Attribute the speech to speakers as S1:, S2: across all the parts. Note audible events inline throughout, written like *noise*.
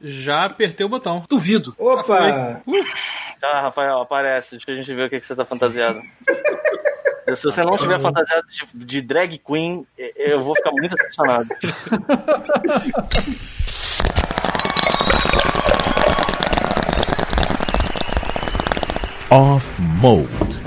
S1: Já apertei o botão.
S2: Duvido.
S3: Opa!
S4: Tá, Rafael, aparece. Deixa a gente ver o que, que você tá fantasiado. Se você não estiver fantasiado de, de drag queen, eh, eu vou ficar muito decepcionado.
S5: Off Mode.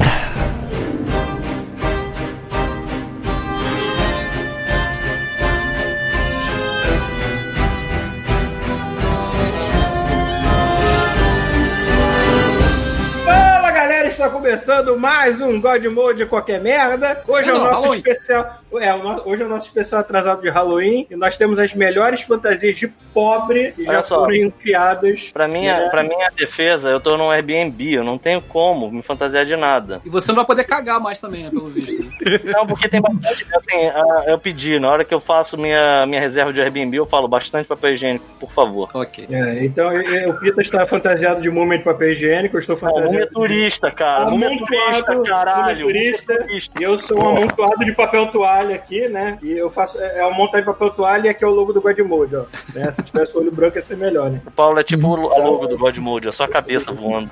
S3: Fala galera, está começando mais um God Mode qualquer merda. Hoje é o
S2: Não,
S3: nosso
S2: Halloween.
S3: especial. É, o no- hoje é o nosso especial atrasado de Halloween e nós temos as melhores fantasias de pobre que
S4: Olha
S3: já
S4: só.
S3: foram criadas.
S4: Pra mim,
S3: É.
S4: pra minha defesa, eu tô num Airbnb, eu não tenho como me fantasiar de nada.
S2: E você não vai poder cagar mais também, né, pelo visto. né?
S4: *laughs* Não, porque tem bastante. Assim, ah, eu pedi, na hora que eu faço minha, minha reserva de Airbnb, eu falo bastante papel higiênico, por favor.
S2: ok.
S3: É, então e- e o Pita está fantasiado de múmia de papel higiênico, eu estou
S4: Não,
S3: fantasiado.
S4: Múmia turista, cara. Múmia turista, caralho. é
S3: Múmia turista.
S4: turista.
S3: E eu sou um amontoado de papel toalha aqui, né? E eu faço. É é uma montada de papel toalha e aqui é o logo do Godmode, ó. Né? Se tivesse olho branco ia ser melhor, né?
S4: O Paulo é tipo o logo do God Mode, é só a cabeça voando.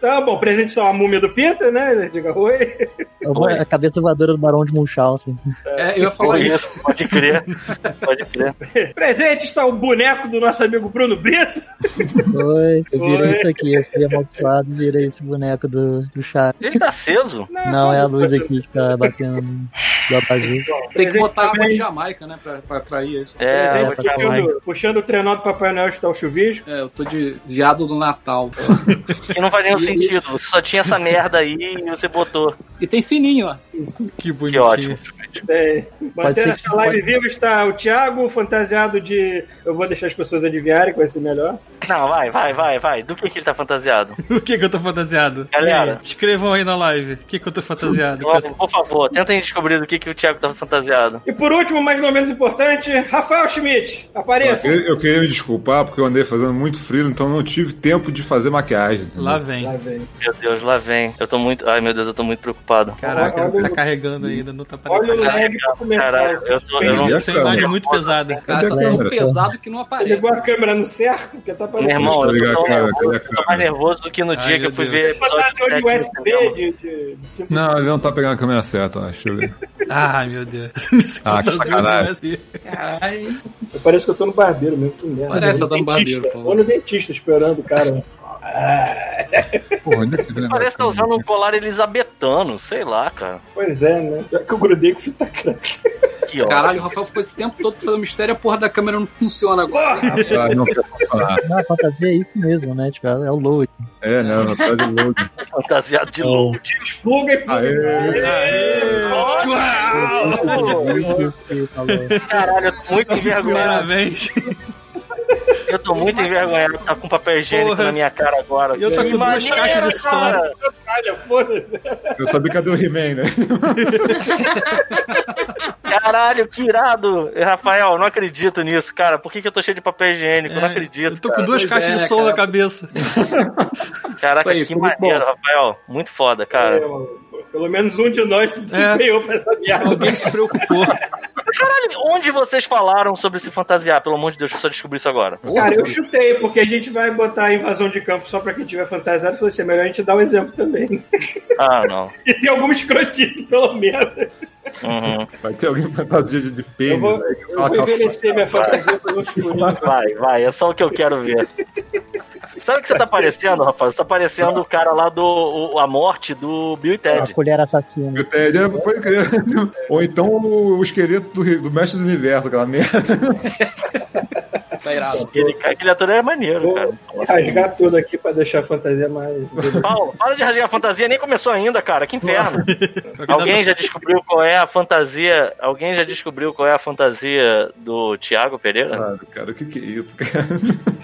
S3: Tá bom, presente só a múmia do Pita, né? Diga oi.
S6: É uma-
S4: Oi.
S6: a cabeça voadora do Barão de assim. Munchausen.
S2: É, eu ia falar isso.
S4: Pode crer. Pode crer.
S3: presente está o boneco do nosso amigo Bruno Brito.
S6: Oi, eu virei
S3: Oi.
S6: isso aqui, eu fui amaldiçoado e virei esse boneco do, do chá.
S4: Ele tá aceso?
S6: Não,
S3: só
S6: é a
S3: do-
S6: luz aqui que tá batendo no- do abajur.
S2: Tem que
S3: Presente
S2: botar água
S3: também-
S2: de Jamaica, né, pra, pra atrair isso.
S4: É,
S3: Presente
S4: vou te
S6: tá
S4: amar.
S3: puxando, puxando o trenó do Papai Noel está o chuvisco.
S2: É, eu tô de viado do Natal.
S4: que não faz nenhum sentido. Você só tinha essa merda aí e você botou.
S2: E tem sininho, ó.
S1: Que bonitinho.
S4: Que ótimo.
S3: É, mantendo
S6: ser que-
S3: essa live viva está o Thiago, fantasiado de. Eu vou deixar as pessoas adivinharem, que vai ser melhor.
S4: Não, vai, vai, vai, vai. Do que, que ele tá fantasiado?
S1: *laughs* O que que eu tô fantasiado?
S4: Galera.
S1: Aí, escrevam aí na live. O que que eu tô fantasiado?
S4: Logo, por favor, tentem descobrir do que, que o Thiago tá fantasiado.
S3: E por último, mas não menos importante, Rafael Schmidt, apareça.
S7: Eu, eu queria me desculpar porque eu andei fazendo muito frio, então não tive tempo de fazer maquiagem. entendeu?
S1: Lá vem.
S3: Lá vem.
S4: Meu Deus, lá vem. Eu tô muito. Ai, meu Deus, eu tô muito preocupado.
S1: Caraca,
S3: Olha o-
S1: tá carregando ainda, não tá
S3: Olha o
S1: aparecendo.
S3: lag pra começar.
S4: Caralho, eu tô. Eu não...
S7: Olha-
S1: Essa é uma imagem muito pesada.
S2: Cara, tá
S7: Cadê a
S2: tão
S7: câmera?
S2: pesado que não
S3: Você
S2: aparece.
S3: ligou a câmera no certo? Porque tá
S4: Meu
S3: aparecendo.
S4: irmão, eu tô, tão
S7: Cadê a
S4: nervoso,
S7: câmera?
S4: eu tô mais nervoso do que no
S1: Ai,
S4: dia que
S1: meu
S4: eu fui
S1: Deus.
S4: ver.
S3: Fantasia de
S4: episódio
S3: USB, de, de, de cinco-
S7: Não, ele não tá pegando a câmera certa, eu acho. Deixa eu ver.
S1: Ai, *laughs* meu Deus. assim,
S7: Ah, que sacanagem.
S2: Caralho.
S3: Parece que eu tô no barbeiro mesmo, que merda.
S2: Parece,
S3: eu
S2: tá no barbeiro, pô.
S3: Tô no um dentista esperando o cara.
S7: Porra, onde é que ele
S4: Parece que tá usando um colar elisabetano, sei lá, cara.
S3: Pois é, né? Já que eu grudei com fita crack.
S4: Que ótimo.
S2: Caralho, o Rafael ficou esse tempo todo fazendo mistério a porra da câmera não funciona agora.
S7: Ah, não quer funcionar.
S6: Não, a fantasia é isso mesmo, né? Tipo, é o load.
S7: É, né? Não tá de load.
S4: fantasiado de louco.
S3: Despluga e pluga.
S7: Aê!
S3: Ótimo!
S6: É
S3: oh,
S6: Isso, isso, alô.
S4: Caralho, eu tô muito envergonhado.
S1: Parabéns.
S4: Eu tô muito envergonhado de tá com papel higiênico
S1: Porra.
S4: na minha cara agora.
S1: E eu tô com duas
S4: Maneiro,
S1: caixas de
S4: cara.
S1: soda.
S3: Olha, foda-se.
S7: Eu sabia cadê o He-Man, né?
S4: Caralho, que irado! Rafael, não acredito nisso, cara. Por que, que eu tô cheio de papel higiênico? Eu não
S1: É,
S4: acredito.
S1: Eu tô com
S4: cara.
S1: duas
S2: Pois
S1: caixas
S2: é,
S1: de som
S2: cara.
S1: na cabeça.
S4: Caraca,
S2: Isso aí,
S4: que
S2: ficou muito É.
S4: maneiro, Rafael. Muito foda, cara.
S3: É, Pelo menos um de nós se desempenhou pra essa merda.
S1: Alguém se preocupou.
S4: Caralho, onde vocês falaram sobre se fantasiar? Pelo amor de Deus, deixa eu só descobrir isso agora.
S3: Cara, eu chutei, porque a gente vai botar a invasão de campo só pra quem tiver fantasiado. Eu Falei assim, é melhor a gente dar um exemplo também. *laughs*
S4: Ah, não.
S3: E tem alguma escrotice, pelo menos.
S4: Uhum.
S7: Vai ter alguém fantasia de, de
S3: Eu
S7: pênis.
S3: vou,
S7: né?
S3: eu vou envelhecer minha fantasia pra um escurinho.
S4: Vai, vai, é só o que eu quero ver. Sabe o que você tá parecendo, Rafael? Você tá parecendo o cara lá do. o- a morte do Bill e
S6: A
S2: Ah,
S4: Ted.
S6: colher assassina.
S7: É, já pode crer. Ou então o, o esqueleto do, do mestre do universo, aquela merda.
S2: Tá irado.
S4: Aquele, cara- aquele ator é maneiro, cara.
S3: Rasgar tudo aqui pra deixar a fantasia mais.
S4: Paulo, para de rasgar a fantasia, nem começou ainda, cara. Que inferno. Alguém já
S1: já
S4: descobriu qual é a fantasia? Alguém já descobriu qual é a fantasia do Thiago Pereira?
S7: Cara, cara, o que que é isso, cara? *laughs*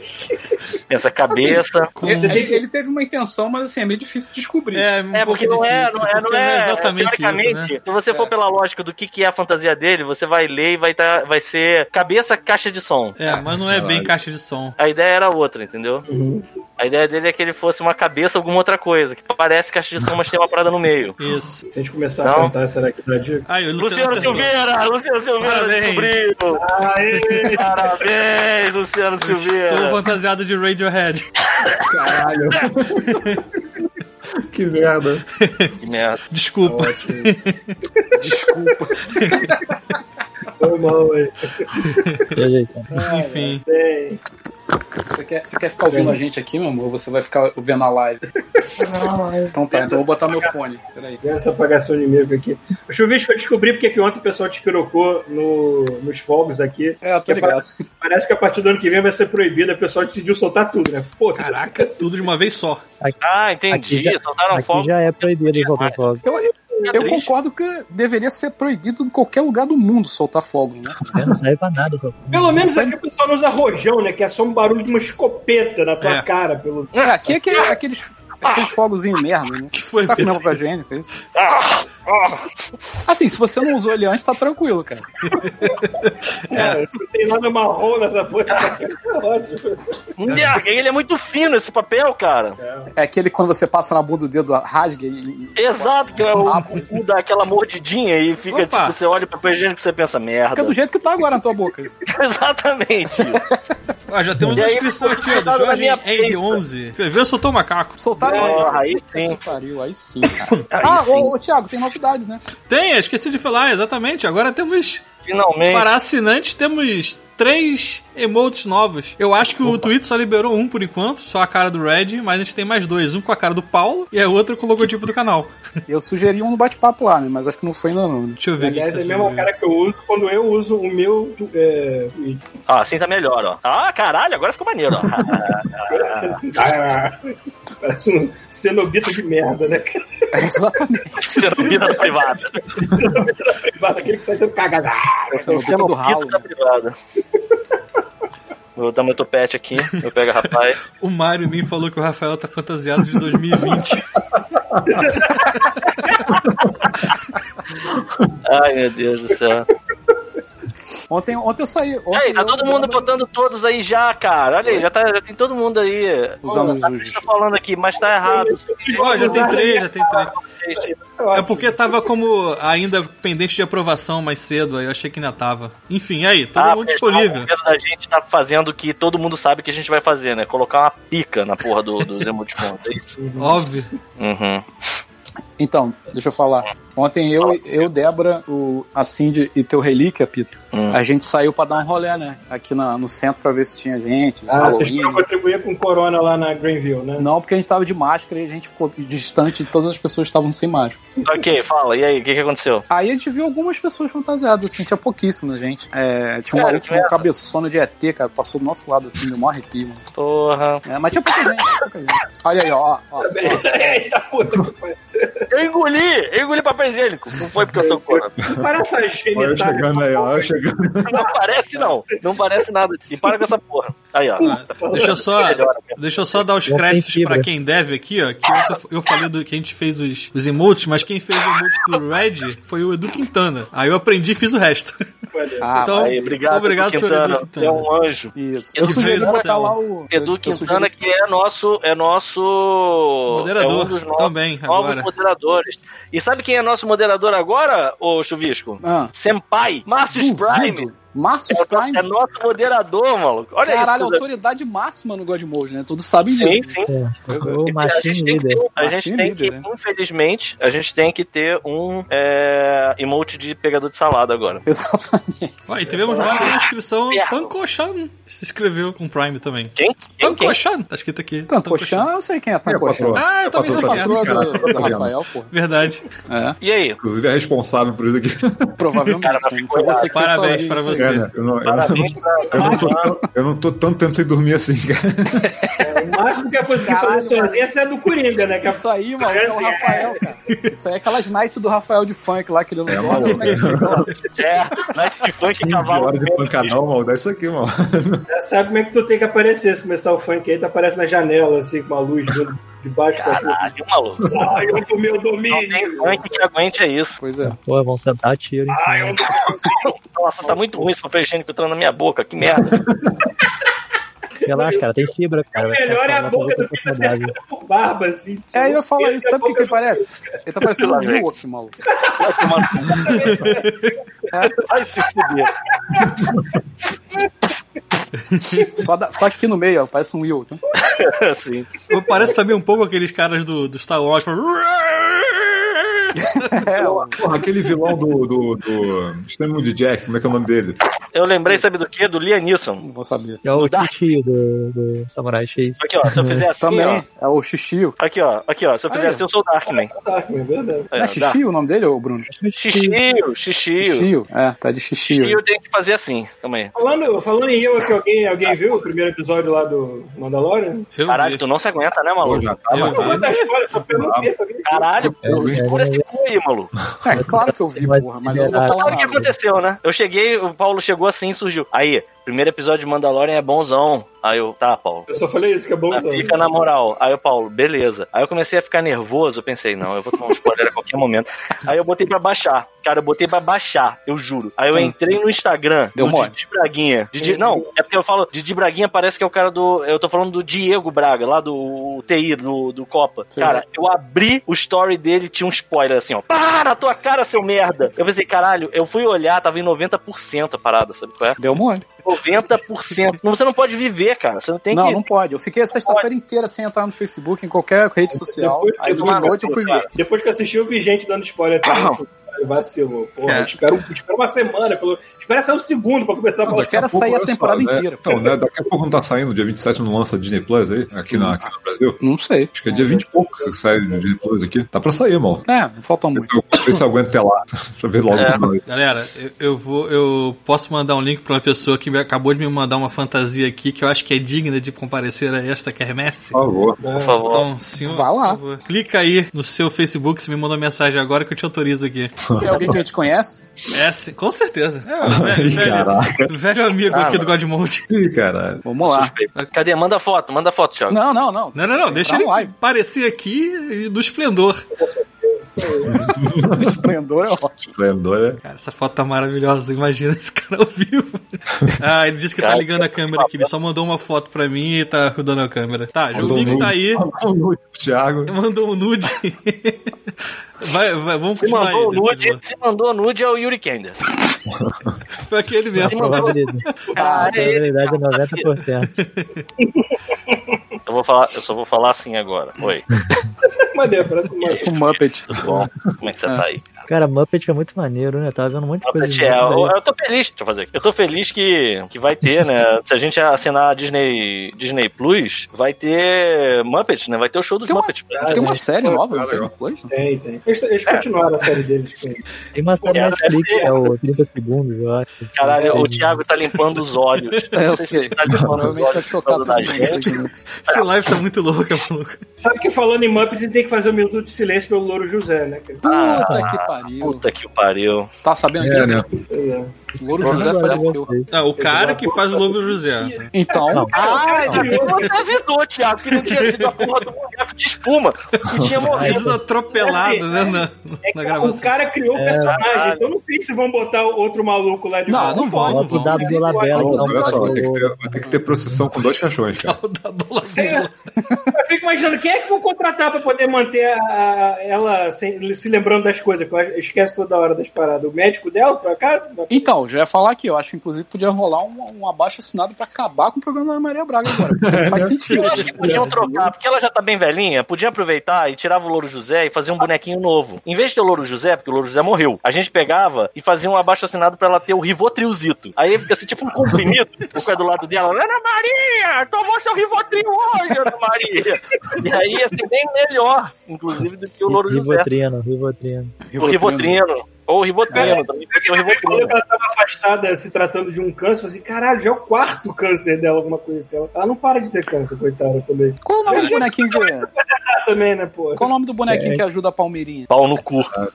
S1: Assim,
S4: Essa
S1: um
S4: cabeça.
S2: Ele, ele- ele teve uma intenção, mas assim, é meio difícil descobrir.
S1: É, um
S4: é, porque
S1: pouco
S4: não é,
S1: difícil,
S4: não é, não
S1: porque
S4: é.
S1: exatamente
S4: teoricamente,
S1: isso, né?
S4: se você for pela lógica do que, que é a fantasia dele, você vai ler e vai, tá, vai ser cabeça, caixa de som.
S1: É, mas não é bem caixa de som. Uhum.
S4: A ideia era outra, entendeu? A ideia dele é que ele fosse uma cabeça alguma outra coisa, que parece caixa de som, mas tem uma parada no meio.
S1: Isso.
S3: Se a gente começar
S4: Não.
S3: a cantar, será que dá dica?
S1: Aí, o Luciano,
S4: Luciano
S1: acertou.
S4: Silveira! Luciano Silveira
S1: Parabéns.
S4: descobriu!
S3: Aê!
S4: Parabéns, Luciano
S1: Tô
S4: Silveira!
S1: fantasiado de Radiohead.
S7: Caralho. que merda.
S4: Que merda.
S1: Desculpa.
S2: Desculpa.
S3: Foi mal aí.
S1: Enfim.
S3: Bem,
S2: Você quer, você quer ficar ouvindo a gente aqui, meu amor? Ou você vai ficar vendo a live? Então tá, então eu vou botar meu fone. Peraí.
S3: vendo essa apagação de mico aqui. O chuvisco, eu descobri porque que ontem o pessoal despirocou no, nos fogos aqui.
S2: É, eu tô
S3: Que pa-
S2: ligado.
S3: Parece que a partir do ano que vem vai ser proibido. O pessoal decidiu soltar tudo, né? Foda-se.
S1: Caraca, tudo de uma vez só.
S4: Ah,
S6: Aqui
S4: entendi.
S6: já-
S4: Soltaram
S6: Aqui
S4: fogo.
S6: já é proibido soltar fogo.
S4: É
S2: Eu
S4: triste.
S2: concordo que deveria ser proibido em qualquer lugar do mundo soltar fogo, né?
S6: É, Não serve pra nada. Só.
S3: Pelo menos aqui o pessoal não usa rojão, né? Que é só um barulho de uma escopeta na tua
S1: É.
S3: cara. Pelo...
S2: É, aqui é aquele- aqueles, aqueles fogozinhos merda, né?
S1: Que foi,
S2: Tá *laughs* com
S1: Pedro?
S2: papel higiênico, é isso? Assim, se você não usou ele antes, tá tranquilo, cara.
S1: É.
S3: Cara, não tem nada marrom
S1: *laughs*
S3: nessa porra. É ótimo.
S4: Ah, Ele é muito fino esse papel, cara.
S2: É aquele quando você passa na bunda do dedo, rasga e. e-
S4: Exato, que é o
S2: Ah,
S4: o cu dá aquela mordidinha e fica
S1: Opa.
S4: tipo, você olha pra papel higiênico e você pensa, merda.
S2: Fica do jeito que tá agora na tua boca.
S4: *laughs* Exatamente.
S1: Ah, já tem uma
S4: E aí,
S1: descrição
S4: ele
S1: aqui, ó, do
S4: tava na
S1: Jorge
S4: minha
S1: R11. Quer ver? Eu soltou um macaco.
S2: Soltaram ele.
S4: Porra, aí sim.
S2: Que pariu, aí sim, cara.
S4: Aí
S2: ah,
S4: sim.
S2: Ô, ô, Thiago, tem novidades, né?
S1: Tem, eu esqueci de falar, exatamente. Agora temos,
S4: Finalmente.
S1: para assinantes, temos três emotes novos. Eu acho que o Twitter só liberou um por enquanto, só a cara do Red, mas a gente tem mais dois. Um com a cara do Paulo e a outra com o logotipo do canal.
S2: Eu sugeri um no bate-papo lá, né? Mas acho que não foi ainda, não. né?
S1: Deixa eu ver.
S3: Aliás, é
S1: aqui
S3: a
S1: se
S3: mesma
S1: eu-
S3: cara que eu uso quando eu uso o meu. tu- É... e-
S4: Ah, assim tá melhor, ó. Ah, caralho, agora ficou maneiro,
S2: *laughs*
S4: ó.
S3: ah, Parece um cenobita de merda, né? *laughs* cara?
S4: *laughs*
S2: Exatamente.
S4: Cenobita da privada.
S3: Aquele que sai dando cagada.
S2: Cenobita do ralo,
S4: da
S2: né?
S4: privada. Vou dar meu topete aqui, eu pego a rapaz.
S1: O Mário me falou que o Rafael tá fantasiado de
S3: *laughs*
S1: 2020.
S4: Ai, meu Deus do *laughs* céu.
S2: Ontem, ontem eu saí. Ontem
S4: Aí, tá
S2: eu-
S4: todo mundo botando todos aí já, cara. Olha aí, já, tá, já tem todo mundo aí.
S2: Usando os
S4: Tá
S2: jujus.
S4: tá falando aqui, mas tá errado.
S1: Ó, já tem três, já tem
S3: *laughs*
S1: três. É porque tava como ainda pendente de aprovação mais cedo, aí eu achei que ainda tava. Enfim, aí, todo
S4: Ah,
S1: mundo
S4: pessoal,
S1: disponível.
S4: o governo da gente tá fazendo o que todo mundo sabe que a gente vai fazer, né? Colocar uma pica na porra do, dos emoticons. *laughs* É isso?
S1: Óbvio.
S4: Uhum.
S2: Então, deixa eu falar. Ontem eu, eu Débora, o, a Cindy e teu Relíquia, Pito,
S4: Hum.
S2: a gente saiu pra dar um rolê, né? Aqui na- no centro pra ver se tinha gente.
S3: Ah,
S2: Halloween.
S3: vocês foram contribuir com Corona lá na Greenville, *laughs* né?
S2: Não, porque a gente tava de máscara e a gente ficou distante e todas as pessoas estavam sem máscara.
S4: Ok, fala, e aí, o que, que aconteceu?
S2: Aí a gente viu algumas pessoas fantasiadas, assim, tinha pouquíssima gente. É, tinha um
S4: Cara,
S2: maluco
S4: que
S2: com uma cabeçona de ET, cara, passou do nosso lado, assim, deu maior arrepio, mano.
S4: Porra.
S2: É, mas tinha pouca gente, pouca gente. Olha aí, ó, ó.
S3: Eita puta que pariu.
S4: Eu engoli! Eu engoli papel higiênico. Não foi porque eu tô com corona.
S3: Para essa
S7: Olha eu
S3: genitália.
S7: chegando aí, ó. eu chegando.
S4: Não parece, não. Não parece nada. E para com essa porra. Aí, ó.
S1: Ah, deixa eu
S4: *laughs*
S1: só, deixa eu só dar os
S6: Não tem
S1: créditos
S6: fibra.
S1: pra quem deve aqui, ó. Que eu, tô- eu falei do, que a gente fez os, os emotes, mas quem fez o emote do Red foi o Edu Quintana. Aí eu aprendi e fiz o resto. *laughs*
S2: Ah,
S1: Então-
S4: Aí, obrigado,
S1: Obrigado,
S4: Edu
S1: senhor
S4: Quintana.
S1: Edu Quintana.
S4: É um anjo.
S2: isso.
S4: Edu
S2: Eu sugeri
S1: Quintana.
S2: botar lá o.
S4: Edu
S2: eu- eu sugeri-
S4: Quintana, que é nosso. É nosso.
S1: Moderador
S4: é um dos no-
S1: também,
S4: novos
S1: agora.
S4: moderadores. E sabe quem é nosso moderador agora, ô Chuvisco?
S2: Ah,
S4: Senpai, Márcio Prime.
S2: duvido. Márcio
S4: É o nosso-
S2: Prime?
S4: É nosso moderador, maluco. Olha
S2: Caralho,
S4: isso. né?
S2: autoridade máxima no Godmode, né? Todos sabem
S4: Sim,
S2: disso.
S4: sim.
S6: O
S4: a gente tem
S6: Machine
S4: que
S6: Leader.
S4: ter, um, a
S2: Machine
S4: gente tem
S2: Leader,
S4: que,
S2: né?
S4: infelizmente, a gente tem que ter um é, emote de pegador de salada agora.
S2: Exatamente.
S1: Ó, e tivemos mais uma inscrição.
S4: Ferro.
S1: Tancochan se inscreveu com o Prime também.
S4: Quem? Quem? quem?
S1: Tancochan, tá escrito aqui.
S2: Tancochan, eu sei quem é Tancochan.
S7: patroa?
S1: Ah, eu também sei
S7: Patroa
S2: Essa
S7: tá
S1: quem é.
S7: vendo,
S2: patroa do,
S7: cara?
S2: do
S7: Tá vendo?
S2: Rafael, pô.
S1: Verdade.
S2: É,
S4: E aí?
S7: Inclusive é responsável por isso aqui.
S2: provavelmente.
S4: Cara, mas
S2: né?
S4: foi
S2: Foi você que foi
S1: Parabéns
S2: sozinho,
S1: pra
S2: isso
S1: você.
S2: aí.
S7: Cara, eu não, eu, não,
S2: *laughs*
S4: Parabéns pra
S7: eu não tô, tão- eu não tô tanto tempo sem dormir assim, cara.
S3: É, O máximo que eu consegui
S2: Caralho,
S3: fazer sozinha é essa é do Coringa, né? Que a
S2: Isso aí, mano, é o Rafael, cara. Isso aí é aquelas nights do Rafael de funk lá que ele não
S7: É, maluco.
S2: como é que fica lá?
S4: é, Night de Funk e
S7: 15
S4: Cavalo. é
S7: horas de pancadão, mal. Dá isso aqui, mal.
S3: Já sabe como é que tu tem que aparecer. Se começar o funk aí, tu aparece na janela, assim, com uma luz vindo de baixo pra cima.
S4: Caralho, maluco.
S3: Ai, eu do meu
S4: Não tem
S3: domínio!
S4: funk que aguente é isso.
S2: Pois é.
S6: Pô, vão sentar tiro. em
S3: Ai,
S6: cima.
S3: eu do
S4: Nossa, tá muito ruim esse papel higiênico entrando na minha boca, que merda.
S6: Sei lá, cara, tem fibra, tá cara.
S3: O
S6: vai ficar
S3: melhor é
S6: falando
S3: a boca
S6: outra
S3: do Pita
S6: personagem.
S3: cercada por barba, assim. tipo,
S2: É, eu ia falar isso. Sabe o que, que ele parece? Ele tá parecendo um
S4: Lá vem.
S2: Milwaukee, maluco.
S4: Vai tomar no cu. *laughs* Vai se *laughs* fuder.
S2: Só, da- só aqui no meio, ó, parece um Will.
S4: Assim.
S1: Parece também um pouco aqueles caras do, do Star Wars. tipo,
S2: É, ó.
S7: Porra, aquele vilão do. do, do... Estamos de Jack, como é que é o nome dele?
S4: Eu lembrei, sabe do quê? Do Liam Neeson.
S2: não vou saber.
S6: É o tio do, do Samurai X.
S4: Aqui, ó. Se eu fizer assim,
S2: Também,
S4: ó.
S2: é o Xixi.
S4: Aqui, ó. Aqui, ó. Se eu fizer assim, eu sou o Darkman.
S3: tá, é verdade.
S4: Aí,
S2: é
S4: ó, Dark-
S2: Xixi o nome dele, ô Bruno?
S4: Xixio, xixio.
S2: Xixi. É, tá de Xixi.
S4: Xixio tem que fazer assim. Calma aí.
S3: Falando, falando em eu, que alguém, alguém viu o primeiro episódio lá do Mandalorian?
S1: Eu
S4: Caralho,
S1: vi.
S4: tu não se aguenta, né,
S7: Pô,
S4: maluco?
S7: já tá
S1: Eu-
S3: Eu tô
S7: matado.
S3: falando da história, só perguntei se alguém viu.
S4: Caralho, pô, segura esse cu aí, maluco.
S2: É, claro que eu vi, porra, mas eu não vou
S4: Sabe o que
S2: falar nada.
S4: aconteceu, né? Eu cheguei, o Paulo chegou assim e surgiu. Aí, primeiro episódio de Mandalorian é bonzão. Aí eu, tá, Paulo.
S3: Eu só falei isso, que é bom.
S4: Tá,
S3: sabe?
S4: Fica na moral. Aí o Paulo, beleza. Aí eu comecei a ficar nervoso, eu pensei, não, eu vou tomar um spoiler a qualquer momento. Aí eu botei pra baixar. Cara, eu botei pra baixar, eu juro. Aí eu entrei no Instagram
S2: Hum. Deu
S4: do
S2: mole.
S4: Didi Braguinha. Didi- não, é porque eu falo, Didi Braguinha parece que é o cara do. Eu tô falando do Diego Braga, lá do TI, do, do Copa.
S2: Sim.
S4: Cara, eu abri o story dele tinha um spoiler assim, ó. Para na tua cara, seu merda! Eu pensei, caralho, eu fui olhar, tava em 90% a parada, sabe qual é?
S2: Deu um mole.
S4: 90%. Não, Você não pode viver, cara. Você não tem
S2: Não,
S4: que.
S2: não pode. Eu fiquei a sexta-feira inteira sem entrar no Facebook, em qualquer rede social.
S3: Depois que um
S2: Aí
S3: eu
S2: de
S4: tomar
S2: noite eu
S4: no
S2: fui
S4: cu,
S2: ver.
S3: Depois que eu assisti, eu vi gente dando spoiler pra isso. Caralho, Vacilo, porra.
S1: É.
S3: Espera, um, espera uma semana, pelo... espera sair um segundo pra começar a falar.
S2: Eu quero
S7: Daqui a
S2: sair a
S7: pouco, olha
S2: temporada
S7: só, né?
S2: inteira.
S7: Então, né? Daqui a pouco não tá saindo, dia 27 não lança Disney Plus aí, aqui, na, aqui no Brasil.
S2: Não sei.
S7: Acho que é dia 20 e pouco que sai Disney Plus aqui. Tá pra sair, irmão.
S2: É, não falta
S7: Vê
S2: muito.
S7: se eu- Vê se eu aguento até lá. *laughs* Deixa eu ver logo
S4: É.
S7: de novo.
S1: Galera, eu, eu vou, eu posso mandar um link pra uma pessoa que me- acabou de me mandar uma fantasia aqui que eu acho que é digna de comparecer a esta quermesse.
S7: Por favor.
S4: Por favor.
S1: Então, senhor,
S2: Vá lá.
S1: por favor, clica aí no seu Facebook, você me mandou mensagem agora que eu te autorizo aqui.
S2: É alguém que a gente conhece?
S1: É, sim, com certeza. É,
S7: Ih,
S1: velho,
S7: caraca.
S1: velho, velho amigo
S4: Ah,
S1: aqui do Godmode.
S7: Ih, caralho.
S2: Vamos lá.
S4: Cadê? Manda foto, manda foto, Thiago.
S2: Não, não, não.
S1: Não, não, não, deixa
S2: Tá
S1: ele
S2: live.
S1: aparecer aqui e do esplendor.
S2: Esplendor é ótimo.
S7: Esplendor, é.
S1: Cara, essa foto tá maravilhosa, imagina esse *laughs* cara ao vivo. Ah, ele disse que tá
S4: Cara,
S1: ligando a câmera aqui, ele só mandou uma foto pra mim e tá rodando a câmera. Tá,
S7: Mandou
S1: Jumbico tá aí,
S7: Mandou um Thiago.
S1: mandou um nude. *laughs* Vai, vai, vamos
S4: Se
S1: continuar tá
S4: mandou um
S1: aí. depois de
S4: nude, se mandou nude é o Yuri Kender.
S1: você. Foi aquele
S4: Se
S1: mesmo.
S4: mandou
S6: Probabilidade,
S2: Ah,
S4: cara, ele-
S6: probabilidade é 90%.
S4: eu vou falar, eu só vou falar assim agora. Oi.
S3: Maneiro, parece uma...
S2: Parece um Muppet.
S4: Tudo bom? Como é que você
S2: Ah,
S4: tá aí?
S6: Cara, Muppet é muito maneiro, né? Tava vendo muita coisa.
S4: Muppet, é,
S6: novas
S4: eu,
S6: aí.
S4: eu tô feliz, deixa eu fazer aqui. Eu tô feliz que, que vai ter, né? Se a gente assinar a Disney, Disney Plus, vai ter Muppet, né? Vai ter o show dos
S2: Tem uma-
S4: Muppet.
S2: Tem uma série nova
S7: Ah,
S2: no
S7: legal.
S2: Depois?
S3: Tem, tem. Eles, eles continuaram a série deles. com ele.
S6: Tem uma série
S4: É,
S6: Netflix, que é o 30 segundos, eu acho.
S4: Caralho, o
S6: Tem-
S4: Thiago tá limpando os olhos.
S2: *laughs* É, eu
S4: Não se
S2: sei.
S4: ele tá limpando os
S2: Provavelmente vai
S4: olhos por
S2: chocar né?
S4: causa
S2: todo
S4: da
S2: mundo.
S4: gente.
S2: isso aqui.
S1: Esse live tá muito louco, maluco.
S3: Sabe que falando em Muppets, a gente tem que fazer um minuto de silêncio pelo Louro José, né? cara?
S2: Puta que pariu.
S4: Puta que pariu.
S2: Tá sabendo
S7: É,
S2: disso?
S7: né?
S3: Pois é.
S2: O Louro José
S6: Agora eu
S2: faleceu.
S6: voltei.
S1: Ah, o cara que faz o Lobo
S4: um
S1: José.
S2: Então,
S6: Não.
S4: Ah, você avisou, Thiago, que não tinha sido a porra do boneco de espuma que tinha morrido.
S1: Mas atropelado, né? Na, na
S3: É que o
S1: gravação. Ah.
S3: cara criou o personagem, então não sei se vão botar outro maluco lá de
S2: Não,
S3: volta.
S2: não
S1: vão,
S6: Bota o
S1: vão.
S6: W do Labela,
S7: Pô,
S6: que dá um
S7: olha só, vai ter, que
S6: bagulho.
S7: ter, vai ter que ter procissão com dois caixões, cara.
S1: Da bola
S3: Sei lá. Eu fico imaginando quem é que vão contratar pra poder manter a- a- ela sem- se lembrando das coisas, que eu esquece toda hora das paradas. O médico dela, por acaso?
S2: então, já ia falar aqui. Eu acho que inclusive podia rolar um, um abaixo assinado pra acabar com o programa da Maria Braga agora. Faz sentido.
S4: Eu acho que podiam trocar, porque ela já tá bem velhinha, podia aproveitar e tirava o Louro José e fazer um bonequinho novo. Em vez de ter o Louro José, porque o Louro José morreu, a gente pegava e fazia um abaixo assinado pra ela ter o Rivotrilzito. Aí fica assim, tipo um comprimido, o que é do lado dela, Ana Maria, tomou seu Rivotril hoje, Ana Maria. E aí ia ser bem melhor, inclusive, do que o Louro José.
S6: Rivotrino, Rivotrino.
S4: O Rivotrino. Ou o Rivotrino também, pode ser o
S3: Ele falou
S4: Rivotrino.
S3: que ela estava afastada se tratando de um câncer. Eu falei assim, caralho, já é o quarto câncer dela, alguma coisa assim. Ela, ela não para de ter câncer, coitada também.
S2: Qual o
S4: É.
S2: nome do bonequinho que é?
S3: Ah, também, né, pô?
S2: Qual o nome do bonequinho que ajuda a Palmeirinha?
S4: Pau no cu.
S6: Só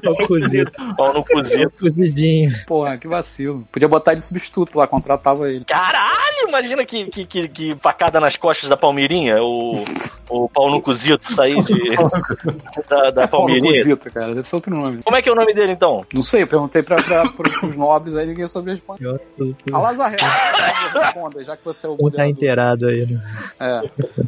S6: É o cozido,
S4: Pau no
S6: É
S4: cozido.
S6: cozidinho.
S2: Porra, que vacilo. Podia botar ele de substituto lá, contratava ele.
S4: *laughs* Caralho, imagina que, que, que, que facada nas costas da Palmeirinha, o, o pau no cozito sair de, da, da Palmeirinha.
S2: Palmeirinha. cara. Deve ser outro nome.
S4: Como é que é o nome dele então?
S2: Não sei, eu perguntei pra, pra, pros nobres, aí ninguém soube responder.
S6: Pior coisa que eu-
S2: Alazaré, responda, já que você é o
S6: Não tá
S2: moderador.
S6: inteirado aí no
S2: É,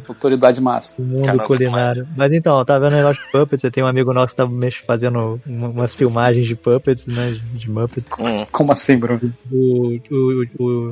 S2: autoridade máxima.
S6: no mundo
S4: Caraca,
S6: culinário. Mas então, tá vendo o negócio de puppets? Eu tenho um amigo nosso que tava mex- fazendo um- umas filmagens de puppets, né? de- De Muppets.
S4: Hum.
S2: Como assim, Bruno?
S6: O, o, o,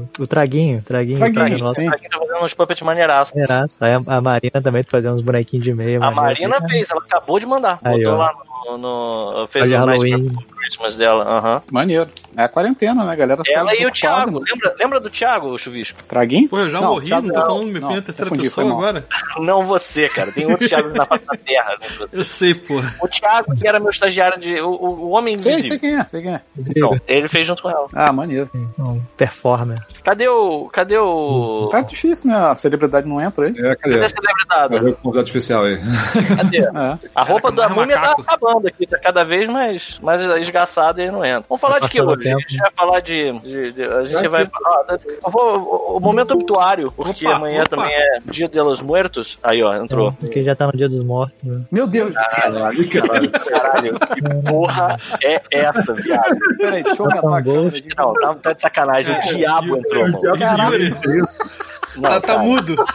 S6: o, o Traguinho, Traguinho,
S2: Traguinho,
S6: amigo nosso.
S2: sim.
S4: Aqui tá fazendo uns puppets maneiraços.
S6: Maneiraço. Aí a, a Marina também tá fazendo uns bonequinhos de meia.
S4: A
S6: maneiro.
S4: Marina fez, ela acabou de mandar.
S6: é. Aí,
S4: Botou
S6: ó.
S4: lá no. no- fez
S6: Olha
S4: o Night
S6: Halloween.
S4: Before Christmas dela. aham.
S2: Maneiro. É a quarentena, né? A galera tá
S4: Ela e o
S2: desocupada,
S4: Thiago. né?
S2: mano.
S4: Lembra, lembra do Thiago, Chuvisco?
S2: Traguinho?
S1: Pô, eu já
S2: Não,
S1: morri,
S2: Thiago,
S1: não tô
S2: não.
S1: falando me
S2: Não,
S1: pena terceira
S2: confundi, foi
S1: pessoa
S2: mal.
S1: agora?
S4: Não você, cara. Tem outro Thiago na face da terra. né?
S1: *laughs* Eu sei, pô.
S4: O Thiago, que era meu estagiário de. O, o, o Homem
S2: Sei,
S4: Invisível.
S2: sei quem é, sei quem é.
S4: Então, ele fez junto com ela.
S2: Ah, maneiro.
S6: Um performer.
S4: Cadê o. Cadê o.
S2: Tá difícil, né? A celebridade não entra aí.
S7: É, cadê?
S4: Cadê a celebridade?
S7: Cadê o convidado especial aí?
S4: Cadê?
S2: É.
S4: A roupa da
S1: mais
S4: múmia tá
S1: macaco.
S4: acabando aqui, tá cada vez mais, mais esgaçada e não entra. Vamos falar
S6: Tá
S4: de que
S6: passando
S4: hoje? A
S6: tempo.
S4: gente vai falar de. de- de- a gente
S7: Tá
S4: vai
S7: aqui.
S4: falar. eu vou- o momento obituário, porque
S1: Opa,
S4: amanhã
S1: opa.
S4: também é Dia de los Muertos. Aí, ó, entrou.
S6: Então, porque já tá no Dia dos Mortos. Né?
S2: Meu Deus do céu.
S7: Caralho, caralho.
S4: Caralho, que porra é essa, viado?
S2: Peraí, deixa eu aumentar a câmera aqui.
S4: Não, tá, tá de sacanagem. O diabo entrou,
S7: O
S4: mano.
S7: diabo
S2: Caralho.
S7: Yuri.
S4: Não,
S1: Tá, tá
S4: cara.
S1: mudo. *laughs*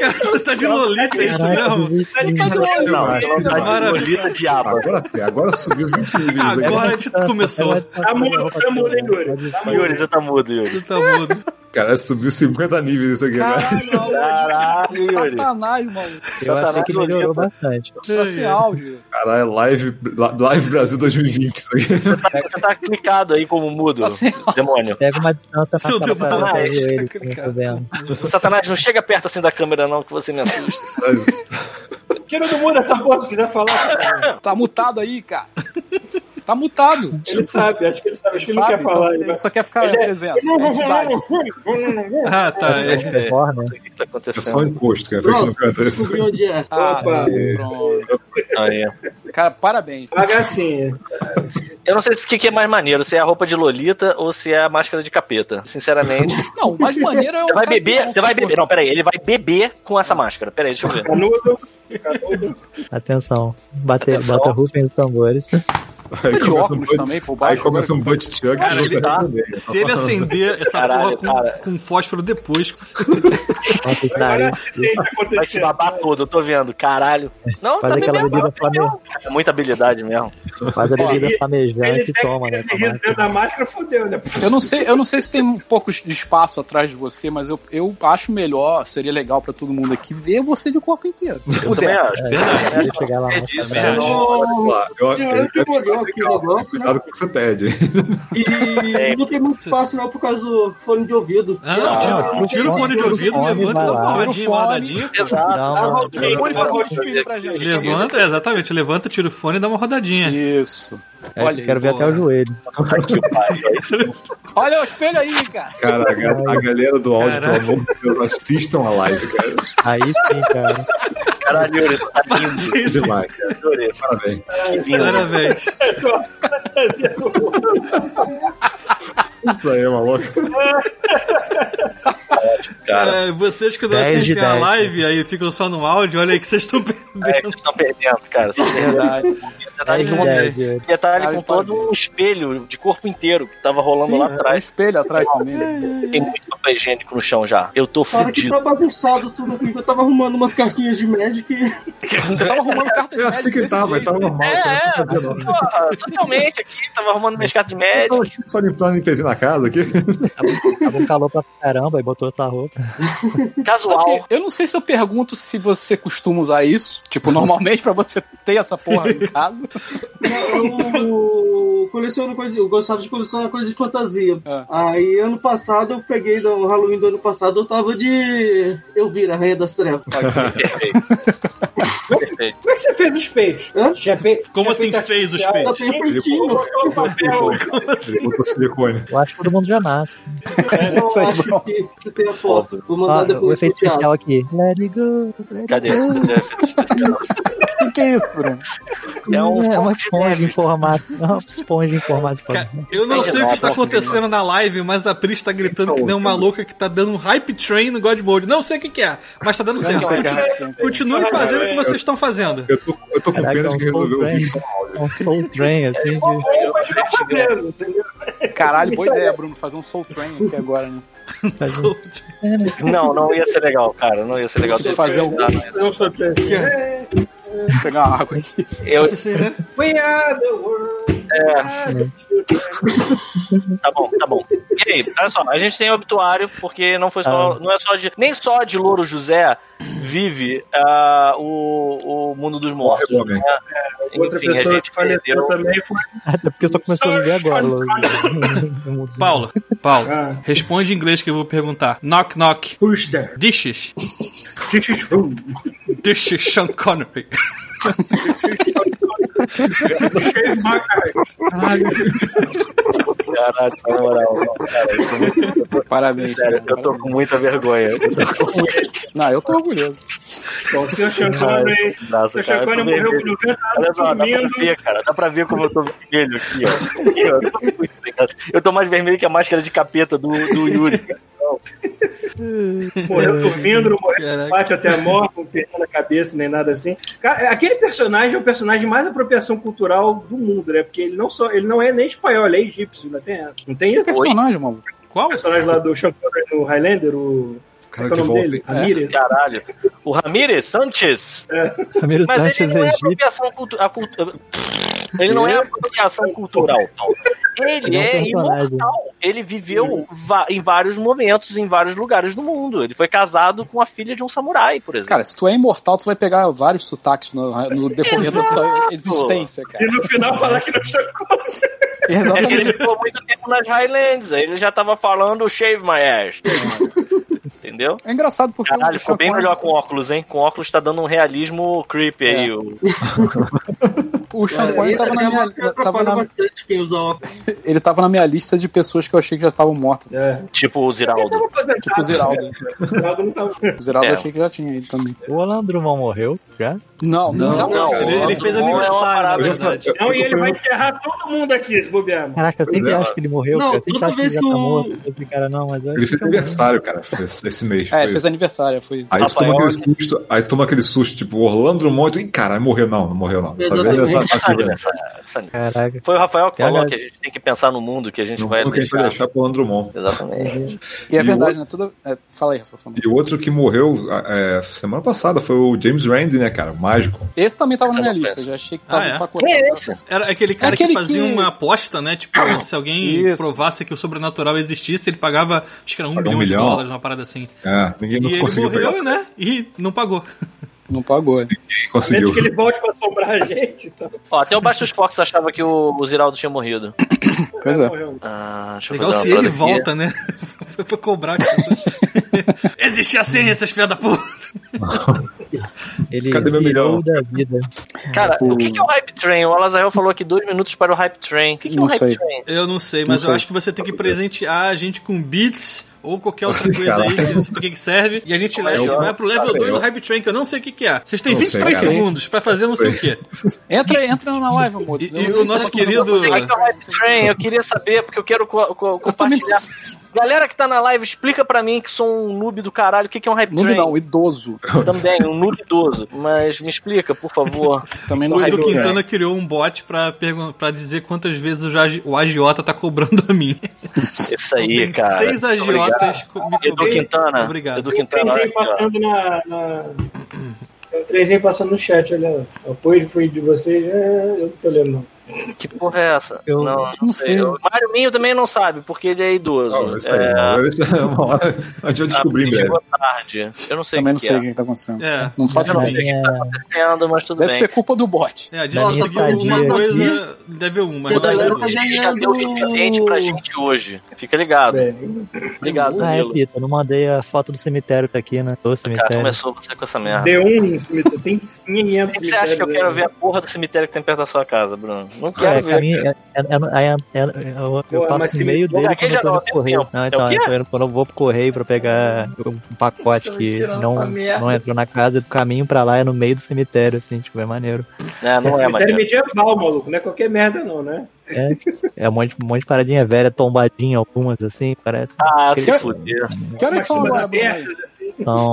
S1: Cara, você tá de Lolita, é isso
S6: Caraca,
S1: mesmo?
S6: bicho.
S3: Tá de cadê
S4: Não, pelo amor tá de
S1: Maravilha.
S4: Deus, Lolita Diabo.
S7: Agora, sim, agora subiu 20 níveis. aí.
S1: Agora a gente começou.
S3: Tá mudo, tá mudo, hein, Yuri? Tá mudo.
S4: Yuri, você tá mudo, Yuri.
S1: Você tá mudo.
S7: Cara, subiu 50 níveis isso aqui, né?
S4: Caralho,
S2: *laughs*
S4: Yuri.
S2: Satanás, mano.
S6: Eu achei
S4: Satanás
S6: que melhorou
S4: Lolita.
S6: bastante.
S2: Tá sem áudio.
S7: Caralho, é live, live Brasil 2020 isso aqui.
S4: Você tá clicado aí como mudo,
S2: Tá sem
S4: demônio.
S6: Pega uma distância
S1: Seu
S6: pra pra- pra- pra-
S4: Satanás.
S6: ele, que eu tô vendo.
S4: O Satanás, não chega perto assim da câmera, não, que você me assusta.
S3: Tira do mundo essa porra se quiser falar.
S2: Tá mutado aí, cara. Tá mutado.
S3: Ele sabe, acho que ele sabe, acho que ele não
S2: Sabe?
S3: quer
S2: Então,
S3: falar.
S2: Ele só quer ficar
S3: Ele é-
S2: presente. entidade.
S3: *laughs*
S1: Ah, tá.
S6: É
S1: é.
S6: um performer.
S4: Não sei o que tá
S7: É só um
S4: acontecendo.
S7: encosto, cara. Fica no canto.
S5: Descobri onde é.
S2: Ah,
S3: Opa.
S2: pronto.
S4: Aí.
S2: Cara, parabéns.
S3: A *laughs* gracinha.
S4: Eu não sei se o que que é mais maneiro, se é a roupa de Lolita ou se é a máscara de capeta. Sinceramente.
S2: Não, o mais maneiro é o.
S4: Você vai beber,
S2: casal,
S4: você vai
S2: pô.
S4: beber. Não, peraí, ele vai beber com essa máscara. Peraí, deixa eu ver.
S3: Canudo. Canudo.
S6: Atenção. Bate,
S4: Atenção.
S6: bate rufem os tambores.
S7: Aí
S2: De
S7: começa um
S2: óculos
S7: Bud-
S2: também, pô.
S7: aí
S2: baixo né?
S7: começa um
S2: agora.
S7: Bud Chuck.
S4: Cara,
S7: não
S4: ele
S7: sai
S4: tá-
S7: do meio.
S1: É, Se ele acender essa
S4: Caralho,
S1: porra
S4: cara.
S1: com, com fósforo depois,
S6: Nossa, isso daí.
S3: Agora você tem que
S4: Vai se
S3: acontecer.
S4: babar todo, eu tô vendo. Caralho. Não,
S6: Faz
S4: tá
S6: aquela
S4: bebendo.
S6: bebida flame-
S4: É muita habilidade mesmo.
S6: faz a bebida
S2: Ó,
S3: se- Se ele
S6: flamejante e
S3: pega
S6: toma, né?
S3: esse riso dentro da máscara, fodeu, né?
S2: Eu não sei, eu não sei se tem um pouco de espaço atrás de você, mas eu, eu acho melhor, seria legal pra todo mundo aqui ver você de corpo inteiro. Se
S4: Eu também
S2: puder.
S4: acho.
S1: verdade.
S6: Vai chegar lá,
S4: É
S6: mostra
S4: disso,
S6: pra ela.
S4: verdade.
S5: Não,
S7: Lá, eu-
S5: Já
S7: eu-
S5: é
S7: eu-
S5: que legal aqui o
S7: legal,
S5: negócio, né?
S7: Cuidado com o que você pede.
S5: E não tem muito espaço não por causa do fone de ouvido.
S1: Ah, não, tira, tira o fone de ouvido,
S6: Fone,
S1: levanta e dá
S6: vai lá.
S1: uma rodinha, uma rodadinha.
S4: Exato.
S6: Não,
S4: Ah,
S6: não.
S4: ok.
S2: Põe pra
S4: Vou
S2: um filho pra gente.
S1: Levanta, exatamente, levanta, tira o fone e dá uma rodadinha.
S2: Isso.
S6: É,
S2: Olha,
S6: quero ver
S2: isso.
S6: até o joelho.
S2: Olha o espelho aí, cara.
S7: Cara, a, ga- a galera do áudio,
S1: Caraca.
S7: pelo amor de Deus, assistam a live,
S6: *laughs*
S7: cara.
S6: Aí sim,
S4: *laughs*
S6: cara.
S4: Caralho, Yuri, tá lindo.
S7: Demais, cara.
S4: Yuri,
S7: Parabéns.
S4: que lindo.
S1: Parabéns.
S7: Isso aí é maluco.
S4: Cara.
S1: É, vocês que não
S6: 10 de
S1: assistem a
S6: 10,
S1: live aí ficam só no áudio, olha aí que vocês estão
S4: É,
S1: perdendo.
S4: vocês estão perdendo, cara. Vocês estão perdendo. Detalhe,
S6: 10 de
S4: com-
S6: 10, Yuri.
S4: detalhe
S2: Cara,
S4: com todo
S2: parabéns.
S4: um espelho de corpo inteiro que tava rolando
S2: Sim,
S4: lá
S2: tem um
S4: É, atrás.
S2: espelho atrás
S7: É.
S2: também.
S4: Tem muito papel higiênico no chão já. Eu tô
S5: Fora que
S4: fudido.
S5: tá bagunçado tudo aqui, que eu tava arrumando umas cartinhas de Magic e
S2: Você tava arrumando carta de
S7: Eu achei
S2: crédito
S7: que ele
S2: desse
S7: tava, ele
S2: jeito,
S7: tava
S2: né?
S7: normal.
S4: É,
S7: cara.
S4: é, porra, socialmente aqui, tava arrumando mercado de
S3: É,
S7: Eu
S4: médico.
S7: tava aqui Só limpando a pezinho na casa aqui.
S6: Tava um calor pra caramba e botou outra roupa.
S4: Casual.
S2: Assim, eu não sei se eu pergunto se você costuma usar isso, tipo, normalmente pra você ter essa porra em casa.
S5: eu coleciono coisa, eu gostava de colecionar coisas de fantasia.
S2: Ah.
S5: Aí ano passado eu peguei no Halloween do ano passado, eu tava de Elvira, Rainha das Trevas.
S4: Perfeito. Perfeito.
S3: Como é que você fez os peitos?
S5: Hã?
S3: Já fez,
S1: Como
S3: já
S1: assim fez os
S3: artificial?
S5: Eu
S1: peitos?
S5: tenho
S7: Ele
S5: peitinho,
S3: Botou o um papel.
S1: assim?
S7: Ele botou silicone.
S6: Eu acho que todo mundo já nasce.
S5: eu acho que você tem a foto. Vou mandar
S6: Ó,
S5: depois
S6: Ah, o
S5: pro
S6: efeito
S5: Thiago.
S6: especial aqui. Let it go. Let it
S4: Cadê?
S8: que, que é isso, Bruno?
S6: go.
S4: É
S6: É,
S4: um
S6: uma
S4: esponja de
S6: esponja em formato. Não, esponja em formato.
S1: Cara, eu não sei o que está acontecendo na live, mas a Pri está gritando que nem uma louca que tá dando um hype train no God Mode. Não sei o que, que é, mas tá dando certo. Continue fazendo o que vocês estão fazendo.
S7: Eu tô, eu tô com
S6: Caraca,
S7: pena de
S6: é um
S7: quem resolveu
S6: soul
S7: o
S6: train.
S7: vídeo.
S6: É um soul train, assim. De... *laughs*
S3: Ou vai ficar fazendo, entendeu?
S2: Caralho, boa ideia, Bruno, fazer um Soul Train aqui agora, né?
S4: Não, não ia ser legal, cara. Não ia ser legal. né?
S2: Deixa eu fazer um-
S4: Não, não ia ser.
S3: Não sou preso.
S2: Vou pegar uma água aqui.
S4: Eu,
S3: We are the world.
S4: Tá bom, tá bom. E aí, olha só, a gente tem obituário, porque não foi
S3: Ah.
S4: só. Não é só de. Nem só de Louro José vive ah, o, o mundo dos mortos.
S7: Morre, homem.
S4: né?
S3: Outra
S4: Enfim, a
S3: pessoa
S4: gente
S3: que faleceu
S4: perdeu-
S3: também foi.
S6: Até porque eu só comecei a viver agora. Logo. *laughs*
S1: Paula, *laughs* Paula,
S3: Ah,
S1: responde em inglês que eu vou perguntar. Knock, knock.
S3: who's there?
S1: Dishes.
S3: This is who?
S1: Dishes, *laughs* Sean Connery.
S3: Shave my eyes.
S4: Caralho, na
S3: *laughs*
S4: moral. não, cara, eu tô muito-
S2: Parabéns,
S4: sério, eu tô com muita vergonha. um Eu tô
S2: Não, eu tô orgulhoso.
S3: Bom, o senhor Chancone.
S4: com braço,
S3: O senhor
S4: cara,
S3: Chancone
S4: eu tô
S3: morreu
S4: vermelho.
S3: com 90
S4: Olha
S3: anos
S4: só, dá pra
S3: dormindo.
S4: ver, cara. Dá pra ver como eu tô vermelho aqui, ó. Aqui, ó, eu tô muito vermelho. Eu tô mais vermelho que a máscara de capeta do, do Yuri.
S3: Morreu dormindo, não morreu
S1: Caraca.
S3: no bate até a morte, com terra na cabeça, nem nada assim. Cara, aquele personagem é o personagem mais apropriação cultural do mundo, né? Porque ele não só, ele não é nem espanhol, ele é egípcio, ainda tem essa. Não tem
S2: Que
S3: isso?
S2: personagem, mano.
S1: Qual?
S3: O personagem lá do Sean Connery no Highlander, o.
S7: Cara,
S3: qual é
S7: de
S3: o nome dele?
S7: volta.
S3: Ramirez.
S4: Caralho. O Ramirez Sanchez.
S6: Primeiro
S4: Mas
S6: Sanches
S4: ele não é
S6: Egito.
S4: apropriação cultural. Ele não é apropriação cultural. Tom. Ele
S6: Ele é um
S4: é,
S6: personagem.
S4: imortal. Ele viveu va- em vários momentos, em vários lugares do mundo. Ele foi casado com a filha de um samurai, por exemplo.
S2: Cara, se tu é imortal, tu vai pegar vários sotaques no, no decorrer da sua existência,
S3: E
S2: cara.
S3: no final falar que não Sean Connery.
S4: É que
S2: Exatamente.
S4: ele ficou muito tempo nas Highlands. Ele já tava falando shave my ass. Entendeu?
S2: É engraçado porque.
S4: Caralho,
S2: o Sean
S4: ficou bem
S2: Connery-
S4: melhor com óculos, hein? Com óculos tá dando um realismo creepy
S1: É.
S4: aí. o-
S2: O Sean Connery tava na minha. Tava
S5: atrapalha
S2: na,
S5: bastante quem usa óculos.
S2: ele tava na minha lista de pessoas que eu achei que já estavam mortas.
S3: É.
S4: Tipo o
S3: Ele
S4: Ziraldo.
S3: tava aposentado.
S2: Tipo o Ziraldo.
S3: O Ziraldo é, não tava.
S2: O Ziraldo
S4: É.
S2: eu achei que já tinha ele também.
S6: O Orlando mal morreu já.
S2: Não, não, já
S4: não,
S1: Ele, ele fez
S4: Não, é uma
S1: aniversário, na
S4: parada,
S1: verdade.
S7: Eu-
S3: Não, e
S7: eu-
S3: ele vai enterrar todo mundo aqui, se bobear.
S6: Caraca, eu sempre
S7: é.
S6: acho que ele morreu.
S5: Não,
S6: cara. Eu sempre
S5: toda
S6: acho que ele
S5: vez
S6: já
S5: que
S6: tá
S5: o-
S6: morto. Esse cara não, mas eu
S7: Ele
S6: acho
S7: fez
S6: que não.
S7: aniversário, cara, esse esse mês.
S2: É,
S7: Foi
S2: fez aniversário, foi isso.
S7: Aí tu toma
S4: Rafael,
S3: né?
S7: aquele susto, aí tu toma aquele susto, tipo, Orlando Drummond, e caralho, morreu não, não morreu não. Dessa vez ele tá- tá
S4: Sabe,
S7: aqui,
S4: né?
S7: né?
S4: Sabe, sabe.
S6: Caraca.
S4: Foi o Rafael que
S6: Tem a
S4: falou
S6: galera.
S4: que a gente tem que pensar no mundo que a gente
S7: No
S4: vai
S7: mundo que é a gente vai
S4: deixar.
S7: deixar pro Orlando Drummond.
S4: Exatamente.
S2: E é
S7: E
S2: verdade, né? Toda... é, fala aí, Rafa. fala.
S7: E o outro que morreu é, semana passada foi o James Randi, né, cara? O mágico.
S2: Esse também tava
S4: Essa
S2: na minha
S4: eu não
S2: lista,
S4: peço.
S2: já achei que tava
S1: Ah, é?
S2: empacotado.
S4: Quem é esse?
S1: Era aquele cara
S2: Aquele
S1: que fazia
S2: que-
S1: uma aposta, né? Tipo, se alguém
S2: Isso.
S1: provasse que o sobrenatural existisse, ele pagava, acho que era um
S7: Pagava
S1: bilhão,
S7: um
S1: de
S7: milhão.
S1: dólares, uma parada assim.
S7: É, ninguém
S1: E
S7: não
S1: ele
S7: conseguiu
S1: morreu,
S7: pegar.
S1: né? E não pagou.
S2: Não pagou. é.
S7: Ninguém
S3: A menos
S7: conseguiu.
S3: que ele volte pra assombrar a gente. Então,
S4: Ó, até o Bastos Fox achava que o, o Ziraldo tinha morrido.
S2: Pois é.
S3: morreu.
S4: Ah, deixa eu
S1: Legal
S4: fazer
S1: se
S4: uma
S1: ele
S4: parada aqui.
S1: volta, né? *laughs* Foi pra cobrar as pessoas. *laughs* Existe a senha, essas filhas da puta.
S6: Ele
S7: Cadê meu
S6: zerou
S7: milhão?
S6: da vida.
S4: Cara,
S2: O-
S4: o que que é o Hype Train? O Alazael falou aqui dois minutos para o Hype Train. O que que é o
S2: Não
S4: Hype
S2: sei.
S4: Train?
S1: Eu não sei,
S2: Não
S1: mas
S2: sei.
S1: eu acho que você tem que presentear a gente com beats ou qualquer outra coisa aí, que eu não sei pra que que serve. E a gente leva,
S7: eu-
S1: vai pro level
S7: eu-
S1: 2 do Hype Train, que eu não sei o que que é. Vocês têm
S7: Não
S1: 23
S7: sei, cara.
S1: segundos pra fazer não sei o que.
S2: Entra, entra na live, amor.
S1: E-
S2: Eu
S1: e
S2: não
S1: o
S2: sei
S1: nosso
S2: se tá falando
S1: querido- é,
S4: O que
S2: alguma coisa.
S4: que é o Hype Train? Eu queria saber, porque eu quero co- co-
S2: Eu também
S4: compartilhar. Galera que tá na live, explica pra mim que sou um noob do caralho. O que que é um Hype
S2: Noob
S4: Train?
S2: não, idoso.
S4: Também, um noob idoso. Mas me explica, por favor.
S2: Também não
S1: O
S2: sei. é.
S1: Edu
S4: né?
S1: Quintana criou um bot pra, pergun- pra dizer quantas vezes o, agi- o agiota tá cobrando a mim.
S4: Isso aí,
S1: Tem
S4: cara.
S1: seis
S4: Muito
S1: agiotas co- me
S4: Edu
S1: cobrando.
S4: Quintana.
S1: Obrigado.
S4: Edu
S3: Tem um
S4: Quintana. olha
S3: trenzinho
S4: aqui, ó.
S3: passando na. na... Tem um trenzinho passando no chat, olha lá. Apoio foi de vocês, é, eu não tô lendo, não.
S4: Que porra é essa?
S6: Eu
S4: não,
S6: não sei.
S4: O Mário Minho também não sabe, porque ele é idoso.
S7: Não, isso aí, né?
S4: é, Ah,
S7: não, vai *laughs* deixar- uma hora a gente vai é. descobrir,
S4: ele
S7: velho.
S4: chegou tarde. Eu não sei
S2: Também
S4: o
S2: não
S4: que,
S2: sei o
S4: que
S2: que, que tá acontecendo.
S1: É.
S2: Não faço
S4: Eu não
S2: ideia.
S4: sei. tá acontecendo, mas tudo
S2: Deve
S4: bem.
S2: ser culpa do bot.
S1: É, diz
S6: Da
S1: que
S6: minha
S1: conseguiu uma
S6: tadinha
S1: coisa, deve um, mas
S4: O
S1: não
S4: Danilo
S1: deve dois.
S4: diz que já deu o suficiente pra gente hoje. Fica ligado. Obrigado,
S6: Ah, é,
S4: Danilo.
S6: Pita, eu não mandei a foto do cemitério que tá aqui, né? Do
S4: Cara,
S6: cemitério.
S4: começou você com essa merda.
S3: Deu um cemitério. Tem 500 cemitérios.
S4: Por que você acha que eu quero
S3: aí.
S4: ver a porra do cemitério que tem perto da sua casa, Bruno? Não
S6: Cara,
S4: quero
S6: é,
S4: ver.
S6: caminho, é, é, é, é, é- eu, eu
S3: Pô, mas
S6: passo no
S3: se
S6: meio
S3: me-
S6: dele quando
S4: Gagueja
S6: eu tô
S4: não,
S6: indo pro
S4: tem
S6: correio.
S4: tempo.
S6: Não,
S4: É o
S6: então,
S4: quê?
S6: eu tô indo, quando eu vou pro correio pra pegar um pacote
S8: Tô
S6: que
S8: tirando
S6: não,
S8: essa merda.
S6: não entrou na casa e do caminho pra lá é no meio do cemitério, assim, tipo, é maneiro.
S3: É
S4: É, não é,
S3: cemitério
S4: maneiro.
S3: medieval, maluco. Não é qualquer merda, não, né?
S6: É um monte, um monte de paradinha velha, tombadinha, algumas, assim, parece.
S4: Ah,
S6: Aquele-
S4: se fuder.
S2: Que horas são
S3: Umas
S2: agora, Bruno?
S1: é.
S2: aí?
S3: abertas, assim.
S6: São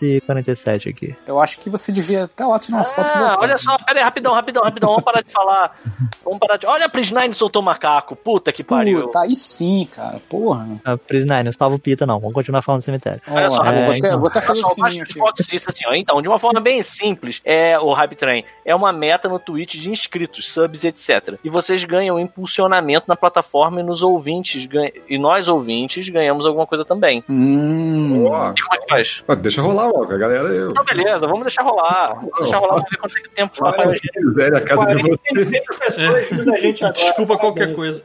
S6: 11h47 aqui.
S2: Eu acho que você devia até lá tirar uma foto e
S4: Ah,
S2: voltar.
S4: olha só, pera aí, rapidão, rapidão, rapidão. Vamos parar de falar. Vamos parar de. Olha, a Prisnine soltou macaco. Puta tá que pariu.
S2: Puta, aí sim, cara. Porra.
S6: Ah, Prisnine, não salva o Pita, não. Vamos continuar falando do cemitério.
S4: Olha só,
S2: Ó,
S6: é,
S2: vou, até,
S6: então.
S2: vou até fazer o
S4: Pessoal,
S2: sininho
S4: acho que
S2: aqui.
S4: o Fox disse assim, ó, então, de uma forma bem simples, é o Hype Train é uma meta no Twitch de inscritos, subs, etc. E vocês ganham impulsionamento na plataforma e nos ouvintes, ganha- e nós ouvintes ganhamos alguma coisa também.
S2: Hum.
S7: Ó,
S4: E como é que faz?
S7: ó, deixa rolar, ó, a galera. Eu,
S4: Então, beleza, vamos deixar rolar. Vamos deixar rolar, vamos ver quanto é que tempo vai
S7: faça o que quiser, a casa de
S3: 40
S7: vocês.
S3: pessoas vindo da gente agora.
S1: Desculpa qualquer coisa.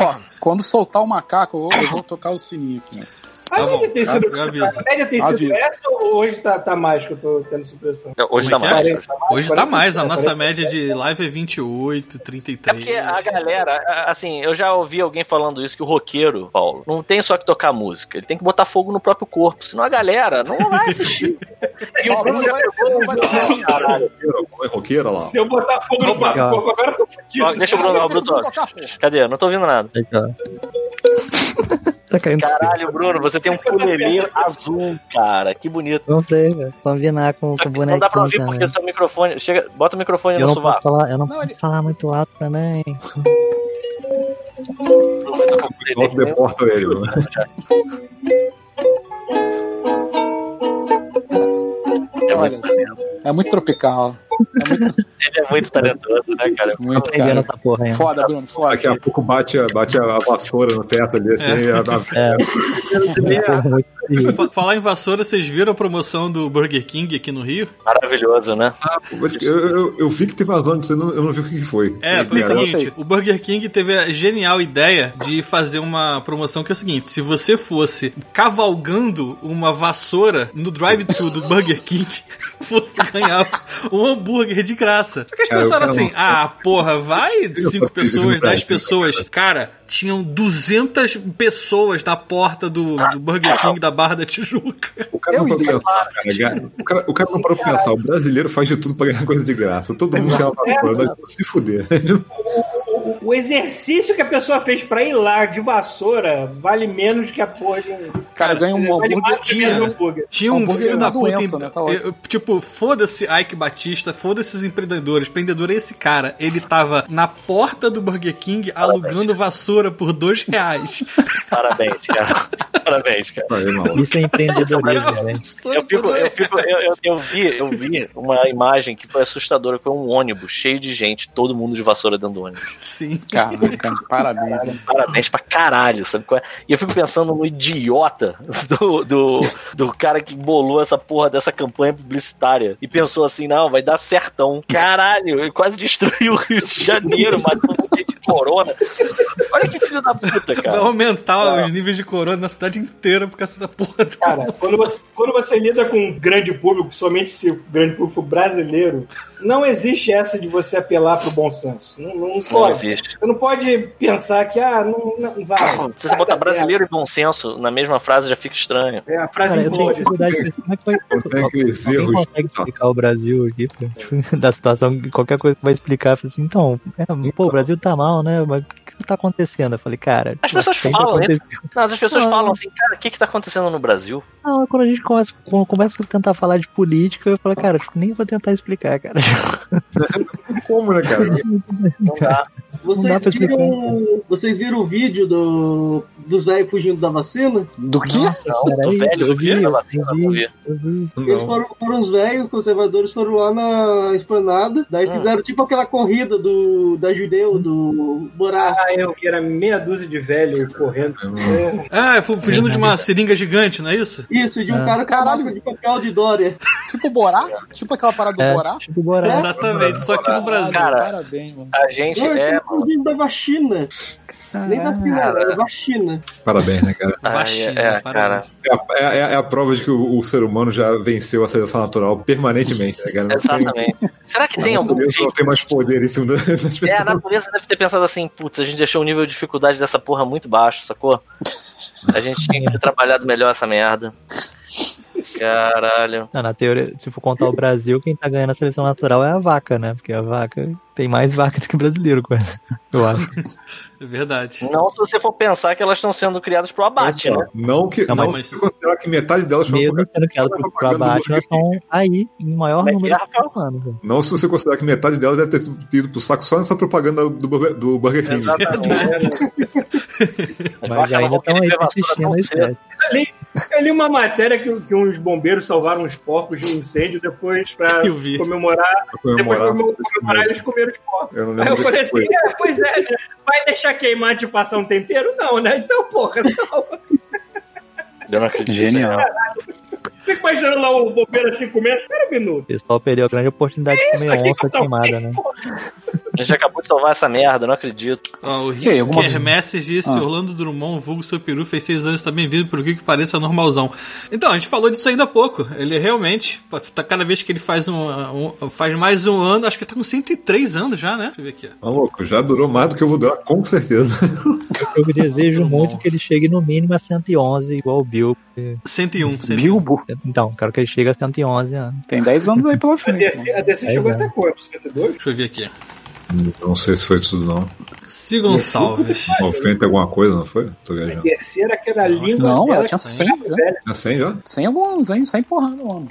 S2: Ó, quando soltar o macaco, eu vou, eu vou tocar o sininho aqui. né?
S3: A
S1: Tá
S3: média
S1: bom,
S3: tem sido,
S1: eu aviso.
S3: a média tem sido
S2: Aviso.
S3: essa ou hoje tá, tá mais que eu tô tendo essa impressão?
S4: Hoje dá
S1: Como é
S4: mais.
S1: que
S4: É
S3: 40, tá mais,
S1: Hoje tá
S3: 47,
S1: mais, a nossa
S3: 47.
S1: média de live é 28, 33.
S4: É porque a galera, a- assim, eu já ouvi alguém falando isso, que o roqueiro, Paulo, não tem só que tocar música, ele tem que botar fogo no próprio corpo, senão a galera não vai assistir. E o
S2: Ó,
S4: Bruno
S2: Bruno
S4: já
S2: vai- Bruno vai tocar.
S4: Caralho.
S7: Roqueiro, roqueiro, olha lá.
S3: Se eu botar fogo no papo,
S6: Legal.
S3: agora eu tô
S4: *laughs* Ó,
S3: fudido.
S4: Deixa o Bruno, ó, Bruno, ó. Cadê? Não tô ouvindo nada.
S6: Aí, ó. *laughs* tá caindo
S4: Caralho, Bruno, você tem um fuleirinho azul, cara. Que bonito.
S6: Comprei, velho. Combinar com,
S4: Só que
S6: com o
S4: não
S6: bonequinho
S4: dá pra ouvir
S6: também.
S4: porque seu microfone. Chega, bota o microfone
S6: Eu
S4: no
S6: não posso
S4: sovaco.
S6: falar, eu não
S2: Não,
S6: posso
S2: ele-
S6: falar muito alto também.
S4: Bruno, vai tocar um fuleirinho
S7: Nossa,
S4: que nem um-
S7: deporta ele, né? mano.
S4: É
S2: Olha,
S4: muito,
S2: é muito tropical.
S4: ele é muito talentoso, né, cara?
S2: Muito,
S6: Entendendo
S2: cara.
S6: essa é porra ainda.
S2: Foda, Bruno, foda.
S7: Daqui a pouco bate, a- bate a vassoura no teto ali, assim. a- a-
S6: É. Muito é terrível.
S1: Fa- Falar em vassoura, vocês viram a promoção do Burger King aqui no Rio?
S4: Maravilhoso, né?
S7: eu, eu- eu vi que teve vazão disso, eu não, eu não vi o que que foi.
S1: É,
S7: Esse
S1: foi o
S7: cara-
S2: eu
S1: seguinte,
S2: sei.
S1: o Burger King teve a genial ideia de fazer uma promoção que é o seguinte, se você fosse cavalgando uma vassoura no drive-thru do Burger King, *laughs* você ganhava um hambúrguer de graça. Só que as
S7: Cara, É, eu
S1: pessoas
S7: quero
S1: assim,
S7: mostrar.
S1: ah, porra, vai
S7: Eu
S1: cinco
S7: só fiz
S1: pessoas,
S7: isso,
S1: 10
S7: cara.
S1: pessoas. Cara, tinham 200 pessoas na porta do, do
S7: Ah,
S1: Burger King da Barra da Tijuca.
S7: O cara,
S2: Eu
S7: não parou pra
S2: iria.
S7: pensar, cara. O cara, o cara não parou pra pensar. O brasileiro faz de tudo pra ganhar coisa de graça. Todo mundo quer uma vassoura, vai se fuder. *laughs*
S3: O exercício que a pessoa fez pra ir lá de vassoura vale menos que a porra de um.
S2: Cara, ganha um
S3: vale mais
S2: hambúrguer
S3: que
S6: né?
S3: menos um
S2: dia.
S3: hambúrguer.
S1: Tinha um
S2: Hambúrguer é
S1: filho
S2: uma
S1: da puta.
S2: doença,
S1: em-
S2: né? Tá ótimo.
S1: eu- eu- tipo, foda-se Ike Batista, foda-se esses empreendedores. Empreendedor é esse cara. Ele tava na porta do Burger King alugando vassoura por dois
S2: *laughs*
S1: reais.
S4: Parabéns, cara. *laughs* Parabéns, cara.
S7: Aí, maluco.
S6: Isso é empreendedorismo, velho.
S4: Eu, fico, eu, fico, eu, eu, eu vi, eu vi uma imagem que foi assustadora, foi um ônibus cheio de gente, todo mundo de vassoura dentro do ônibus.
S1: Sim.
S2: Caralho, cara, parabéns. né?
S4: parabéns pra caralho, sabe? qual é? E eu fico pensando no idiota do, do, do cara que bolou essa porra dessa campanha publicitária e pensou assim: não, vai dar certão. Caralho, ele quase destruiu o Rio de Janeiro, matou um monte de corona. Olha que filho da puta,
S2: É.
S1: Vai
S4: cara.
S1: aumentar os níveis de corona na cidade inteira por causa da porra
S2: *laughs*
S1: do...
S3: Cara, quando você, quando você lida com um grande público, somente se o grande público for brasileiro, não existe essa de você apelar pro bom senso. Não, não
S4: Não
S3: pode.
S4: existe.
S3: Você não pode pensar que, ah, não, não vai.
S4: Se você botar brasileiro e bom senso na mesma frase já fica estranho.
S3: É, a frase
S6: Cara, eu tenho
S3: implode.
S6: dificuldade de como é que
S7: Não tem
S6: vai.
S7: aqueles
S6: Alguém
S7: erros.
S6: consegue explicar o Brasil aqui, pô? Tipo, *laughs* Da situação, qualquer coisa que vai explicar, fala assim, então, é, pô, o Brasil tá mal, né? Mas o que, que tá acontecendo? Eu falei, cara, tipo,
S4: As pessoas
S6: sempre
S4: falam, né?
S6: acontece-
S4: Não, as pessoas
S6: Não.
S4: falam assim, cara, o que que tá acontecendo no Brasil?
S6: Não, Ah, quando a gente começa, quando começa a tentar falar de política, eu *laughs* falo, cara, tipo, nem vou tentar explicar, cara.
S7: Como, né, cara?
S4: Não dá.
S6: dá pra
S5: Vocês
S6: explicar,
S5: viram, vocês viram o vídeo do, dos velhos fugindo da vacina?
S2: Do que?
S6: Não,
S4: do velho assim, fugindo da vacina, não vi.
S5: Eles foram, foram uns velhos conservadores, foram lá na esplanada, daí
S4: Hum.
S5: fizeram tipo aquela corrida do, da judeu, do Borá.
S3: Ah, eu vi, era meia dúzia de velho correndo.
S1: Ah, fu- fugindo de uma seringa gigante, não é isso?
S5: Isso, de um
S6: Ah.
S5: cara com a
S2: Caralho.
S5: máscara de papel de Dória.
S2: Tipo Borá? Tipo aquela parada do
S6: É,
S2: Borá?
S6: tipo Borá.
S1: Exatamente, só que no
S2: Caralho,
S1: Brasil.
S4: Cara.
S2: Parabéns, mano.
S4: A gente
S5: Não,
S4: é.
S5: eles foram fugindo da vacina. Nem
S2: Ah.
S5: vacina, era vacina.
S7: Parabéns, né, cara?
S1: Vacina,
S4: Ai, é, é, cara.
S1: parabéns.
S7: É a, é a- é a prova de que o, o ser humano já venceu a seleção natural permanentemente, né, cara?
S4: *laughs*
S7: Não
S4: Exatamente. Será que tem
S7: Tem,
S4: algum
S7: Deus não
S4: jeito?
S7: tem mais poder em cima *laughs* das pessoas.
S4: É, a natureza deve ter pensado assim, putz, a gente deixou o nível de dificuldade dessa porra muito baixo, sacou? A gente tinha que ter trabalhado melhor essa merda. Caralho.
S6: Não, na teoria, se for contar o Brasil, quem tá ganhando a seleção natural é a vaca, né? Porque a vaca tem mais vaca do que brasileiro, coisa. Eu acho.
S1: É verdade.
S4: Não se você for pensar que elas estão sendo criadas pro abate, né?
S7: Não que
S6: Não,
S7: não,
S1: mas-
S7: se considerar que metade delas foi
S6: Mesmo
S7: propaganda.
S6: sendo que ela
S3: tá
S6: pro pro abate, elas estão aí em maior
S4: Como é que
S6: número
S4: é, Rafael?
S6: de anos.
S7: Não se você considerar que metade delas deve ter sido ido pro saco só nessa propaganda do, Burger- do Burger King.
S4: As
S6: Mas
S4: vacas não
S6: ainda
S4: vão
S6: estão
S4: querer
S6: aí
S4: ter vassoura
S6: assistindo
S4: tão
S6: a
S3: tá
S4: cedo.
S6: espécie.
S3: Eu li uma matéria que, que uns bombeiros salvaram os porcos de um incêndio depois pra
S1: Eu vi.
S3: comemorar.
S7: pra
S3: Depois
S7: comemorar.
S3: pra comemorar, eles comeram os porcos.
S7: Eu não
S3: Aí
S7: lembro.
S3: eu
S7: de
S3: falei
S7: que
S3: assim,
S7: foi.
S3: é, pois é, né? Vai deixar queimar de passar um tempero? Não, né? Então, porra, salva.
S4: Eu não acredito.
S2: Genial.
S3: Fica imaginando lá o bombeiro assim comendo. Pera um
S6: O
S3: minuto. um
S6: pessoal perdeu a grande oportunidade de comer
S3: aqui
S6: onça
S3: passou
S6: É queimada, né?
S4: A gente acabou de salvar essa merda, não acredito.
S1: Ó, Ah, o
S2: E aí,
S1: Rick
S2: algumas-
S1: Hermes disse:
S2: Ah.
S1: Orlando Drummond, vulgo seu peru, fez seis anos, tá bem-vindo, por que que pareça normalzão. Então, a gente falou disso ainda há pouco. Ele realmente, tá cada vez que ele faz um, um- faz mais um ano, acho que ele tá com 103 anos já, né? Deixa eu ver aqui. ó.
S7: Maluco, já durou mais do que eu vou durar, com certeza.
S6: Eu desejo
S1: Muito
S6: muito
S1: bom.
S6: que ele chegue no mínimo a 111, igual o Bill.
S1: 101, 101.
S2: Bilbo.
S6: Então, quero que ele chegue a 111 anos.
S2: Tem 10 anos aí pela
S3: A
S2: frente.
S3: DC, a DC
S6: Aí
S3: chegou
S6: vai.
S3: até quanto? 72?
S1: Deixa eu ver aqui.
S7: *laughs* Não sei se foi isso tudo, não.
S1: Se Gonçalves.
S7: 90 alguma coisa, não foi? Tô
S3: A
S7: viajando.
S3: DC era aquela língua
S2: Não,
S3: dela,
S2: ela tinha 100, já.
S7: Já 100 já?
S2: 100 alguns, hein? 100 porrada, mano.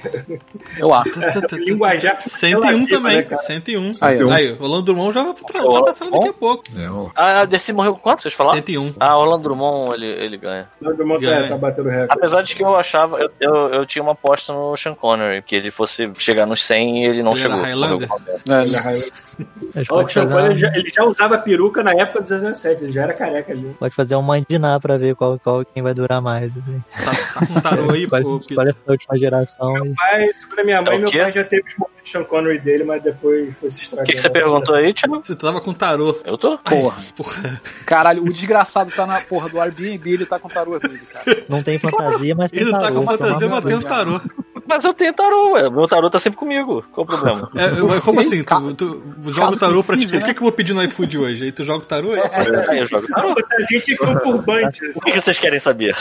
S2: Eu acho.
S3: que linguajar.
S1: 101 também, 101.
S2: Aí, ó.
S1: Aí, Orlando Drummond já vai pra- ultrapassando daqui a pouco.
S7: um. É, ó. *laughs*
S4: Ah, a DC morreu com quanto? Vocês falaram?
S1: 101.
S4: Ah, Orlando Drummond, ele, ele ganha.
S3: Todo mundo
S1: Já,
S3: tá,
S1: né?
S3: tá batendo recorde.
S4: Apesar de que eu achava, eu, eu, eu tinha uma aposta no Sean Connery, que ele fosse chegar nos 100 e ele não
S1: Ele era
S4: chegou.
S1: Highlander?
S3: Olha,
S2: É,
S6: Acho que
S3: Olha, o
S6: pode
S3: Sean
S6: fazer,
S3: Connery
S6: uma,
S3: já, ele já usava peruca na época dos 17, ele já era careca ali.
S6: pode fazer um mandinar pra ver qual, qual quem vai durar mais. Assim.
S1: Tá, tá com tarô aí,
S6: Escolhe-
S1: pô. Pito.
S6: escolhe essa última geração e
S3: Pai, segundo a minha
S4: É
S3: mãe,
S4: o
S3: meu
S4: quê?
S3: pai já teve os momentos de Sean Connery dele, mas depois foi se
S4: O
S3: estragando.
S4: que, que você perguntou aí, Thiago?
S1: Tu tava com tarô.
S4: Eu tô?
S2: porra.
S1: Porra.
S2: Caralho, o desgraçado tá na porra do Airbnb, ele tá com tarô dele,
S6: *laughs*
S2: cara.
S6: Não tem fantasia, mas tem
S1: Ele tá
S6: tarô,
S1: com fantasia
S6: tomar
S1: batendo
S2: já.
S1: tarô.
S4: Mas eu tenho tarô, ué. meu tarô tá sempre comigo. Qual o
S2: *laughs*
S4: problema?
S1: É,
S3: *laughs*
S1: eu- como assim? Tu,
S2: Caso-
S1: tu joga o tarô pra ti. O
S3: né?
S2: possível,
S1: que, que eu vou pedir no iFood hoje? Aí tu joga o tarô? É isso?
S4: Aí eu jogo tarô.
S3: A gente tinha que ser um
S6: Tá
S3: turbante. assim.
S4: O que que vocês querem
S1: *laughs*
S4: saber?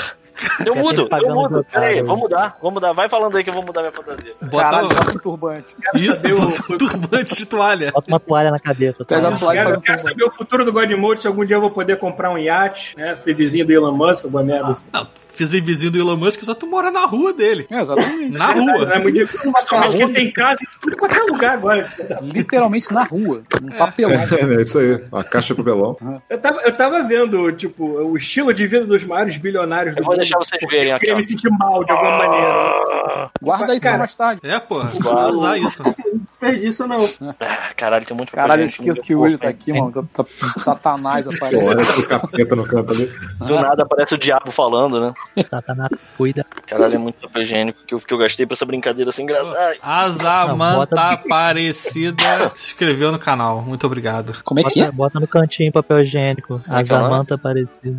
S4: Eu
S6: Tem
S4: mudo,
S6: pagando
S4: eu mudo.
S6: de otário.
S4: Peraí, vou mudar, vou mudar. Vai falando aí que eu vou mudar minha fantasia.
S1: Bota
S2: Caralho, tá com turbante.
S1: isso,
S3: saber o-
S1: bota um turbante de toalha.
S6: Bota uma toalha na cabeça.
S2: Pega
S6: toalha.
S2: a toalha e faz
S3: Quero,
S2: um
S3: quero
S2: turbante.
S3: saber o futuro do Godmode, se algum dia eu vou poder comprar um iate, né? Ser vizinho do Elon Musk, alguma merda assim.
S4: Ah,
S1: Não, fiz vizinho do Elon Musk, só tu mora na rua dele.
S2: É, exatamente.
S1: Na
S3: Não é
S1: rua.
S3: muito difícil, mas somente que ele tem casa em tudo quanto é lugar agora.
S2: Literalmente na rua. Um papelão.
S7: É, é isso aí. A caixa de papelão.
S3: Eu tava, eu tava vendo, tipo, o estilo de vida dos maiores bilionários do
S4: Eu vou
S3: mundo.
S4: deixar vocês verem
S3: Eu
S4: aqui.
S3: queria
S4: ó. Ah,
S3: me sentir mal de alguma maneira.
S2: Guarda isso pra
S3: Cara.
S2: mais tarde.
S1: É, porra. Vou usar isso.
S5: Não desperdiça, não.
S4: Ah, Caralho, tem muito
S2: Caralho, eu esqueço que o Willian tá aqui, mano. Tá- tá- Satanás apareceu.
S7: Olha o capeta no canto ali.
S4: Do nada aparece o diabo falando, né?
S6: Satanás, cuida.
S4: Caralho, é muito *laughs* papel higiênico que eu, que eu gastei pra essa brincadeira sem graça. Ai,
S6: Não,
S1: Azamanta
S6: bota-
S1: Aparecida se inscreveu no canal. Muito obrigado. *laughs*
S2: Como é que é?
S6: Bota, bota no cantinho papel higiênico. As
S4: que é o nome?
S6: amanta parecida.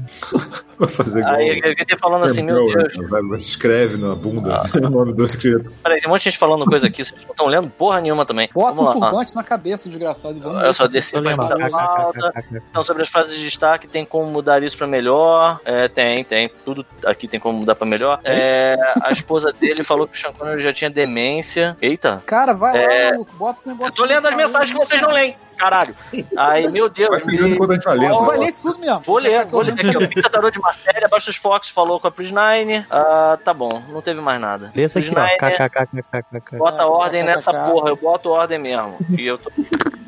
S7: Vai fazer igual.
S4: aí
S1: um
S4: eu fiquei falando assim, meu
S7: Campbell,
S4: Deus.
S7: né? Vai- Escreve na bunda *laughs* o nome do escrito.
S4: Peraí, tem um monte de gente falando coisa aqui, vocês não estão lendo porra nenhuma também.
S2: Bota um
S4: Vamos lá. ó.
S2: turbante na cabeça, desgraçado. e Vamos
S4: Eu só
S2: ver.
S4: desci
S6: Tô
S4: pra
S6: lembrando.
S4: dar lauda. Então, sobre as frases de destaque, tem como mudar isso pra melhor. É, tem, tem. Tudo aqui tem como mudar pra melhor. É, a esposa dele falou que o Sean Connery já tinha demência. Eita.
S2: Cara, vai
S4: É.
S2: lá, maluco. Bota um os
S4: Eu
S2: negócios.
S4: tô lendo as mensagens que vocês não leem. Caralho. Aí, meu
S7: Vai
S4: Deus.
S7: pegando tá
S4: me-
S7: enquanto a gente vai lendo.
S2: Tu vai ler isso tudo mesmo.
S4: Vou ler,
S2: Vai,
S4: vou ler aqui, ó. Pita Tarô de Marcélia, Bastos Fox falou com a Prisnine. Ah, tá bom, não teve mais nada.
S6: Lê isso aqui, ó.
S4: Prisnine,
S6: KKKKKK.
S4: Bota ordem nessa
S2: KKKK.
S4: porra, eu boto ordem mesmo. E eu tô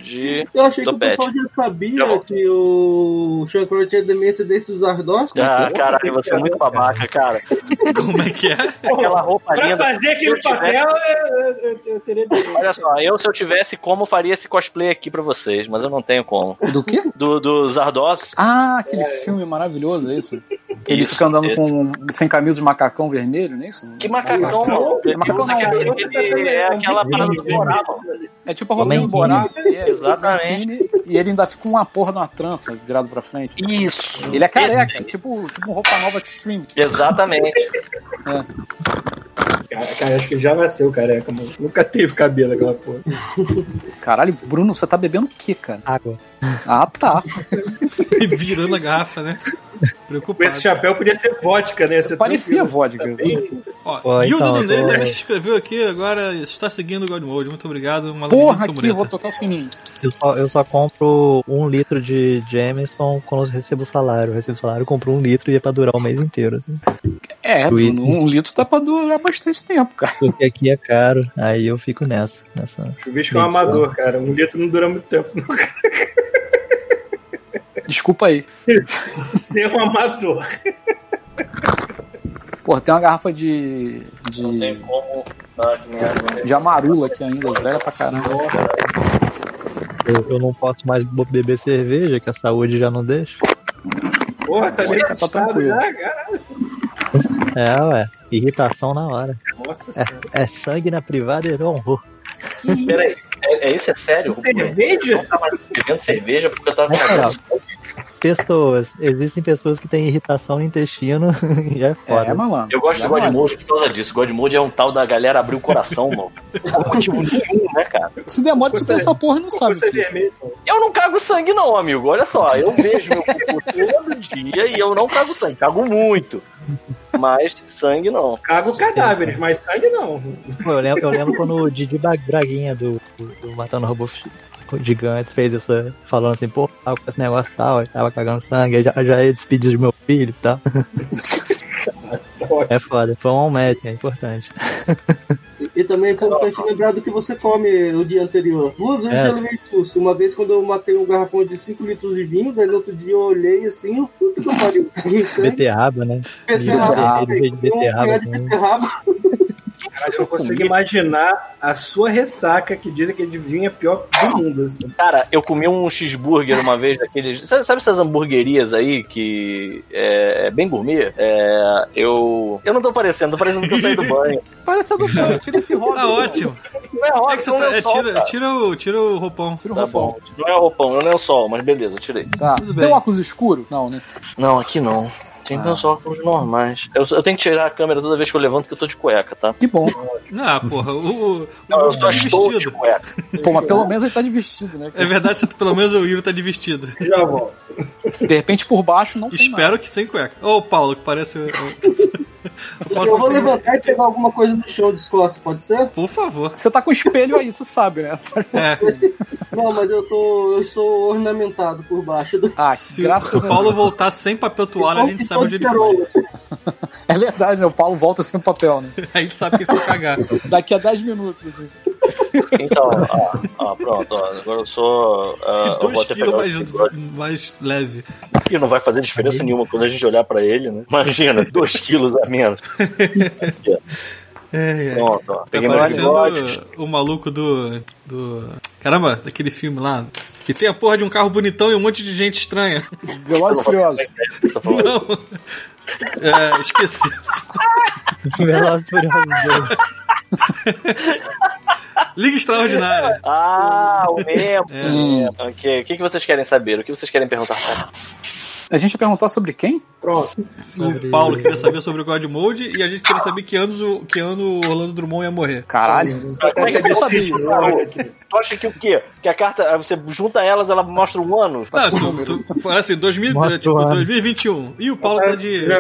S4: de.
S5: Eu achei que o
S4: Topete.
S5: pessoal já sabia
S4: Já volto.
S5: que o Sean Connery tinha demência desses ardócitos.
S4: Ah, caralho, você é muito babaca, cara.
S1: Como é que é?
S4: Aquela roupa
S3: Pra
S4: linda.
S3: fazer
S4: Se
S3: aquele
S4: eu tivesse-
S3: papel, eu, eu- eu teria demência.
S4: Olha só, eu se eu tivesse como, faria esse cosplay aqui pra vocês, mas eu não tenho como.
S2: Do quê?
S4: Do, do Zardos,
S2: Ah, aquele filme maravilhoso,
S4: *laughs*
S2: é isso? Que ele
S4: Isso,
S2: fica andando
S4: esse.
S2: com, um, sem camisa de macacão vermelho, não é isso?
S4: Que macacão, mano. Ele
S2: Macacão
S4: usa
S2: não,
S4: aquele-
S2: outro
S4: ele- é aquela parada do Borá, mano.
S2: É tipo a Robin
S6: Homem-Guinho.
S2: Borá. é,
S4: Exatamente.
S2: Robin Guinho, E ele ainda fica com uma porra de uma trança virado pra frente.
S4: Isso.
S2: Ele é
S4: né?
S2: careca, tipo, tipo um roupa nova Extreme.
S4: Exatamente.
S3: Cara, cara, acho que já nasceu careca, mano. Nunca teve cabelo aquela porra.
S2: Caralho, Bruno, você tá bebendo o quê, cara?
S6: Água.
S2: Ah, tá.
S1: Virando a garrafa, né?
S3: Com
S1: Preocupado.
S3: esse é- chapéu podia ser vodka, né? Ia ser
S2: Parecia
S3: tranquilo.
S4: tá
S2: vodka.
S3: Bem-
S1: Ó,
S6: Ó,
S1: Gilda
S6: então,
S1: Dunley
S6: agora-
S1: também se inscreveu aqui agora. Está seguindo o God Mode. Muito obrigado. Uma alegria
S2: Porra,
S1: de
S2: aqui,
S1: sobrevivência.
S2: vou tocar o sininho.
S6: Eu só, eu só compro um litro de Jameson quando eu recebo o salário. Eu recebo o salário, eu compro um litro e é pra durar o mês inteiro. Assim.
S2: É,
S6: Luiz,
S2: Bruno, um litro dá pra durar bastante tempo, cara.
S6: Porque aqui é caro, aí eu fico nessa. nessa.
S3: Chuvisco é um amador, cara. Um litro não dura muito tempo. *laughs* Não
S2: Desculpa aí.
S3: ser um amador.
S2: Porra, tem uma garrafa de.
S4: Não
S2: de,
S4: tem como. Ah, que merda.
S2: de amarula aqui ainda, velha pra caramba.
S6: Eu, eu não posso mais bo- beber cerveja, que a saúde já não deixa.
S3: Porra, tá nesse
S2: tá
S3: estado
S2: tranquilo.
S3: já, cara.
S6: É, ué. Irritação na hora.
S3: Nossa senhora.
S6: É sangue na privada e não horror.
S4: Peraí, é, é isso? É sério? Eu
S3: Cerveja?
S4: não tava bebendo cerveja porque eu tava
S6: Na moral,
S4: com
S6: pessoas. Existem pessoas que têm irritação no intestino *laughs* e é
S2: É,
S6: foda.
S2: malandro.
S4: Eu gosto do Godmode por causa disso. Godmode é um tal da galera abrir o coração, mano. Por motivo nenhum, né, cara?
S2: Se demora pra
S3: Você-
S2: você essa porra, não sabe.
S3: Você
S2: o
S3: é
S2: que é.
S3: vermelho.
S4: Eu não cago sangue, não, amigo. Olha só, eu vejo meu *laughs* cocô todo dia e eu não cago sangue. Cago muito. Mas sangue não.
S3: Cago cadáveres, mas sangue não.
S6: Pô, Eu lembro, eu lembro quando o Didi Bra- Braguinha do, do Matando Robô Gigantes fez essa. falando assim, pô, tava com esse negócio e tal, eu tava cagando sangue, eu já, já ia despedir do meu filho e tal. É foda, foi um médico, é importante.
S5: E também é importante lembrar do que você come o dia anterior. Duas vezes
S6: É.
S5: eu levei susto. Uma vez quando eu matei um garrafão de 5 litros de vinho, daí no outro dia eu olhei assim, eu, puta que *laughs* pariu. Caguei sangue,
S6: Beterraba, né?
S5: beterraba,
S6: Beterraba, beterraba,
S5: um punhado de
S6: *laughs* né?
S5: beterraba.
S3: Cara, eu consigo imaginar a sua ressaca que dizem que de vinho é pior do mundo, assim.
S4: Cara, eu comi um cheeseburger uma vez daqueles. Sabe, sabe essas hamburguerias aí que é, é bem gourmet? É, eu. Eu não tô parecendo, tô parecendo que eu saí do banho.
S2: Parece a do cara,
S1: *laughs*
S2: tira esse rosa.
S1: Tá ótimo.
S4: *laughs* Não é
S1: É
S4: rock,
S1: que você
S4: não
S1: tá,
S4: é
S1: é,
S4: lençol,
S1: tira,
S4: cara.
S1: tira, o, tira o roupão.
S2: Tira o
S4: Tá
S2: roupão.
S4: bom. Não é roupão, não é lençol, mas beleza, tirei.
S2: Tá.
S1: Tudo
S2: Você
S1: bem.
S2: tem um óculos escuro? Não, né?
S4: Não, aqui não. Tem
S2: Ah.
S4: meus óculos normais. Eu, eu tenho que tirar a câmera toda vez que eu levanto, que eu tô de cueca, tá?
S2: Que bom.
S1: Ah, porra, o. o
S4: Não, eu só
S1: tá de
S4: estou de
S1: vestido.
S4: cueca.
S2: Pô, mas pelo menos ele tá de vestido, né?
S1: É verdade, você- pelo menos o Yuri tá de vestido.
S3: Já volto.
S2: De repente por baixo não tem nada.
S1: Espero que sem cueca. Ô, Paulo, que parece. o- o- Paulo,
S5: Eu vou
S1: você-
S5: levantar e pegar alguma coisa no chão de escosta, pode ser?
S1: Por
S4: *laughs*
S1: favor.
S2: Você tá com o espelho aí, você sabe, né?
S1: É,
S5: Não, mas eu tô. Eu sou ornamentado por baixo do.
S2: Ah,
S1: É, se,
S2: graças
S1: se
S2: a
S1: o
S2: Deus.
S1: Paulo voltar sem papel toalha, a gente
S5: Estou
S1: sabe onde ele foi.
S5: perolas.
S2: É verdade, né? O Paulo volta sem o papel, né?
S1: *laughs* A gente sabe que foi
S4: *laughs*
S1: cagar.
S2: Daqui a 10 minutos, assim.
S4: Então, ó, ó, pronto, ó, agora eu sou. ah, eu vou
S1: Dois
S4: até
S1: quilos
S4: pegar o
S1: mais, um.
S4: Big
S1: mais leve. Tá
S4: que não vai fazer diferença nenhuma quando a gente olhar pra ele, né? Imagina, 2
S1: *laughs*
S4: quilos a menos.
S1: É, é.
S4: Pronto, ó.
S1: Tá
S4: Peguei meus bigodes.
S1: parecendo o maluco do, do. Caramba, daquele filme lá. Que tem a porra de um carro bonitão e um monte de gente estranha. *laughs*
S2: Velozes e Furiosos.
S4: Essa foi uma-
S1: Não. É, esqueci.
S6: Velozes e Furiosos dois.
S1: Liga Extraordinária.
S4: Ah, o mesmo.
S1: É.
S2: Hum.
S4: Ok, o que, que vocês querem saber? O que vocês querem perguntar?
S1: *laughs*
S4: pra mim?
S2: A gente ia perguntar sobre quem?
S3: Pronto.
S1: O Paulo queria saber sobre o God Mode e a gente queria saber que, anos, o- que ano o Orlando Drummond ia morrer.
S2: Caralho.
S4: Como é que
S2: Eu sabia
S3: Decide,
S2: isso.
S3: olha aqui.
S4: Tu acha que o quê? Que a carta, ah, você junta elas, ela mostra um ano?
S1: Não,
S2: Passou o
S1: tu,
S2: número.
S1: tu, parece 2000,
S6: Mostra
S1: é, tipo,
S6: o ano.
S1: 2021. E o Paulo tá de.
S3: Já-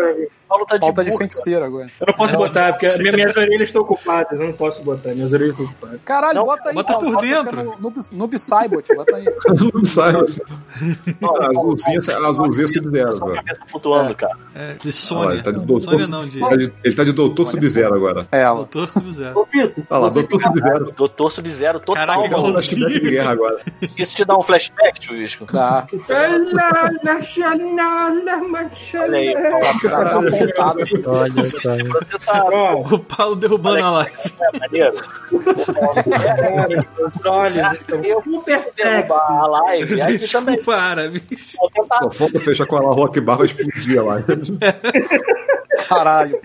S4: Paulo tá de
S2: Pauta de
S4: burca.
S2: feiticeiro agora.
S3: Eu não posso botar, porque minha- minhas orelhas estão ocupadas. Eu não posso botar, minhas orelhas estão ocupadas.
S2: Caralho,
S4: Não,
S2: bota aí.
S1: bota
S2: Paulo,
S1: por dentro.
S2: no- Noob, Noob Saibot, bota aí.
S7: *laughs* Não sabe. As luzinhas, as luzinhas que fizeram
S4: Só a
S7: agora.
S4: cabeça flutuando, cara.
S1: É, de
S7: Olha lá,
S1: Sônia.
S7: ele tá de doutor,
S1: Sônia não, de.
S7: ele tá de- ele tá de doutor Sub-Zero agora.
S2: É ela.
S1: Doutor Sub-Zero.
S5: Ô, Vitor,
S7: Olha lá,
S5: você
S7: doutor Sub-Zero.
S4: Doutor Sub-Zero total.
S1: Caraca,
S4: mano.
S7: Tá na cidade de guerra agora.
S4: Isso te dá um flashback, Chuvisco?
S2: Tá.
S5: É,
S4: Olha aí, tá Paulo.
S2: Dá dá uma pontada.
S6: Olha só.
S4: Você sabe,
S3: Ó,
S1: O Paulo derrubando a live.
S4: né, maneiro?
S3: os olhos estão
S4: Eu
S3: super sexy.
S4: Derrubar a live, aqui também.
S1: Desculpa, árabe.
S4: Vou tentar.
S7: Só falta fechar com a Rock Bar vai
S4: *laughs*
S7: explodir lá.
S2: Caralho.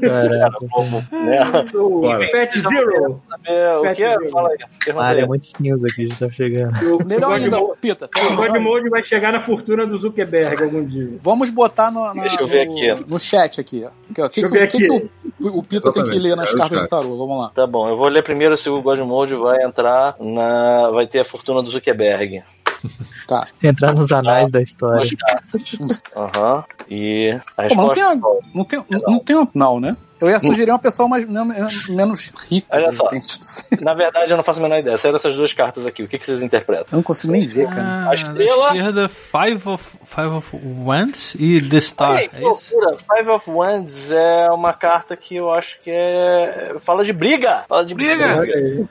S6: Caraca.
S4: Como, tá né?
S3: O
S7: Bora.
S3: É, Pet Zero.
S4: Saber o que? Fala aí.
S6: Uma
S4: pergunta aí.
S6: área é muito cinza aqui, já tá chegando.
S3: O
S2: Melhor ainda,
S3: God-
S2: ô, Pita.
S3: O Godmode vai chegar na fortuna do Zuckerberg algum dia.
S2: Vamos botar no, na-
S4: Deixa eu ver
S2: no,
S4: aqui.
S2: no chat aqui. ó. Que- que-
S3: eu ver
S2: que- que
S3: aqui.
S2: o- o, Pita tem que
S7: Exatamente,
S2: ler nas
S7: cara,
S2: cartas
S7: os
S2: de tarô. Vamos lá.
S4: Tá bom, eu vou ler primeiro se o Godmode vai entrar na. Vai ter a fortuna do Zuckerberg.
S2: Tá.
S6: Entrar nos anais da história.
S4: Nas cartas. Aham. E a
S2: Pô, mas não tem,
S1: é-
S4: resposta.
S2: uma- não, tem, não, não tem uma final, né? Eu ia sugerir uma pessoa mais, men- menos rica. né?
S4: Olha
S2: de
S4: só.
S2: repente. Não sei.
S4: Na verdade, eu não faço a menor ideia. Saíram essas duas cartas aqui. O que, que vocês interpretam?
S2: *laughs* Eu não consigo nem ver, cara.
S4: A
S1: Ah,
S4: estrela-
S1: da esquerda, Five of, five of Wands e The Star.
S4: Ei, que
S1: é isso?
S4: loucura. Five of Wands é uma carta que eu acho que é. Fala de briga! Fala de
S1: Briga.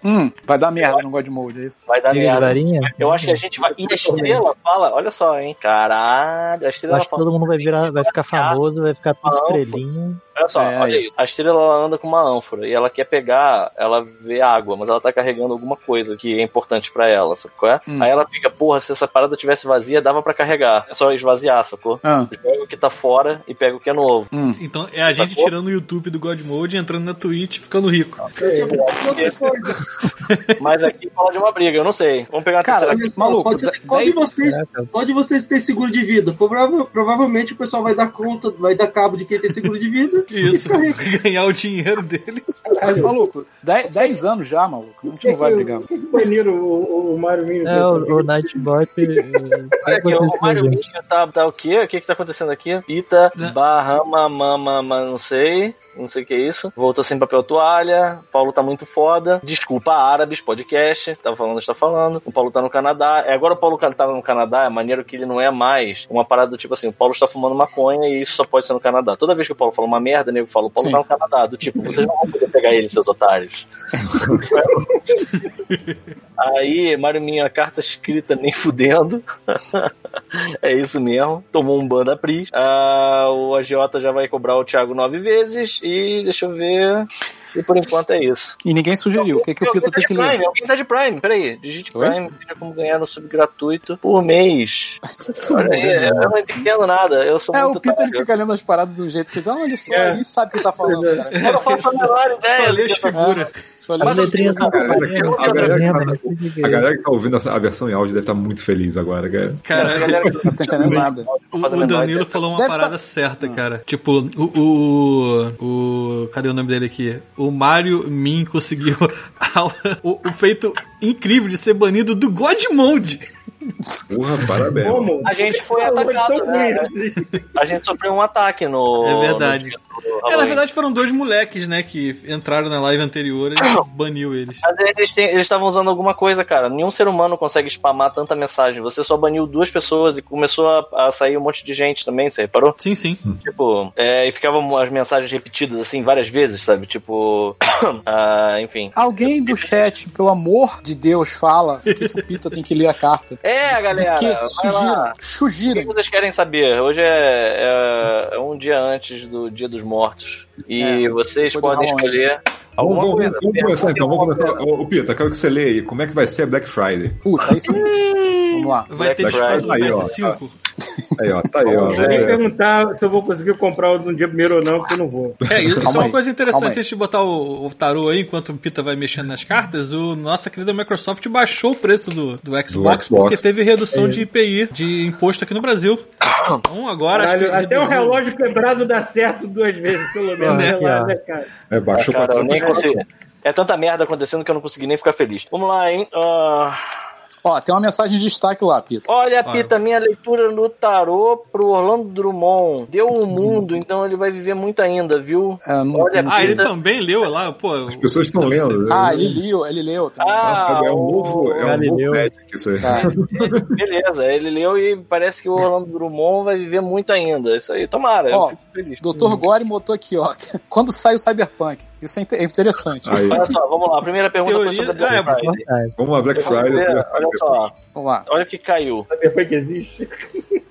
S2: Hum, vai dar merda no God Mode, é isso?
S4: Vai dar
S6: Briga de
S4: merda.
S6: varinha?
S4: tá Eu acho que a gente vai. E a estrela fala, olha só, hein? Caralho, a
S6: Eu
S4: estrela
S6: acho que
S4: fala.
S6: todo mundo vai virar, vai ficar famoso, vai ficar tudo estrelinho.
S4: Olha só,
S2: É,
S4: olha
S2: aí.
S4: isso. A estrela ela anda com uma ânfora e ela quer pegar, ela vê água, mas ela tá carregando alguma coisa que é importante pra ela, sabe qual é?
S2: Hum.
S4: Aí ela fica, porra, se essa parada tivesse vazia, dava pra carregar. É só esvaziar, sacou?
S2: Ah,
S4: Pega o que tá fora e pega o que é novo.
S2: hum.
S1: Então é a gente
S4: Sacou?
S1: tirando o YouTube do God Mode, entrando na Twitch, ficando rico. *laughs*
S5: É.
S4: Mas aqui fala de uma briga, eu não sei. Vamos pegar a
S2: Cara,
S4: terceira.
S2: maluco,
S5: Qual de, qual, de vocês, qual de vocês tem seguro de vida? Prova- provavelmente o pessoal vai dar conta, vai dar cabo de quem tem seguro de vida.
S1: *laughs* Isso,
S5: E carrega.
S1: ganhar o dinheiro dele.
S2: Dez- maluco, 10 anos já, maluco. A gente não vai brigar.
S3: Por que que baniram o, o- o Mario Mini?
S6: É, o, o Nightbot.
S4: Olha aqui, o Romário
S6: gente?
S4: Minion tá, tá o quê? O que que tá acontecendo aqui? Pita,
S1: Né?
S4: Bahama, mama, ma- não sei. Não sei o que é isso. Voltou sem papel toalha. Paulo tá muito foda. Desculpa, árabes, podcast. Tá falando, está falando. O Paulo tá no Canadá. É, agora o Paulo tá no Canadá. É maneiro que ele não é mais uma parada do tipo assim: o Paulo está fumando maconha e isso só pode ser no Canadá. Toda vez que o Paulo fala uma merda, o nego fala: o Paulo
S2: Sim.
S4: tá no Canadá. Do tipo, vocês não vão poder pegar ele, seus otários. Aí, Mário Minha, carta escrita nem fudendo. é isso mesmo. Tomou um ban da Pris. Ah, o agiota já vai cobrar o Thiago nove vezes. E deixa eu ver. E por enquanto é isso.
S2: E ninguém sugeriu. O que, que o Pita
S4: Alguém tá
S2: tem
S4: de
S2: que ler?
S4: Prime, alguém tá de Prime, peraí. Digite
S2: Oi?
S4: Prime, veja como ganhar no subgratuito por mês. Olha aí, eu não entendo nada. Eu sou
S2: É,
S4: muito
S2: o Pita ele
S4: otário.
S2: fica lendo as paradas do jeito que ele tá. olha só,
S3: É.
S2: ele nem sabe o que tá falando, cara.
S4: Eu não faço a menor ideia.
S1: Só lê as
S4: do que eu tô-
S1: figuras.
S2: Só
S6: As
S2: lendo.
S6: letrinhas não
S7: Cara,
S4: é um
S7: a
S6: aparecem,
S7: galera-
S6: lembra,
S7: cara,
S6: não sei o que
S7: A
S6: é.
S7: galera que tá ouvindo essa- a versão em áudio deve estar muito feliz agora, cara.
S1: Cara,
S4: Galera, eu
S2: Não tô entendendo nada.
S1: O,
S4: Faz a
S1: o
S4: menor
S1: Danilo
S4: ideia. Ah.
S1: falou uma
S2: Deve
S1: parada
S2: tá-
S1: certa, cara. Tipo, o, o, o. Cadê o nome dele aqui? O Mario Min conseguiu *laughs* a- o, o feito incrível de ser banido do God Mode.
S7: Porra, parabéns.
S3: Como?
S4: A gente foi atacado, né? A gente sofreu um ataque no.
S1: É verdade.
S4: no dia do
S1: É, na
S4: Halloween.
S1: verdade, foram dois moleques, né, que entraram na live anterior e a
S4: *coughs*
S1: gente baniu eles.
S4: Mas eles têm- eles estavam usando alguma coisa, cara. Nenhum ser humano consegue spamar tanta mensagem. Você só baniu duas pessoas e começou a, a sair um monte de gente também, você reparou?
S1: Sim, sim.
S4: Tipo, é, e ficavam as mensagens repetidas assim várias vezes, sabe? Tipo. *coughs* ah, enfim.
S2: Alguém do chat, pelo amor de Deus, fala o que, que o Pita tem que ler a carta.
S4: É, galera!
S2: que
S4: vai lá.
S2: sugira,
S4: O que
S2: sugira.
S4: vocês querem saber? Hoje é, é- é um dia antes do Dia dos Mortos. E
S2: É,
S4: vocês
S2: foi do
S4: podem
S2: Halloween.
S4: escolher
S7: Vamos,
S4: alguma
S7: vamos-
S4: coisa.
S7: vamos começar então, vamos
S4: Perguntem
S7: começar. Ô, ô, Pita, quero que você leia aí. Como é que vai ser a Black Friday?
S2: Puta, aí sim. Vamos lá.
S1: Vai ter
S4: Black
S1: desconto do
S7: Friday, ó.
S1: PS5.
S7: Aí, ó, tá aí, ó.
S4: Vamos
S3: Eu
S4: ver.
S3: ia
S7: É,
S3: perguntar se eu vou conseguir comprar no dia primeiro ou não, porque eu não vou.
S1: É, isso
S2: Calma
S1: é uma
S2: aí,
S1: coisa interessante
S2: calma aí.
S1: antes de botar o, o tarô aí, enquanto o Pita vai mexendo nas cartas, o nossa querida Microsoft baixou o preço do, do, Xbox,
S7: Xbox.
S1: porque teve redução de IPI, de imposto aqui no Brasil. Então agora
S3: Caralho,
S1: acho que.
S3: até o
S1: reduziu.
S3: relógio quebrado dá certo duas vezes, pelo menos.
S1: Né?
S3: sei lá,
S6: Ah.
S3: né, cara?
S7: é, baixou
S4: Cara, eu nem
S7: 400.
S4: consigo. É tanta merda acontecendo que eu não consegui nem ficar feliz. Vamos lá, hein? Ah,
S2: Ó, tem uma mensagem de destaque lá, Pita.
S4: Olha,
S1: Olha.
S4: Pita, minha leitura no tarô pro Orlando Drummond. Deu o mundo, então ele vai viver muito ainda, viu?
S2: É, não
S4: Olha,
S2: tem
S1: Ah,
S2: motivo.
S1: ele também leu lá, pô.
S7: As pessoas estão lendo. né?
S2: Ah, ele leu, ele leu também.
S4: Ah,
S7: é um novo, é um
S6: Galileu.
S7: novo médico isso aí.
S2: Tá.
S4: beleza. Ele leu e parece que o Orlando Drummond vai viver muito ainda. Isso aí, tomara. eu
S2: Ó,
S4: fico feliz.
S2: Dr. Gore botou aqui, ó. *laughs* Quando sai o Cyberpunk? Isso é inte- é interessante.
S7: Aí,
S4: Olha só, vamos lá. A primeira pergunta
S1: Teoria-
S4: foi sobre a Black
S1: é,
S4: Friday.
S6: Verdade.
S7: vamos a Black Friday.
S4: Primeira, olha só,
S2: Vamos lá.
S4: olha o que caiu.
S3: Saber pra que existe.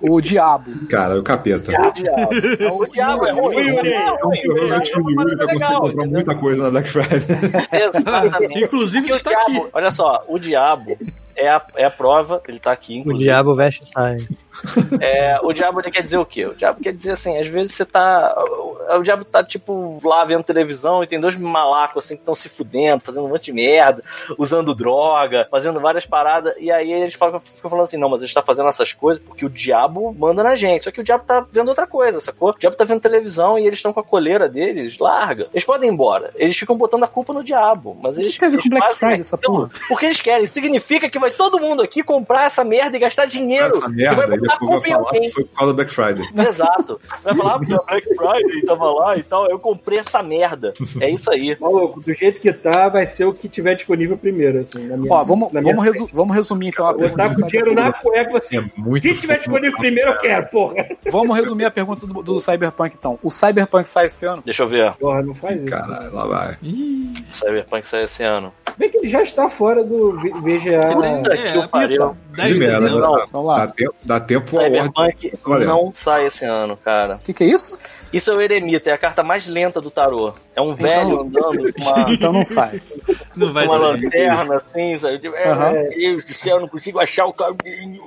S2: O Diabo.
S7: Cara, o capeta. um
S4: O diabo. O diabo é ruim.
S3: Yuri.
S4: o diabo é
S7: Então,
S4: ruim, o diabo
S7: provavelmente
S4: é
S7: o
S4: uma
S7: Yuri
S4: parada
S7: vai conseguir
S4: legal,
S7: comprar
S4: entendeu?
S7: muita coisa na Black Friday.
S4: Exatamente.
S1: ah, Inclusive
S4: Porque é o
S1: está aqui.
S4: diabo- Olha só, o diabo é a, é a prova, ele tá aqui,
S6: O
S4: inclusive.
S6: diabo veste e sai.
S4: É, o diabo ele quer dizer o quê? O diabo quer dizer assim, às vezes você tá. O, o diabo tá, tipo, lá vendo televisão e tem dois malacos assim que estão se fudendo, fazendo um monte de merda, usando droga, fazendo várias paradas, e aí eles falam, ficam falando assim, não, mas a gente tá fazendo essas coisas porque o diabo manda na gente. Só que o diabo tá vendo outra coisa, sacou? O diabo tá vendo televisão e eles estão com a coleira deles, larga. Eles podem ir embora. Eles ficam botando a culpa no diabo. Mas
S2: O que
S4: eles.
S2: que tem a ver
S4: eles
S2: com Black
S4: fazem
S2: Friday essa
S4: aquilo
S2: porra?
S4: Porque eles querem. Isso significa que vai todo mundo aqui comprar essa merda e gastar dinheiro.
S7: Essa merda,
S4: vai
S7: e
S4: botar a
S7: depois
S4: culpa
S7: vai
S4: em
S7: falar que
S4: alguém.
S7: foi por causa do Black Friday.
S4: *laughs* Exato. Vai falar, ah, porque a Black Friday tava lá e tal, eu comprei essa merda. É isso aí.
S3: Maluco, do jeito que tá, vai ser o que tiver disponível primeiro, assim. Na minha,
S2: Ó, vamos,
S3: na minha
S2: vamos, resu- vamos resumir então a
S3: Eu
S2: pergunta.
S3: tava com o
S2: do
S3: dinheiro na
S2: Cyberpunk.
S3: cueca assim.
S7: É
S3: O
S7: muito.
S3: que tiver disponível primeiro, eu quero, porra.
S2: Vamos resumir a pergunta do, do Cyberpunk então. O Cyberpunk sai esse ano?
S4: Deixa eu ver.
S3: Porra, não faz isso.
S7: Caralho, lá vai.
S1: Ih,
S4: Cyberpunk sai esse ano.
S3: Bem que ele já está fora do V- né? VGA.
S4: Puta que
S1: é,
S4: o pariu.
S1: Pita, 10 de
S7: Primeira,
S1: dezembro.
S7: dá,
S2: Vamos
S7: dá
S2: lá.
S7: tempo, dá tempo a ordem.
S4: Cyberpunk
S7: Olha.
S4: não sai esse ano, cara.
S2: O que, que é isso?
S4: Isso é o Eremita, é a carta mais lenta do tarô. É um velho
S1: *laughs*
S4: andando com uma,
S2: Então não sai.
S1: Não vai
S4: com uma
S1: ser.
S4: lanterna assim, sabe? Tipo, é,
S2: Aham.
S4: Meu Deus do céu, eu não consigo achar o caminho.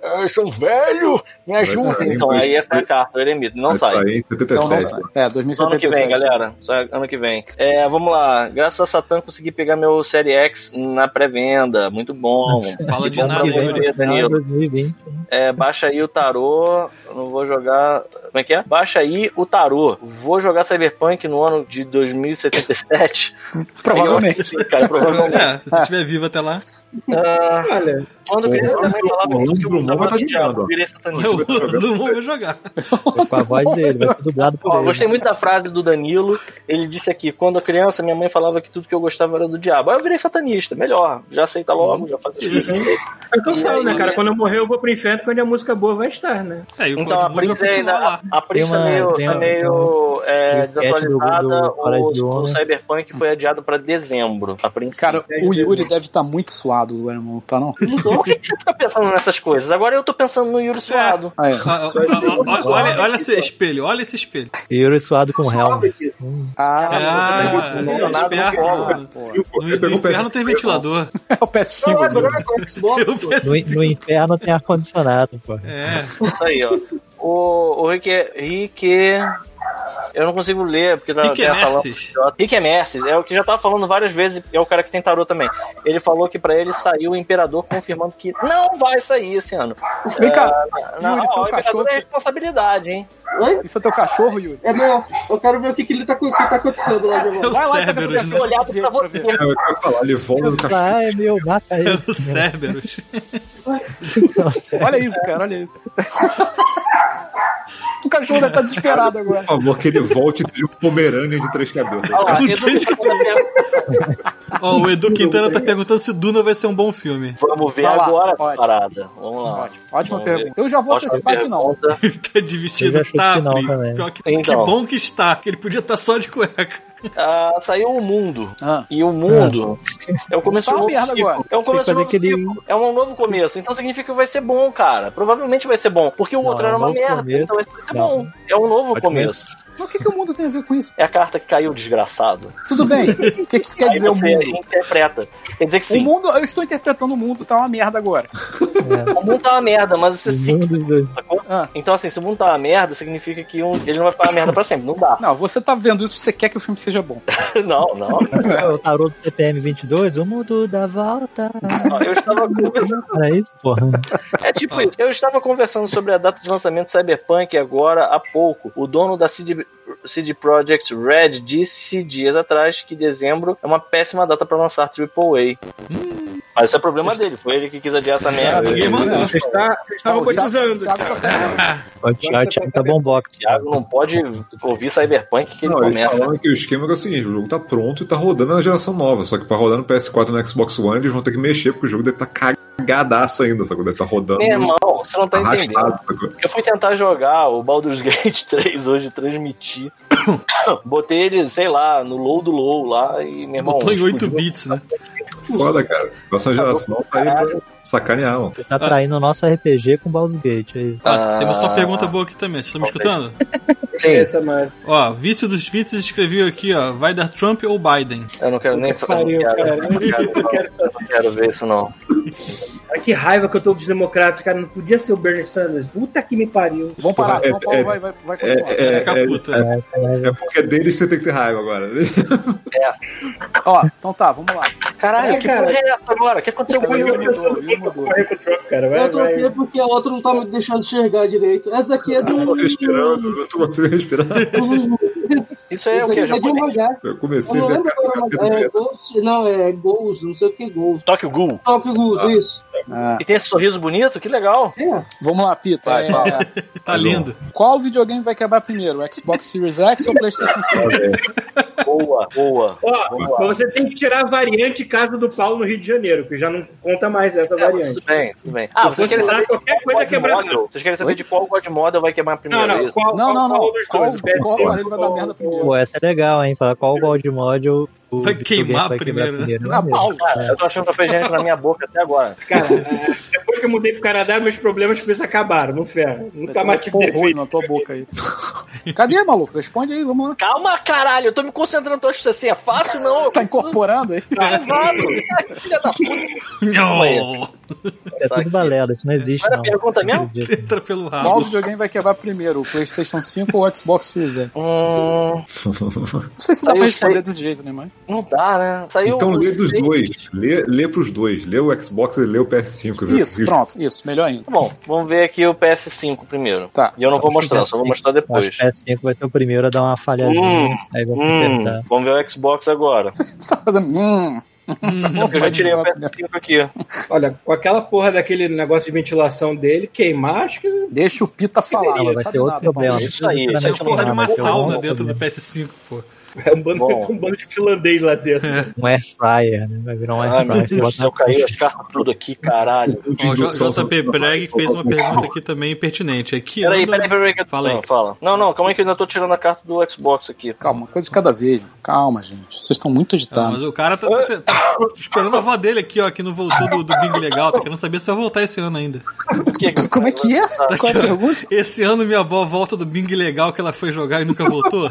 S4: Ah, eu sou um velho, me
S7: sair
S4: ajuda.
S7: em
S4: Então,
S7: dois-
S4: aí essa é a carta, o Eremita. Não
S7: Vai
S4: sai.
S7: sair em
S2: Então não
S7: 77.
S2: sai. É,
S4: Só ano que
S2: 2077.
S4: vem, galera. Só ano que vem. É, vamos lá. Graças a Satã consegui pegar meu Série X na pré-venda. Muito bom.
S1: Fala de
S4: Bom
S1: nada,
S4: pra
S1: Yuri.
S4: você. Danilo.
S6: 2020.
S4: É, baixa aí o tarô. Eu Não vou jogar. Como é que é? Baixa aí o tarô. Vou jogar Cyberpunk no ano de 2077.
S2: Provavelmente.
S4: Sim,
S1: *laughs*
S4: cara, provavelmente.
S1: É, se você estiver vivo até lá.
S4: Ah,
S3: Olha,
S4: quando eu virei satanã, eu falava
S7: O Orlando
S4: que eu
S7: Drummond vai
S4: gostava
S7: tá
S4: do diabo.
S7: jogando.
S4: Eu virei
S1: Eu
S4: satanista.
S1: não vou jogar.
S6: Foi com a voz dele, vai ser dublado por
S4: Ó,
S6: ele.
S4: gostei muito da frase do Danilo. Ele disse aqui: quando criança, minha mãe falava que tudo que eu gostava era do diabo. Aí eu virei satanista, melhor. Já aceita logo, já faz as coisas.
S3: é o que eu falo, né,
S4: aí,
S3: cara?
S4: né?
S3: Quando eu morrer, eu vou pro inferno, porque onde a música boa vai estar, né?
S1: É, e o
S4: Então a
S1: Código Mundo
S4: Prince
S1: vai continuar
S4: ainda.
S1: lá.
S4: A Prince
S6: Tem
S4: tá
S6: uma-
S4: meio,
S6: tem
S4: tá
S6: uma-
S4: meio é,
S6: enquete do-
S4: desatualizada.
S6: do Colégio de
S4: o, o
S6: Homens.
S4: Cyberpunk foi adiado pra dezembro. A Prince.
S2: Cara, o Yuri deve estar muito suado, o irmão, tá não?
S4: por que que você fica pensando nessas coisas? Agora eu tô pensando no Yuri Suado.
S2: Ah, é.
S1: Ah, ah, ah, ah, Olha, olha esse espelho, olha esse espelho.
S6: Yuri suado
S1: um
S6: com Helms. Hum,
S2: Ah,
S1: Ah,
S2: não,
S1: não,
S2: não,
S1: esperto.
S2: não, não, pô.
S7: Cinco,
S1: No,
S7: ele
S1: no
S7: pegou o
S1: inferno
S7: PS5.
S1: tem ventilador. *laughs*
S2: É o péssimo.
S5: Não, agora é com o Xbox. pô.
S6: No, in- no inferno tem ar-condicionado, pô.
S1: É.
S4: Isso aí, ó. O, o Rick, é- Rick. Eu não consigo ler, porque tá
S1: Rick é
S4: tem essa lâmpada.
S1: Mercis.
S4: Rick Emerses, é o que já tava falando várias vezes, é o cara que tem tarô também. Ele falou que pra ele saiu o Imperador confirmando que não vai sair esse ano.
S2: Vem cá,
S4: Não,
S2: Yuri, seu
S4: o Imperador
S2: cachorro-
S4: é responsabilidade, hein?
S5: Oi?
S2: isso é teu cachorro, Yuri?
S5: É meu, eu quero ver o que, que ele tá, co- o que tá acontecendo lá de
S1: É
S5: volta.
S1: o
S2: Vai lá,
S1: Cerberus,
S2: tá
S1: né?
S2: vendo?
S4: Olhado pra você.
S7: É, eu quero falar, ele volta no cachorro.
S6: Ah, é meu, mata ele.
S4: *laughs*
S1: O Cerberus.
S2: Olha isso, cara, olha isso. o cachorro deve estar desesperado agora.
S7: Por favor, que ele volte e seja um pomerânia de três cabeças.
S4: Olha lá,
S1: Por
S4: Edu
S1: que
S4: tá falando mesmo.
S1: Ó, o Edu Quintana tá perguntando se Duna vai ser um bom filme. *laughs*
S4: Vamos ver
S2: Vai lá,
S4: agora
S2: pode.
S4: a parada. Vamos lá.
S2: Ótimo, ótima
S4: Vamos ver.
S2: pergunta. Eu já vou
S4: Ótima
S2: antecipar que não.
S4: pergunta.
S1: Ele tá de vestido,
S6: Eu já achei
S1: tá,
S6: que não
S1: Prince.
S6: também.
S1: Pior que,
S4: Então.
S1: que bom que está, que ele podia estar só de cueca.
S4: Ah, saiu o mundo.
S2: Ah.
S4: E o mundo é o começo
S2: Tá
S4: de um
S2: uma
S4: novo
S2: merda
S4: ciclo. É
S2: agora.
S4: um
S6: Tem
S4: começo
S6: que
S4: de um
S6: fazer
S4: novo
S6: aquele.
S4: ciclo. É um novo começo. Então significa que vai ser bom, cara. Provavelmente vai ser bom. Porque o
S6: Não,
S4: outro
S6: é
S4: era
S6: um
S4: uma
S6: novo
S4: merda.
S6: começo.
S4: Então esse vai ser
S6: Não.
S4: bom. É um novo
S6: Pode
S4: começo.
S2: Mas o que, que o mundo tem a ver com isso?
S4: É a carta que caiu, desgraçado.
S2: Tudo bem. O que, que isso quer
S4: Aí
S2: dizer o
S4: você
S2: mundo?
S4: interpreta. Quer dizer que
S2: O
S4: sim.
S2: mundo, eu estou interpretando o mundo, tá uma merda agora.
S6: É.
S4: O mundo tá uma merda, mas você sim.
S6: Mundo do-
S4: sacou?
S2: Ah.
S4: Então, assim, se o mundo tá uma merda, significa que um- ele não vai ficar uma merda pra sempre. Não dá. *laughs*
S2: Não, você tá vendo isso, você quer que o filme seja bom.
S4: Não, não.
S6: É O tarô do CPM 22, o mundo da volta.
S4: não. Eu estava conversando.
S6: Era isso, porra.
S4: É tipo isso. Eu estava conversando sobre a data de lançamento do Cyberpunk agora há pouco. O dono da CD, CD Projekt Red disse dias atrás que dezembro é uma péssima data para lançar AAA. Mas isso é problema dele. Foi ele que quis adiar essa merda.
S7: Ninguém mandou.
S3: Você está, você está
S8: Não, o Thiago-
S3: robotizando.
S8: Thiago tá certo.
S6: O Thiago Thiago tá bombox.
S4: Thiago não pode ouvir Cyberpunk que ele
S7: Não, eles
S4: começa.
S7: falaram que o esquema é o seguinte: o jogo tá pronto e tá rodando na geração nova. Só que pra rodar no PS4 e no Xbox One, eles vão ter que mexer, porque o jogo deve tá cagadaço ainda, sacou? Deve tá rodando
S4: Meu irmão, você não tá entendendo.
S7: arrastado, sacou?
S4: Eu fui tentar jogar o Baldur's Gate *laughs* 3 hoje, transmitir. *coughs* Botei ele, sei lá, no low do low lá e meu irmão.
S1: Botou em 8
S4: explodiu.
S1: bits, né?
S7: Foda, cara. Próxima geração tá aí pra sacanear, mano.
S6: Você
S1: Ah.
S6: tá traindo o nosso RPG com Baldur's Gate aí.
S1: Ó, temos uma
S4: Ah.
S1: pergunta boa aqui também. Vocês estão me escutando?
S4: Sim,
S3: Essa, mano.
S1: Ó, vice dos vices escreveu aqui, ó. Vai dar Trump ou Biden?
S4: eu não quero nem falar.
S3: Pariu,
S4: Não
S3: cara.
S4: quero, não quero,
S3: Isso eu quero saber.
S4: não quero ver isso, não.
S3: Cara, que raiva que eu tô dos democratas, cara. Não podia ser o Bernie Sanders. Puta que me pariu.
S8: Vamos parar, São Paulo vai, vai, vai continuar.
S7: É, é,
S1: Fica puto, né?
S6: Mas, é,
S7: É porque deles você tem que ter raiva agora.
S8: Ó, então tá, vamos lá.
S4: Caralho,
S3: É,
S4: que
S3: cara.
S4: porra é essa agora? O que aconteceu com
S3: Eu,
S4: o
S3: eu,
S4: Yuri?
S3: eu, sou ninguém pra correr com o Trump, cara. Vai,
S5: Eu
S3: vai.
S5: troquei porque a outra não tá me deixando enxergar direito. Essa aqui é do.
S7: Eu tô respirando, eu tô conseguindo respirar.
S1: *laughs*
S4: Isso aí é o
S5: um- Essa aqui
S4: que?
S5: é de
S4: Japonês?
S5: devagar.
S7: Eu
S5: Eu
S7: comecei a
S5: não
S7: ver
S5: lembro
S7: cara,
S5: agora,
S7: capeta
S5: mas é
S7: preta.
S5: Ghost. Não, é Ghost, não sei o que Ghost.
S4: Tokyo Ghoul.
S5: Tokyo Ghost,
S7: Ah.
S5: isso.
S8: Ah,
S4: E tem esse sorriso bonito? Que legal.
S5: É.
S8: vamos lá, Pita.
S4: Vai,
S8: É,
S4: fala.
S1: Tá lindo.
S8: qual videogame vai quebrar primeiro? O Xbox Series X ou o PlayStation 5?
S4: Boa, boa. Vamos
S3: Ó,
S4: lá.
S3: mas você tem que tirar a variante Casa do Paulo no Rio de Janeiro, que já não conta mais essa
S4: É, mas tudo
S3: variante.
S4: bem, tudo bem. Ah,
S3: Se
S4: vocês
S3: você
S4: querem
S3: usar
S4: saber é
S3: qualquer coisa
S4: God
S3: quebrar.
S4: Model? Vocês querem saber
S8: Oi?
S4: de qual God Model vai queimar
S3: Não,
S4: primeiro? é
S3: não.
S4: isso?
S3: Qual,
S8: Não, não, não.
S3: qual dos
S8: Qual-
S3: dois? PS5,
S8: qual aparelho vai dar merda primeiro?
S6: pô, essa é legal, hein? Falar qual o Gold Mod o. o
S1: Vai
S6: videogame
S1: queimar
S6: vai quebrar
S1: primeiro, né?
S6: primeiro.
S4: é
S8: Ah,
S6: né?
S8: pau.
S3: Tá,
S4: Cara, eu tô achando papel higiênico na minha boca até agora.
S3: Cara, é, depois que eu mudei pro Canadá, meus problemas com isso acabaram, não ferro. Nunca mais tive
S8: Porrou
S3: defeito.
S8: na tua boca aí. Cadê, maluco? Responde aí, vamos lá.
S4: Calma, caralho, eu tô me concentrando, tu acha que isso assim é fácil? Não,
S8: Tá incorporando aí?
S4: Pesado! Filha da puta!
S1: Não!
S6: É tudo balela, isso não existe.
S4: Qual era a
S6: não.
S4: pergunta mesmo?
S6: Acredito.
S1: Entra pelo
S3: Tá
S8: Qual
S1: rabo.
S8: videogame vai quebrar primeiro? O PlayStation 5 ou o Xbox Series X?
S5: é.
S8: Não sei se dá
S4: Aí
S8: pra
S4: eu sei.
S8: responder desse jeito, né, mãe?
S4: Hum, não dá, né? Saiu
S7: Então
S4: o
S7: lê dos
S4: seis-
S7: dois. Lê, lê pros dois. Lê o Xbox e lê o PS5. viu?
S8: Isso, pronto, isso, melhor ainda.
S4: Tá Bom, vamos ver aqui o PS5 primeiro.
S8: Tá.
S4: E eu não vou
S6: Acho
S4: mostrar,
S6: que
S4: só vou
S6: PS5
S4: mostrar
S6: Eu Acho
S4: depois.
S6: que é o PS5 vai ser o primeiro a dar uma falhadinha.
S4: Hum,
S6: aí vai
S4: Hum,
S6: consertar.
S4: vamos ver o
S8: *laughs*
S4: Xbox agora.
S8: Você tá fazendo. Hum.
S4: Eu já tirei o PS5 aqui.
S3: Olha, com aquela porra daquele negócio de ventilação dele, queimar, acho que.
S8: Deixa o Pita falar, Tá
S6: Não,
S8: não
S6: Ah, mas vai
S8: sabe
S6: ser outro
S8: nada,
S6: problema.
S8: Paulo.
S4: Isso aí,
S6: Não
S4: isso
S1: Tinha
S4: aí é
S6: necessariamente
S1: porra de
S6: nada,
S1: uma
S6: vai ser
S1: sauna
S6: outro
S1: dentro do
S6: problema.
S1: PS5, pô.
S3: É um bando,
S4: Bom.
S3: *laughs* um bando de finlandês lá dentro.
S6: Um air fryer, né? Vai virar um
S4: Ai,
S6: air
S4: Ah, meu
S6: fryer. Você
S4: Deus do
S6: bota na
S4: céu, caiu as cartas tudo aqui,
S6: *laughs*
S4: caralho.
S7: O
S1: Ó, o J-
S7: indução-
S1: JP Breg fez uma pergunta aqui também pertinente. É que
S4: Peraí,
S1: anda-
S4: peraí, peraí. que eu-
S1: Fala aí.
S4: Não, fala. Não, não, calma aí que eu ainda tô tirando a carta do Xbox aqui.
S8: Calma, uma coisa de cada vez. Calma, gente. Vocês estão muito
S1: Ah,
S8: agitados.
S1: mas o cara tá, tá- tá esperando a avó dele aqui, ó, que não voltou do, do Bing Legal. Tá querendo saber se vai voltar esse ano ainda.
S4: Por que que-
S8: Como é que é? Qual é a pergunta?
S1: Esse ano minha avó volta do Bing Legal que ela foi jogar e nunca voltou.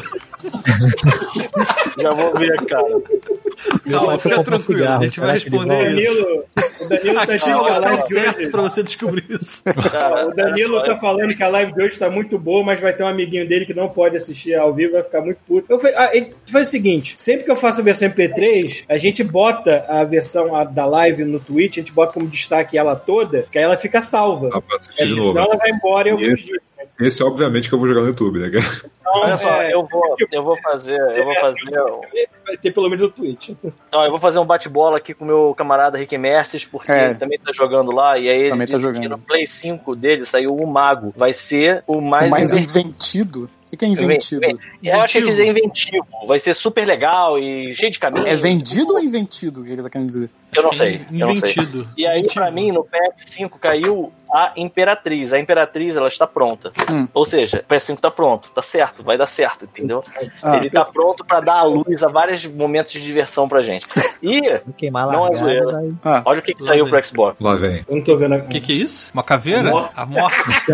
S8: é?
S4: Já vou ver, cara.
S6: Meu pai
S1: Calma,
S6: foi
S1: fica
S6: comprar um
S1: tranquilo.
S6: cigarro,
S1: a gente vai
S6: será que ele
S1: responder
S6: volta?
S1: É isso.
S3: Danilo, o Danilo tá
S1: Aqui é
S3: achando
S1: o
S3: que a
S1: local
S3: live de hoje.
S1: certo pra você descobrir isso.
S4: Cara,
S3: *laughs* O Danilo
S4: olha
S3: tá
S4: só,
S3: falando que a live de hoje tá muito boa, mas vai ter um amiguinho dele que não pode assistir ao vivo, vai ficar muito puto. Eu falei, ah, ele faz o seguinte: sempre que eu faço a versão MP3, a gente bota a versão a- da live no Twitch, a gente bota como destaque ela toda, que aí ela fica salva.
S7: Ah, pra assistir
S3: É,
S7: de
S3: senão
S7: novo.
S3: ela vai embora em alguns
S7: Esse-
S3: dias.
S7: Esse, obviamente, que eu vou jogar no YouTube, né? cara?
S3: Então,
S4: Olha só,
S3: é,
S4: eu vou, eu vou fazer, eu vou fazer, um,
S3: Vai ter pelo menos no Twitch.
S4: ó, eu vou fazer um bate-bola aqui com o meu camarada Rick Merces, porque
S8: É.
S4: ele também tá jogando lá, e aí ele
S8: Também tá
S4: disse que
S8: jogando.
S4: no Play 5 dele saiu o Mago, vai ser o mais,
S8: O mais
S4: inven-
S8: inventido? O que que é inventido?
S4: Inven- Eu achei
S1: inventivo.
S4: que dizer inventivo, vai ser super legal e cheio de caminho.
S8: É vendido ou inventido? O que ele tá querendo dizer?
S4: Eu não sei, eu não sei.
S1: Inventido.
S4: E aí, pra mim, no PS5 caiu a Imperatriz. A Imperatriz, ela está pronta.
S8: Hum.
S4: Ou seja, o PS5 tá pronto, tá certo, vai dar certo, entendeu?
S8: Ah,
S4: Ele tá pronto pra dar a luz a vários momentos de diversão pra gente. E
S6: Vai queimar
S4: Não é
S6: lá.
S4: zoeira.
S6: vai...
S8: Ah,
S4: olha o que, que
S1: Lá
S4: saiu
S1: vem.
S4: pro Xbox.
S7: Lá vem.
S3: Eu não tô vendo. a-
S1: O que, que é isso? Uma caveira? A
S4: *laughs*
S1: morte.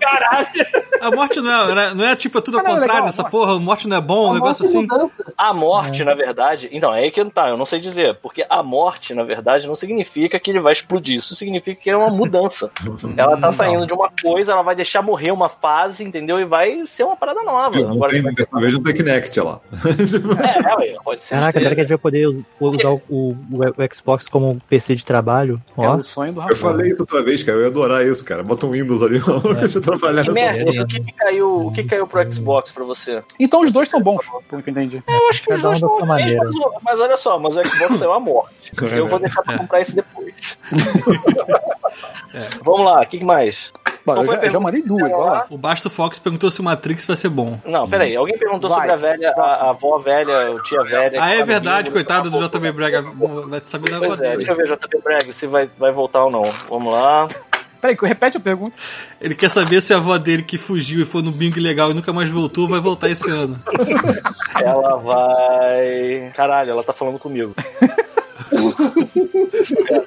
S3: Caralho!
S1: A morte não é, era- não é tipo é tudo ao
S8: Ah, não,
S1: contrário
S8: legal,
S1: nessa
S8: morte.
S1: porra. A morte não é bom, um negócio assim.
S4: A morte, na verdade. Então, é aí que tá, eu não sei dizer. Porque a morte, na verdade, não significa que ele vai explodir. Isso significa que é uma mudança. Ela tá saindo de uma coisa, ela vai deixar morrer uma fase, entendeu? E vai ser uma parada nova.
S7: Não
S4: Agora,
S7: tem, dessa vez não tem Kinect lá.
S4: é, é, ué, pode ser.
S6: Caraca, será que a gente vai poder u-
S4: É.
S6: usar o, o- o Xbox como PC de trabalho?
S8: É
S6: Ó,
S8: o sonho do
S7: Eu
S8: rapaz.
S7: falei isso outra vez, cara. Eu ia adorar isso, cara. Bota um Windows ali, *laughs* maluco. Deixa eu trabalhar
S4: Que
S7: nessa
S4: merda,
S6: ideia,
S4: o que, que caiu, o que caiu pro Xbox pra você?
S8: Então os dois são bons, pelo que eu entendi.
S4: Eu acho que os
S6: Cada um
S4: dois
S6: da
S4: estão
S6: sua
S4: mas,
S6: maneira.
S4: o- mas olha só, mas o Xbox saiu a morte. Eu vou deixar pra comprar esse depois. Vamos lá, o que que mais?
S8: Bom, eu
S4: Qual foi a
S8: já, eu já
S4: pergunta?
S8: mandei duas, vai
S4: *laughs*
S8: lá.
S1: O Basto Fox perguntou se o Matrix vai ser bom.
S4: Não, peraí, alguém perguntou
S8: Hum. Vai,
S4: sobre a velha, a,
S8: próximo.
S4: a avó velha, o tia velha.
S1: Ah,
S4: que
S1: é
S4: tá
S1: verdade,
S4: vivo,
S1: coitado do
S4: tá
S1: JB Braga. Vai te saber da
S4: Pois é, deixa
S1: voz
S4: eu ver, JP Breg, se vai, vai voltar ou não. Vamos lá.
S8: Peraí, que- repete a pergunta.
S1: Ele quer saber se a avó dele que fugiu e foi no bingo legal e nunca mais voltou vai voltar esse ano. *laughs*
S4: Ela vai. Caralho, ela tá falando comigo.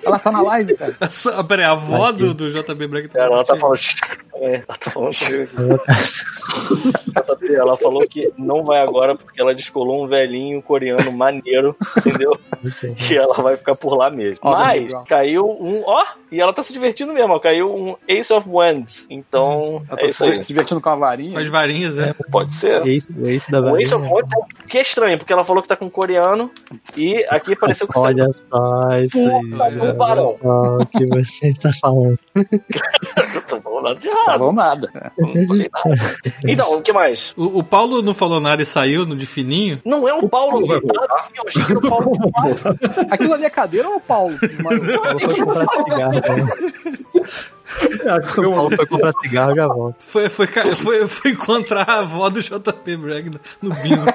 S8: Ela tá na live, cara.
S1: A sua- ah, Peraí, a avó do, do JB Braga tá
S4: Ela, ela tá
S1: contigo.
S4: falando. *laughs* É, ela tá falando comigo. JP, ela falou que não vai agora porque ela descolou um velhinho coreano maneiro, entendeu?
S6: é
S4: E ela vai ficar por lá mesmo.
S8: Ó,
S4: Mas
S8: legal.
S4: caiu um. Ó, e ela tá se divertindo mesmo, ó, caiu um Ace of Wands. Então,
S8: Ela
S4: é
S8: tá
S4: isso aí.
S8: se, se divertindo com a
S1: Com
S8: varinha.
S1: as varinhas, é.
S4: Pode ser.
S6: é isso, é isso da
S4: O Ace
S6: varinha.
S4: of Wands é um que é estranho, porque ela falou que tá com coreano e aqui pareceu que saiu
S6: Olha só isso aí.
S4: Puta,
S6: velho.
S4: meu varão.
S6: Olha só o que você está falando.
S4: Tô tá falando nada de
S8: Não
S4: errado.
S8: falou Tá nada.
S4: Não falei nada. Então, o que mais?
S1: O, o Paulo não falou nada e saiu no de fininho.
S4: Não é o Paulo Vittar, eu achei que era o Paulo Vittar.
S8: Aquilo ali é cadeira ou o Paulo? que
S4: *laughs*
S8: desmaiou?
S6: Eu vou comprar cigarro.
S7: É,
S6: Cara. O Paulo foi comprar cigarro, eu já volto.
S1: Foi, foi, ca- foi, foi encontrar a avó do JP Braga no bingo.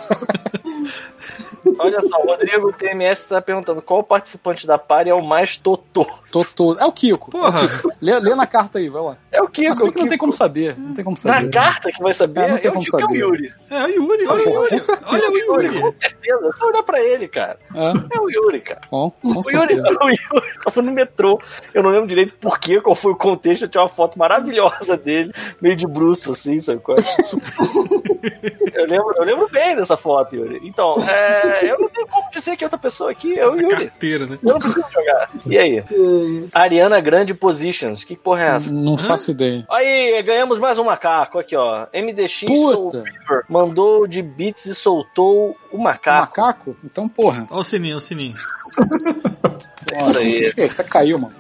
S4: Olha só, o Rodrigo TMS tá perguntando qual participante da party é o mais totô.
S8: Tô todo. É o Kiko.
S1: Porra,
S8: Lê, lê na carta aí, vai lá.
S4: É o Kiko.
S8: Mas se bem que
S4: o
S8: não tem
S4: Kiko.
S8: como saber. Não tem como saber.
S4: Na carta que vai saber,
S8: É, não tem
S4: eu
S8: como
S4: digo que é o
S8: saber.
S4: Yuri.
S1: é o Yuri, olha o
S8: Porra,
S1: Yuri.
S8: com certeza.
S1: Olha o Yuri.
S4: Com certeza, é só olhar pra ele, cara.
S8: É,
S4: É o Yuri, cara.
S8: bom, com
S4: O Yuri,
S8: certeza.
S4: o Yuri *laughs* tava no metrô. Eu não lembro direito por quê, qual foi o contexto. Eu tinha uma foto maravilhosa dele, meio de bruxo, assim, sabe? qual é? eu, lembro, eu lembro bem dessa foto, Yuri. Então, é, eu não tenho como dizer que é outra pessoa aqui é o Yuri.
S1: Carteira, né?
S4: Eu não preciso jogar. E aí? Ariana Grande Positions. Que porra é essa?
S8: Não faço ideia.
S4: Aí, ganhamos mais um macaco aqui, ó. MDX Soul
S8: Puta,
S4: Fever mandou de beats e soltou o macaco.
S8: macaco? Então, porra.
S1: Olha o sininho, olha o sininho.
S4: É isso aí.
S8: Eita, caiu, mano.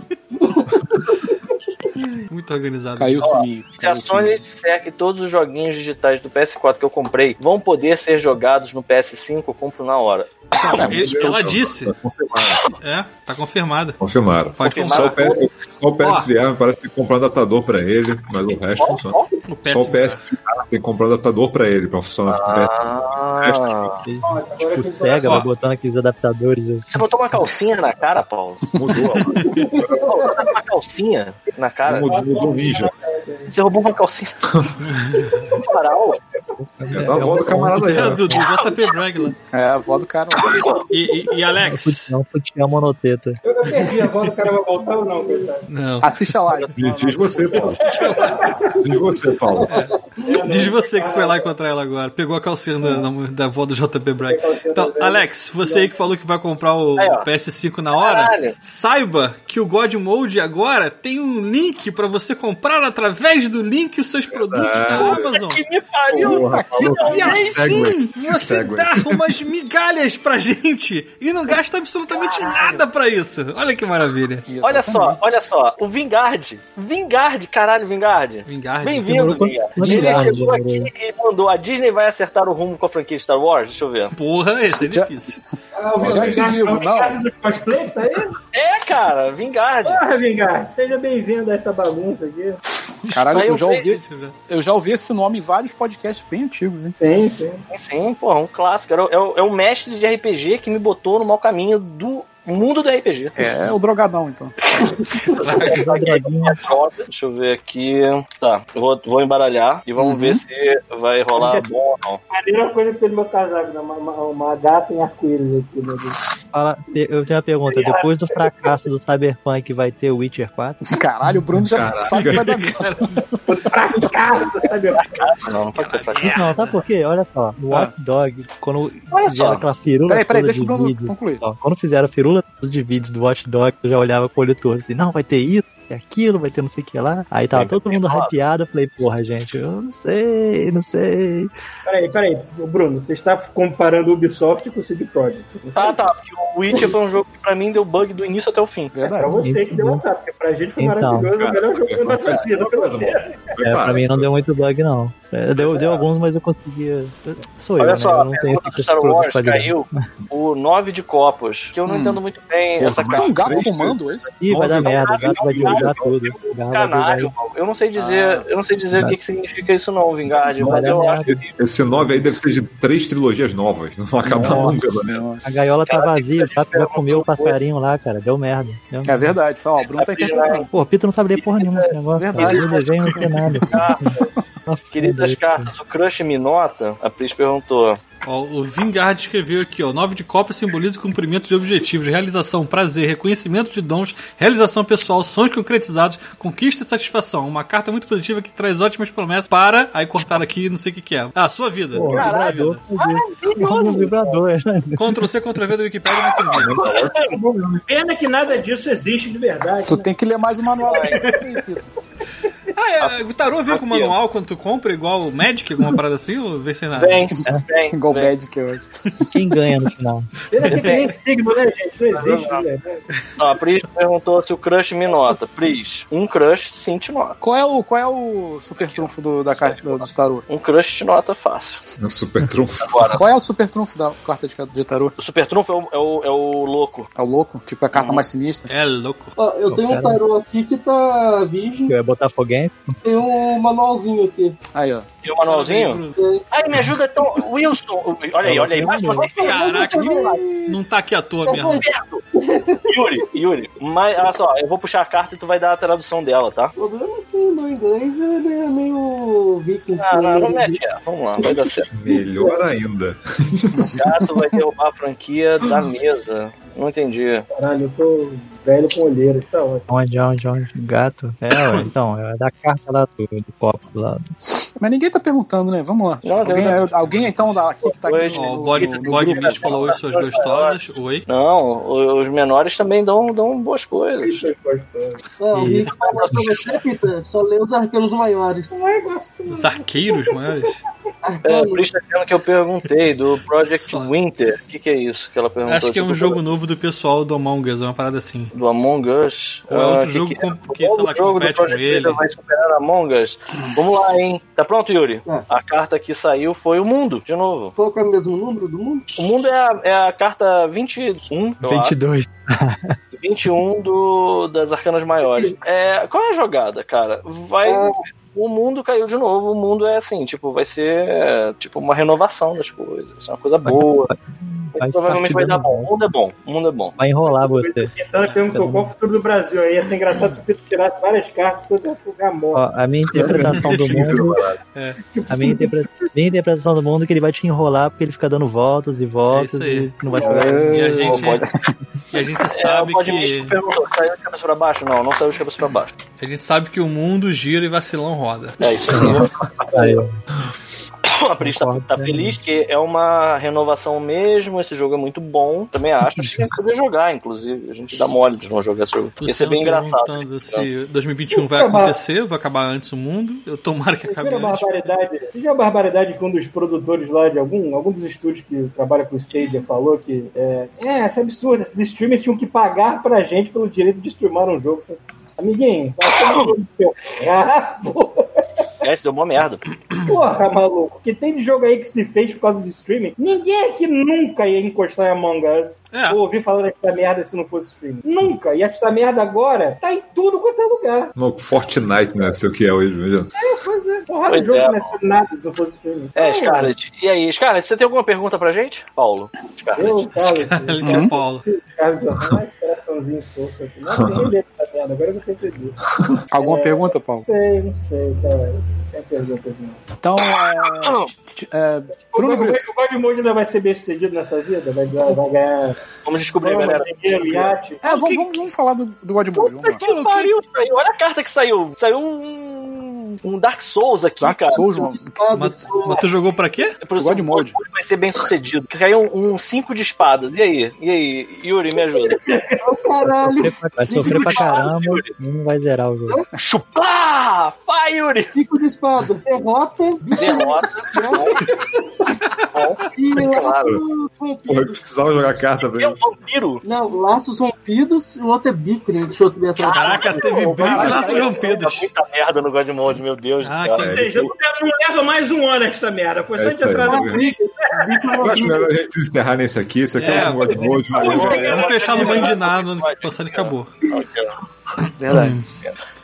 S1: Muito organizado.
S8: Caiu o sininho.
S4: Se
S8: Caiu
S4: a
S8: o
S4: Sony
S8: sininho.
S4: disser que todos os joguinhos digitais do PS4 que eu comprei vão poder ser jogados no PS5, eu compro na hora.
S1: Cara,
S8: Caramba,
S1: Tá, ele- ela disse.
S7: Confirmaram.
S1: É, tá confirmada.
S7: Confirmaram.
S1: Pode
S7: Só
S4: Confirmaram.
S1: comprar.
S7: o, PS, só o PSVR parece que tem que comprar um adaptador pra ele, mas o resto funciona.
S1: O PS...
S7: Só o PSVR tem que comprar um adaptador pra ele, pra funcionar com o PS.
S4: Ah,
S6: O Sega vai botando aqueles adaptadores assim.
S4: você botou uma calcinha na cara, Paulo?
S7: Mudou, ó.
S4: Você botou uma calcinha na cara?
S7: mudou, mudou o ninja.
S4: Você roubou uma calcinha? Um farol?
S7: É da
S6: um
S7: avó do camarada aí,
S1: É,
S7: né?
S1: do, do JP Braga lá.
S8: É, a avó do cara.
S1: E, e- e
S6: É um
S1: Alex?
S6: fute- é um futebol monoteta.
S3: Eu não perdi a voz do cara vai voltar ou não, coitado?
S1: Não.
S8: Assiste a live.
S7: Diz diz você, Paulo. Diz você, Paulo.
S1: Diz você que foi
S7: Ah.
S1: lá encontrar ela agora. Pegou a calcinha da, da, da avó do JP Braga. Então, Alex, você aí que falou que vai comprar o
S4: Aí, ó.
S1: PS5 na hora,
S4: Caralho.
S1: saiba que o God Mode agora tem um link pra você comprar através do link os seus produtos na
S7: Verdade.
S1: Ah, Amazon.
S4: Que me pariu!
S7: Porra, Paulo,
S1: E aí
S7: segue.
S1: sim, você
S7: Segue.
S1: dá umas migalhas pra gente e não gasta absolutamente nada pra isso. Olha que maravilha.
S4: *laughs* Olha só, olha só. O Vingard. Vingard, caralho, Vingard.
S1: Vingard.
S4: Bem-vindo, Vingard.
S6: Vingard,
S4: Ele chegou aqui
S6: demorou.
S4: e mandou a Disney vai acertar o rumo com a franquia Star Wars? Deixa eu ver.
S1: Porra, esse é
S8: Já-
S1: difícil.
S3: Ah, o
S8: Já te
S3: Vingard-
S8: digo,
S3: o Vingard
S8: não.
S3: dos cosplay, tá aí?
S4: É, cara, Vingard.
S3: Porra, Vingard, Ah, seja bem-vindo a essa bagunça aqui.
S8: Caralho, eu já, ouvi,
S1: Deixa eu ver.
S8: eu já ouvi esse nome em vários podcasts bem antigos, hein?
S3: Sim, sim.
S4: Sim, Sim, porra, um clássico. Era, o- é, o, é o mestre de RPG que me botou no mau caminho do mundo do RPG.
S8: É o drogadão, então. *laughs*
S4: Droga. Deixa eu ver aqui. Tá, eu vou, vou embaralhar e vamos
S8: Uhum.
S4: ver se vai
S6: *laughs*
S4: rolar bom ou não.
S3: A primeira coisa que tem no meu casaco, né? uma, uma, uma gata em arco-íris aqui, né, meu Deus.
S6: Fala, eu tenho uma pergunta. Depois do fracasso do Cyberpunk, vai ter Witcher 4?
S8: Caralho, o Bruno já sabe que vai dar merda.
S3: Fracasso, sabe?
S4: Não, não pode ser pra
S6: Não, sabe por quê? Olha só. O
S8: Ah.
S6: Hot Dog, quando
S4: É. Olha
S6: fizeram
S4: só.
S6: aquela firula
S8: Peraí, peraí,
S6: toda
S8: deixa o
S6: de
S4: um
S8: Bruno
S6: vídeo,
S8: concluir.
S6: ó, quando fizeram a firula toda de vídeos do Watch Dog, eu já olhava com o olho torto assim, não, vai ter isso, ter aquilo, vai ter não sei o que lá. Aí tava todo mundo hypeado, eu falei, porra, gente, eu não sei, não sei.
S3: Peraí, peraí, Ô, Bruno, você está comparando o Ubisoft com o CD Projekt.
S4: Ah, tá. Porque o Witcher foi um jogo que pra mim deu bug do início até o fim.
S6: É,
S3: Pra
S8: Verdade.
S3: você que deu azar, porque pra gente foi
S6: Então.
S3: maravilhoso, é o melhor jogo da nossa vida, pelo menos.
S6: É, pra mim não deu muito bug, não. É, deu, deu alguns, mas eu conseguia. Sou eu,
S4: Olha
S6: né?
S4: só,
S6: eu
S4: a
S6: não tenho
S4: pergunta
S6: esse
S4: do Star
S6: produto
S4: Wars
S6: pra dizer.
S4: caiu o 9 de copas,
S8: Hum.
S4: que eu não entendo muito bem essa
S8: Tem um
S4: carta.
S8: gato fumando esse?
S6: Ih, vai dar merda, o gato vai derrubar tudo. O gato vai
S4: Canário,
S6: derrubar
S4: mano. eu não sei
S8: Ah.
S4: dizer, eu não sei dizer o que, que significa isso não, Vingarde, mas eu acho que
S7: Esse 9 aí deve ser de três trilogias novas. Não acaba
S6: Nossa
S7: nunca, né?
S6: A gaiola tá vazia, o gato vai comer o passarinho lá, cara. Deu merda. Deu merda.
S8: É verdade, só, ó, o Bruno tá interpretando.
S6: Pô, o Pito não sabe ler porra nenhuma esse negócio.
S8: Verdade.
S6: Verdade. Não desenho, não tem nada.
S4: queridas cartas, o crush me nota, a Pris perguntou.
S1: Ó, o Vingard escreveu aqui, ó. Nove de copa simboliza o cumprimento de objetivos, realização, prazer, reconhecimento de dons, realização pessoal, sonhos concretizados, conquista e satisfação. Uma carta muito positiva que traz ótimas promessas para. Aí cortar aqui, não sei o que, que é. Ah, sua vida.
S6: Pô,
S1: Sua
S6: vibrador.
S1: vida.
S6: fudeu. Arruma um vibrador. é.
S1: Ctrl C, Ctrl V da Wikipedia vai servir.
S3: Pena que nada disso existe de verdade.
S8: Tu
S3: né?
S8: tem que ler mais o manual do que você, Pito.
S1: Ah, é, o tarô vem com o manual quando tu compra, igual o Magic, alguma parada assim, ou vem sem nada?
S4: Vem, *laughs* vem.
S8: Igual
S4: vem.
S8: bad que hoje.
S6: Quem ganha no final?
S3: Pena que nem signo, né, gente? Não existe né? de verdade.
S4: Ó, a Pris perguntou se o crush me nota. Pris, um crush sim te nota.
S8: Qual é o, qual é o super trunfo do, da carta do, dos tarô?
S4: Um crush te nota fácil.
S7: É um super trunfo.
S4: Agora,
S8: Qual é o super trunfo da carta de, de tarô?
S4: o super trunfo é o, é o- é o louco.
S8: É o louco? Tipo, a carta mais sinistra?
S1: É louco.
S5: Ó, eu tenho um
S6: Caramba.
S5: tarô aqui que tá virgem,
S6: Que é Botafoguense?
S5: tem um manualzinho aqui.
S8: Aí, ó.
S4: E o manualzinho? Ai, me ajuda então. Wilson, olha aí, olha aí. Mas você que
S1: Caraca, não, não tá aqui à toa mesmo.
S4: Roberto! Yuri, Yuri, mas olha só, eu vou puxar a carta e tu vai dar a tradução dela, tá?
S5: O problema é que no inglês ele é meio viking.
S4: Ah, Não, não, não mete ela. Vamos lá, vai dar certo.
S7: Melhor ainda.
S4: O gato vai derrubar a franquia da mesa. Não entendi.
S3: Caralho, eu tô velho com olheira. Tá ótimo.
S6: Onde, onde, onde? Gato? É,
S4: *laughs*
S6: ué, então, é da carta lá do, do copo lá.
S8: Mas ninguém tá perguntando, né? Vamos lá.
S4: Não,
S8: alguém,
S4: não,
S8: alguém então da- aqui que tá aqui
S1: Ó,
S8: no,
S1: o Bode,
S8: no, no
S1: bode
S8: grupo?
S1: Beach falou oi, suas gostosas. Oi.
S4: Não, o- os menores também dão, dão boas coisas.
S5: Não,
S6: Isso.
S5: isso pra você, Pita, só lê os arcanos maiores. Ai, gostoso.
S1: Os arqueiros maiores.
S4: É,
S5: Arcano.
S4: por isso tá dizendo que eu perguntei do Project Winter. O que, que é isso que ela perguntou?
S1: Acho que é um
S4: Isso
S1: jogo novo do pessoal do Among Us, é uma parada assim.
S4: Do Among Us.
S1: Ou é
S4: Ah,
S1: outro
S4: que
S1: jogo
S4: que
S1: com-
S4: é?
S1: que, sei
S4: O
S1: lá,
S4: jogo do
S1: compete
S4: Project
S1: com ele.
S4: Winter vai superar Among Us. Vamos lá, hein? Tá pronto, Yuri?
S5: Tá.
S4: A carta que saiu foi o mundo, de novo.
S5: Foi com é o mesmo número do mundo?
S4: O mundo é a, é a carta 21, eu acho.
S6: 22.
S4: 21 do, das Arcanas Maiores. É, qual é a jogada, cara? Vai.
S5: Ah.
S4: O mundo caiu de novo, o mundo é assim, tipo, vai ser é, tipo uma renovação das coisas, vai ser uma coisa
S6: Vai-
S4: boa.
S6: Vai,
S4: provavelmente
S6: estar um. te
S4: vai dar
S6: dando
S4: bom. O mundo é bom, o mundo é bom.
S6: Vai enrolar você.
S3: Então ele perguntou qual o futuro do Brasil. Aí ia ser engraçado se o Pedro tirasse várias cartas, todas elas fossem a morte.
S6: Ó, a minha
S8: *laughs*
S6: interpretação do mundo.
S1: É.
S6: A minha, interpre- minha interpretação do mundo é que ele vai te enrolar porque ele fica dando voltas e voltas
S1: É
S6: e
S1: isso
S6: não vai te dar.
S8: É,
S1: E a gente,
S4: pode-
S1: *laughs* e a gente
S4: É, o
S1: sabe
S4: Pod Místico
S1: que.
S4: perguntou, saiu de cabeça pra baixo? Não, não saiu de cabeça pra baixo.
S1: A gente sabe que o mundo gira e vacilão roda.
S4: É isso aí. *laughs*
S6: Aí,
S4: A Pris tá, tá feliz que é uma renovação mesmo, esse jogo é muito bom. Também acho acho que a gente poderia jogar, inclusive. A gente dá mole de não jogar esse jogo. Ia ser
S1: Luciano
S4: bem engraçado.
S1: perguntando se 2021 vai acontecer, vai acabar antes o mundo. Eu tomara Tá que acabe
S3: Viram a
S1: antes.
S3: barbaridade? Vocês viram a barbaridade que um dos produtores lá de algum, algum dos estúdios que trabalha com o Stadia falou que é, é essa é absurda, esses streamers tinham que pagar pra gente pelo direito de streamar um jogo. Você- Amiguinho, vai tomar no seu rabo.
S1: *coughs*
S4: É, isso deu uma merda.
S3: Porra, maluco, que tem de jogo aí que se fez por causa de streaming? Ninguém aqui nunca ia encostar em Among Us.
S1: É.
S3: Ou ouvir falar desta merda se não fosse streaming. Nunca. E esta merda agora tá em tudo quanto é lugar.
S7: No Fortnite, né? Sei o que é hoje. veja.
S3: É, pois é. Porra,
S4: Pois
S3: o jogo
S4: é,
S3: não ia ser nada se não fosse streaming.
S4: É,
S3: Ah,
S4: Scarlett. E aí, Scarlett, você tem alguma pergunta pra gente? Paulo.
S1: *laughs*
S4: Scarlett.
S3: Eu, cara,
S1: Ele
S4: Uhum.
S1: tinha Paulo.
S3: Cara, eu tô mais coraçãozinho fofo aqui. Nossa, ninguém lembra dessa merda, agora eu vou ter que pedir. Não
S8: Alguma pergunta, Paulo?
S3: sei, não sei, cara. Tem perguntas não.
S8: Então, é, t- é, Bruno
S3: O Godmode-
S8: Brito.
S3: um o Godmode ainda vai ser bem sucedido nessa vida? Vai ganhar, vai ganhar
S4: Vamos descobrir,
S3: fama,
S4: galera.
S3: dinheiro, iate?
S8: É, vamos, vamos, vamos falar do, do Godmode, vamos lá.
S4: Que pariu, saiu. Olha a carta que saiu. Saiu um um, um Dark Souls aqui,
S8: Dark
S4: cara.
S8: Souls, mano.
S1: Mas, mas tu jogou pra quê?
S4: Pro
S8: Eu gosto de molde.
S4: vai ser bem sucedido. Caiu um 5 de espadas. E aí? E aí? Yuri, me ajuda.
S5: é Caralho,
S6: Vai sofrer pra caramba, não vai zerar o jogo.
S4: Chupá! Vai, Yuri!
S5: cinco de espada. Derrota, bicho
S4: Derrota.
S5: e
S7: Claro.
S5: laços
S7: Porra, eu
S5: rompidos.
S7: precisava jogar carta,
S4: É um
S7: velho.
S4: vampiro.
S5: Não, laços rompidos e o outro é bicre, deixa eu ver atrás.
S1: Caraca, teve bem
S4: Caralho,
S1: braço
S4: cara,
S1: João Pedro.
S4: tá Muita merda no Godmode, meu Deus
S1: Ah,
S4: do céu.
S1: que
S7: É,
S3: Ou seja, não leva- não leva mais um ano esta merda. Foi só
S7: É
S3: a gente
S7: isso aí.
S3: entrar na.
S7: Eu acho melhor a gente se encerrar nesse aqui. Esse aqui é,
S1: É,
S7: o último God Mode.
S4: Vamos-
S7: valeu, galera.
S1: Vamos fechar no
S4: Vamos-
S1: Bandinado,
S4: Vamos-
S1: ano passado e acabou.
S9: Verdade.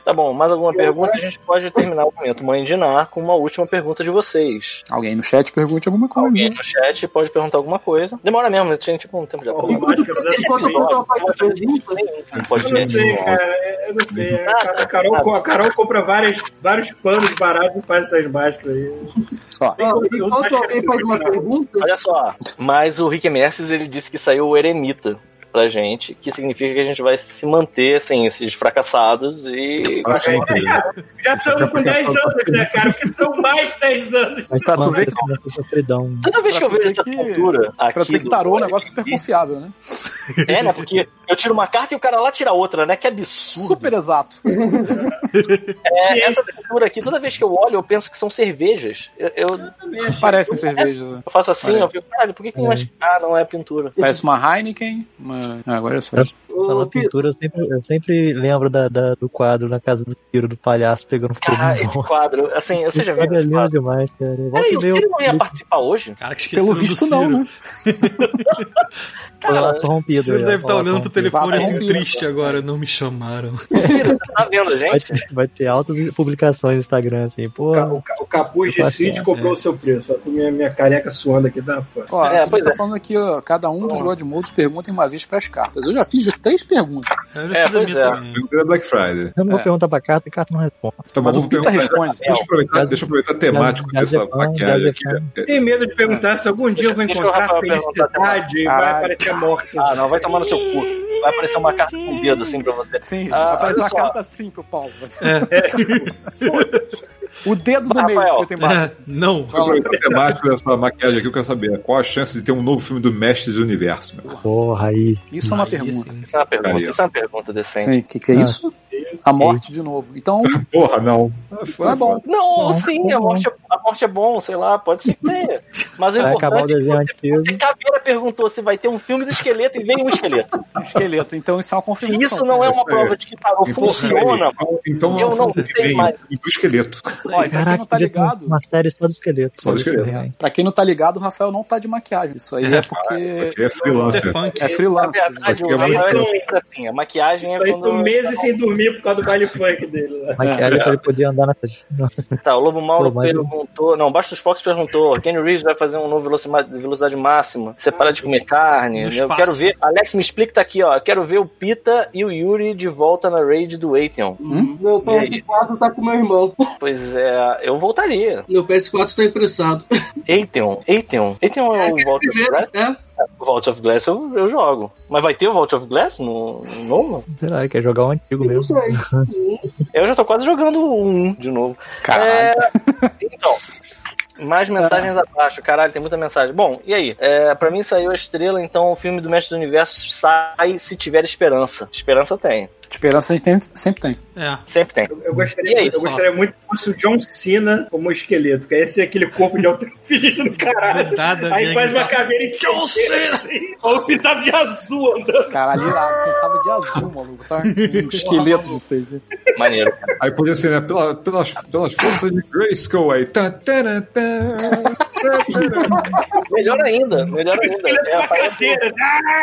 S4: Tá bom, mais alguma pergunta? A gente pode terminar o momento mandinar com uma última pergunta de vocês.
S8: Alguém no chat pergunte alguma
S3: Uhum.
S8: coisa. né?
S4: Alguém no chat pode perguntar alguma coisa. Demora mesmo, eu tinha tipo um tempo de
S3: Ó,
S4: acordo.
S3: o Máscara da
S5: Enquanto
S3: Cidade.
S5: eu vou pra pergunta,
S4: Pode
S3: Uhum. Eu não
S4: ser.
S3: sei, cara. É, Eu não sei. A Carol, a Carol compra várias, vários panos baratos e faz essas máscaras aí.
S8: Ó.
S3: Tem
S5: ó,
S3: conteúdo,
S5: enquanto
S3: acho que
S5: alguém
S3: essa
S5: faz
S3: foi
S5: uma
S3: legal.
S5: pergunta,
S4: Olha só, mas o Rick Merces ele disse que saiu o Eremita pra gente, que significa que a gente vai se manter sem esses fracassados e.
S7: Pra sempre, né?
S3: Já estamos com 10 anos, né, cara? Porque são mais de 10 anos.
S6: Mas
S8: Pra tu
S6: mano,
S8: ver
S6: esse negócio é sofridão.
S4: Toda vez que
S8: Pra
S4: eu vejo
S8: dizer
S4: essa
S8: que-
S4: cultura aqui.
S8: Pra dizer que
S4: do-
S8: tarô é um negócio super confiável, né?
S4: É, né? Porque eu tiro uma carta e o cara lá tira outra, né? Que absurdo.
S8: Super exato.
S4: É, essa cultura aqui, toda vez que eu olho, eu penso que são cervejas. Eu, eu-
S8: Parecem cerveja.
S4: eu faço assim,
S8: Parece.
S4: eu fico, caralho, por que, que não
S6: É.
S4: é. Ah, não é pintura.
S8: Parece uma Heineken. Uma... Ah, agora eu sei.
S5: ô,
S6: Falando
S5: Pedro,
S6: pintura, eu sempre, eu sempre lembro da, da- do quadro na casa do Ciro, do palhaço pegando fogo.
S4: Ah,
S6: no
S4: esse
S6: bolso.
S4: quadro, assim, eu já
S6: Esse
S4: viu
S6: quadro é
S4: esse
S6: lindo
S4: quadro.
S6: demais, cara. Eu volto
S4: Peraí,
S6: e
S4: o
S6: meio
S4: Ciro não ia participar hoje?
S1: Cara, que esqueceu
S8: Pelo
S1: do
S8: visto,
S1: Ciro.
S8: não, né?
S6: o laço
S1: O
S6: rompido. né?
S1: Ciro
S6: eu ia
S1: deve estar
S6: falar
S1: olhando
S6: com
S8: um
S1: pro
S6: o Ciro.
S1: telefone assim,
S8: Vaza.
S1: triste agora. Não me chamaram.
S4: Ciro, você tá vendo, a
S6: Vai
S4: gente?
S6: ter, vai ter altas publicações no Instagram, assim, pô.
S3: O, ca- o ca- o capuz de Cid comprou o seu preço. Só com minha, minha careca suando aqui da fã.
S8: Ó,
S4: É,
S8: a gente
S4: pois
S8: tá
S4: é.
S8: falando aqui, ó, cada um dos Godmodes pergunta uma vez pras cartas. Eu já fiz três perguntas.
S1: Eu já
S4: É,
S1: fiz a
S4: pois
S1: minha
S4: é.
S1: também.
S7: Pergunta da Black Friday.
S6: Eu não vou
S8: É.
S6: perguntar pra carta e carta não responde.
S7: Tá bom,
S8: Mas o
S7: vamos
S8: Pita
S7: perguntar.
S8: responde.
S7: Deixa eu aproveitar,
S6: Gaze-
S7: deixa eu aproveitar temático
S6: Gaze-
S7: dessa
S6: Gaze-
S7: maquiagem aqui.
S6: Gaze-
S3: Tem medo de perguntar se algum dia eu vou
S4: Deixa o
S3: encontrar
S4: Rafael
S3: a felicidade e vai
S8: Caralho.
S3: aparecer morta.
S4: Ah, não, vai tomar no seu cu. Vai aparecer uma carta com o dedo assim pra você.
S8: Sim,
S4: Ah,
S8: aparece
S4: olha
S8: uma
S4: só.
S8: carta assim pro Paulo. É. *laughs* o dedo do
S4: Rafael.
S8: meio que tem
S1: É,
S8: embaixo.
S1: não.
S7: Deixa eu aproveitar temático dessa maquiagem aqui, eu quero saber qual a chance de ter um novo filme do Mestres do Universo. meu?
S6: Porra, aí.
S8: Isso é uma
S1: Aí,
S8: pergunta.
S1: assim,
S4: Isso é uma pergunta,
S7: Aí, ó.
S4: isso é uma pergunta decente.
S8: Sim, o que, que é
S6: Ah.
S8: isso? A morte de novo. Então,
S7: Porra, não.
S8: tá bom.
S4: Não,
S6: Não,
S4: sim,
S6: tá
S4: a
S6: bom.
S4: morte, é, a morte é bom, sei lá, pode ser que tenha. Mas o
S6: Vai acabar o
S4: importante é
S6: desenho antigo.
S4: que Caveira perguntou se vai ter um filme do esqueleto e veio um
S6: *laughs*
S4: esqueleto.
S8: *laughs* Esqueleto. Então isso é uma
S4: Se
S8: confirmação.
S4: isso não é uma prova de que parou,
S7: Então,
S4: funciona.
S7: peraí, então
S4: Eu não
S7: foi
S4: sei
S7: bem,
S4: mais.
S7: e do esqueleto.
S8: Ó, e pra quem não tá
S6: podia ter
S8: ligado,
S6: Uma série só do esqueleto.
S7: Só do esqueleto.
S6: Desenho.
S8: pra quem não tá ligado, o Rafael não tá de maquiagem. Isso aí é
S4: Ah,
S8: porque
S7: Aqui é
S1: Você é
S7: freelancer.
S1: funk.
S8: é
S4: Na
S8: freelancer.
S4: verdade,
S7: Porque
S4: o
S7: vai
S4: Rafael
S3: ser-
S4: é sempre assim, a maquiagem é
S3: Isso aí são
S4: quando...
S3: meses sem dormir por causa do baile funk dele né? lá.
S6: Maquiagem pra ele poder andar na *laughs* na-
S4: Tá, o Lobo Mauro
S6: Pô, mas-
S4: perguntou... Não, Bastos Fox perguntou, Kenny Reeves vai fazer um novo velocima- velocidade máxima, você para de comer carne, né?
S1: No
S4: eu
S1: espaço.
S4: quero ver... Alex, me explica, tá aqui, ó, quero ver o Pita e o Yuri de volta na raid do Atheon.
S5: Meu PS4 tá com meu irmão.
S4: Pois é, eu voltaria.
S9: Meu PS4 tá emprestado.
S4: Atheon, Atheon. Atheon é o
S5: *laughs*
S4: Vault of
S9: Primeiro,
S4: Glass?
S9: é.
S4: O Vault of Glass eu, eu jogo. Mas vai ter o Vault of Glass no no novo?
S6: Será que é jogar um antigo
S5: Não
S6: mesmo?
S5: sei.
S4: Eu já tô quase jogando um de novo.
S8: Caralho.
S4: É, então. Mais mensagens abaixo, caralho, tem muita mensagem. Bom, e aí? É, pra mim saiu a estrela, então o filme do Mestre do Universo sai se tiver esperança. Esperança tem,
S8: Esperança a gente tem- sempre tem.
S1: É.
S4: sempre tem.
S3: Eu
S4: E
S3: gostaria,
S4: aí,
S3: eu gostaria muito que fosse o John Cena como esqueleto, porque esse é aquele corpo de alterofilista do caralho.
S1: Do nada,
S3: Aí
S1: vem
S3: faz
S1: aqui,
S3: uma
S1: tá.
S3: caveira em John Cena, assim, ou pintado de azul andando.
S8: Caralho, irado. Pintava de azul, maluco. Tá *laughs* um esqueleto de seis. né?
S4: Maneiro.
S7: Aí podia ser, né? Pela, pelas, pelas forças de Grayskull aí. Tan, tan, tan, tan.
S4: *laughs* Melhor ainda, melhor ainda. É, aparece, o-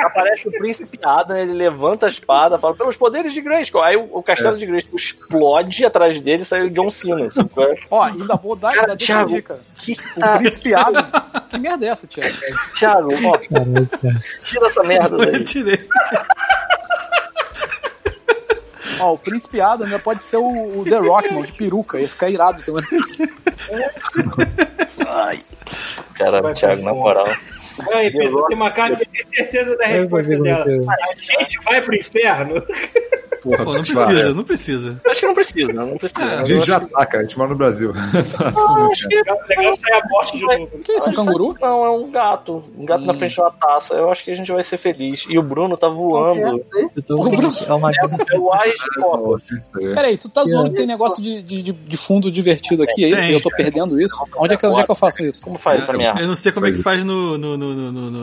S4: aparece o príncipe Adam, ele levanta a espada, fala pelos poderes de Grayskull. Aí o, o castelo de Grayskull explode atrás dele e sai o John Cena. sabe qual é?
S8: Ó, ainda vou dar,
S4: Cara,
S8: ainda deixa uma
S4: Thiago.
S8: dica.
S4: Que
S8: O
S4: tá,
S8: príncipe Adam. Que merda é essa, Thiago?
S4: Thiago, ó,
S6: Caralho, cara.
S4: tira essa merda
S1: Eu *laughs*
S4: daí.
S1: tirei.
S8: Ó, o príncipe Adam ainda pode ser o, o The Rock, mano, de peruca. Ia ficar irado também. *laughs*
S4: Cara, Thiago, na moral.
S3: Aí,
S1: É,
S3: Pedro, tem uma cara que eu tenho certeza da
S6: Eu vou
S3: resposta
S6: ver como é
S3: dela.
S6: que eu-
S3: A gente vai pro inferno.
S7: Porra,
S1: Pô, não
S7: Tubarão.
S1: precisa, não precisa.
S4: Acho que não precisa, não precisa.
S7: A gente já tá, cara. A gente mora no Brasil. Tá tudo bem, cara.
S3: é
S4: é um
S3: legal sair a morte de novo.
S8: Que isso, um canguru?
S4: Não, é um gato. Um gato
S1: Hum.
S4: na frente de uma taça. Eu acho que a gente vai ser feliz. E o Bruno tá voando.
S6: Eu tô- É uma
S4: É o Aiscop.
S7: Isso aí.
S8: Peraí, tu tá zoando que tem negócio de, de, de- de fundo divertido aqui, é isso?
S1: Tem,
S8: E eu tô perdendo isso? Onde é que, onde é que eu faço isso?
S4: Como faz essa merda?
S1: Eu não sei como é que faz no, no, no, no, no- no-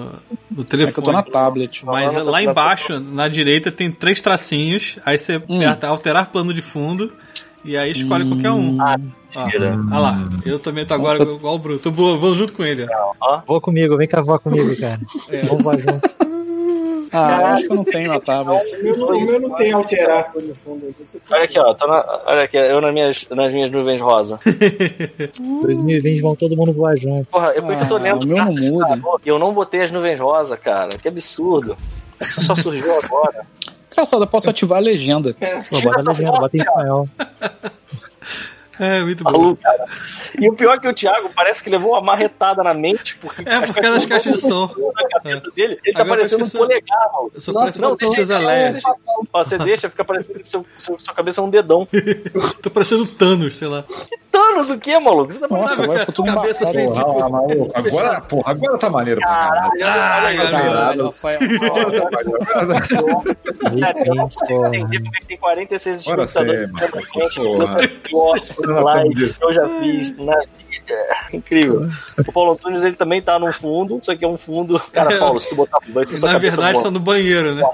S1: no
S8: É que eu tô na
S1: telefone.
S8: tablet.
S1: Mas
S4: Não, não
S1: lá
S4: tá-
S1: embaixo, na direita, tem três tracinhos. Aí você
S8: Hum.
S1: aperta alterar plano de fundo. E aí escolhe qualquer um.
S4: Ah,
S1: Ó,
S4: mentira.
S1: ah lá, eu também tô agora igual o Bruno. Tô boa, vamos junto com ele. ó.
S6: Vou comigo, vem cá, vó comigo, cara.
S1: É.
S6: Vamos voar junto.
S8: Ah, eu acho que eu não tenho na tablet.
S3: O meu, o meu não tem alterar É. no fundo.
S4: Olha aqui, ó. Tá na- olha aqui, eu nas minhas, nas minhas nuvens rosa.
S6: 2020 vão todo mundo voar junto.
S4: Porra, eu porque eu tô
S8: Ah,
S4: lendo.
S8: o meu não
S4: cartas de
S8: muda.
S4: tarô, E eu não botei as nuvens rosa, cara. Que absurdo. Isso só surgiu
S1: *laughs*
S4: agora.
S8: Engraçado, eu posso ativar a legenda.
S6: Pô, bota a legenda, bota em espanhol. *laughs*
S1: É, muito bom.
S4: Maluco, cara. E o pior é que o Thiago parece que levou uma marretada na mente. Porque
S1: É, por causa das caixas de som.
S4: na cabeça dele, ele tá
S1: Agora
S4: parecendo um
S1: parece que eu sou-
S4: polegar, mano.
S1: Eu só parecendo um uma princesa
S4: deixa,
S1: Leia.
S4: deixa, Ó, você deixa, fica parecendo que seu, seu- sua cabeça é um dedão.
S1: Tô parecendo Thanos, sei lá.
S4: Thanos, o que, maluco? Você tá parecendo-
S8: Nossa, agora ficou tudo
S1: Cabeça assim, tipo,
S8: embaçado.
S1: sem-
S7: Porra, lá, maluco. Agora, porra, agora tá maneiro pra caralho.
S2: Tá
S1: Ah,
S8: Caralho, Rafael.
S7: Agora tá maneiro. Agora tá-
S4: Cara, eu não consigo
S6: Porra.
S4: entender como é que tem 46
S7: Ora
S4: espectadores
S7: sim,
S4: ficando
S7: mano.
S4: quente,
S7: Porra.
S4: é a pior live que eu já fiz na vida. É Incrível. O Paulo Antunes, ele também tá num fundo, só que é um fundo... Cara, Paulo, se tu botar... Vai ser sua
S1: Na
S4: cabeça
S1: verdade,
S4: voando.
S1: tá no banheiro, né?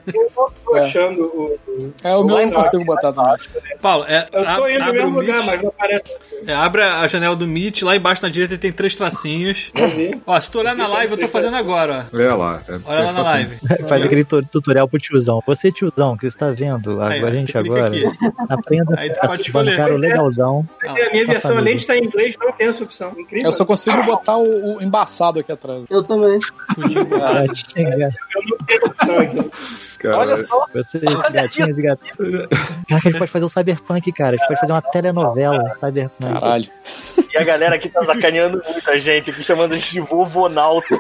S3: Tô achando o. o-
S8: É, o meu eu não consigo botar também.
S1: Paulo, é,
S3: Eu tô
S1: ab-
S3: indo no
S1: abre, o
S3: mesmo lugar,
S1: Meet,
S3: mas não aparece.
S1: é, abre a janela do Meet, lá embaixo na direita tem três tracinhos.
S3: Eu vi.
S1: Ó, se tu olhar na live, eu tô fazendo agora,
S7: Olha lá. é-
S1: ó. Olha lá na
S7: assim.
S1: live.
S6: Faz aquele tu- tutorial pro tiozão. Você, tiozão, que está vendo
S1: Aí, ó,
S6: agora, a gente
S1: clica
S6: agora,
S1: aqui.
S6: aprenda
S1: Aí tu
S6: a
S1: pode
S6: se bancar
S1: escolher.
S6: o legalzão.
S3: Mas a minha
S6: tá
S3: versão, além
S6: sabendo.
S3: de estar em inglês, não tem essa opção. Incrível.
S8: Eu só consigo botar o, o embaçado aqui atrás.
S5: Eu também.
S1: Ah.
S6: pra te xingar.
S3: Eu não tenho essa opção
S8: *laughs*
S3: aqui.
S7: Cara,
S4: Olha só,
S6: Vocês, gatinhas e gatinhos. Cara, que a gente pode fazer um cyberpunk, cara. A gente pode fazer uma telenovela cyberpunk.
S8: Caralho.
S4: E a galera aqui tá sacaneando muito a gente, aqui chamando a gente de vovonauta.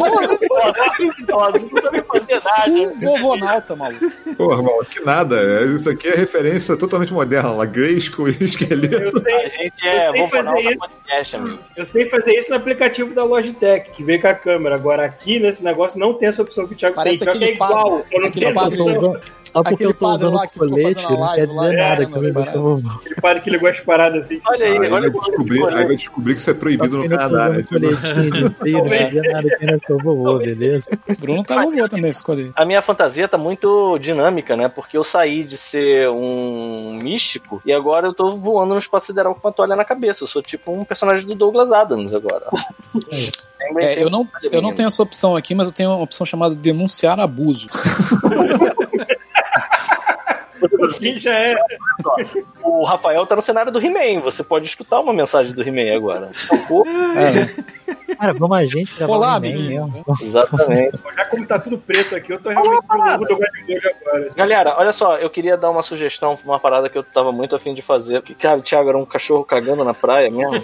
S4: Nossa, *laughs* não sabe fazer nada.
S8: Vovonauta, maluco.
S7: porra, mano, que nada. é, Isso aqui é referência totalmente moderna lá. Grayskull *laughs* e
S3: Eu
S7: esqueleto.
S4: A
S3: sei,
S4: gente
S3: Eu
S4: é
S3: sei fazer
S4: vovonauta
S3: isso.
S4: podcast, amigo.
S3: eu sei fazer isso no aplicativo da Logitech, que veio com a câmera. Agora, aqui nesse negócio, não tem essa opção que o Thiago
S8: Parece
S3: tem. Pior que é
S8: aquele
S3: igual.
S8: padre.
S3: Eu não
S8: Aquele
S3: tenho essa
S6: Só porque eu tô
S8: padre.
S3: opção.
S6: usando- Só porque
S8: Aquele
S6: eu tô
S8: padre
S6: usando
S8: lá que ficou
S6: colete,
S8: fazendo a
S6: não
S8: live
S6: quer
S8: lá,
S6: dizer nada.
S8: né,
S6: que eu-
S8: mano?
S6: eu vou-
S3: Aquele padre que ligou as paradas assim.
S4: Olha aí,
S7: Aí vai,
S4: olha como
S7: Ah, descobrir,
S4: ficou, né?
S7: aí vai descobrir que isso é proibido no
S6: Só porque eu tô
S7: Canadá, né?
S6: usando coletinho de inteiro, não quer dizer nada, quem não ficou vovô, beleza?
S8: Bruno tá robô também, escolhi.
S4: A minha fantasia tá muito dinâmica, né? Porque eu saí de ser um místico e agora eu tô voando no espaço sideral com uma toalha na cabeça. Eu sou tipo um personagem do Douglas Adams *laughs* agora.
S8: É, eu não, eu não tenho essa opção aqui, mas eu tenho uma opção chamada denunciar abuso.
S3: Assim já é.
S4: O Rafael tá no cenário do He-Man. Você pode escutar uma mensagem do He-Man agora. um Socorro. *laughs*
S8: É.
S6: Cara, vamos a gente gravar
S8: Olá,
S6: um e-mail
S8: amiguinho.
S6: mesmo.
S4: Exatamente.
S3: Já como tá tudo preto aqui, eu tô realmente no mundo do guarda agora. assim.
S4: Galera, olha só, eu queria dar uma sugestão pra uma parada que eu tava muito afim de fazer. Porque, cara, o Thiago era um cachorro cagando na praia mesmo.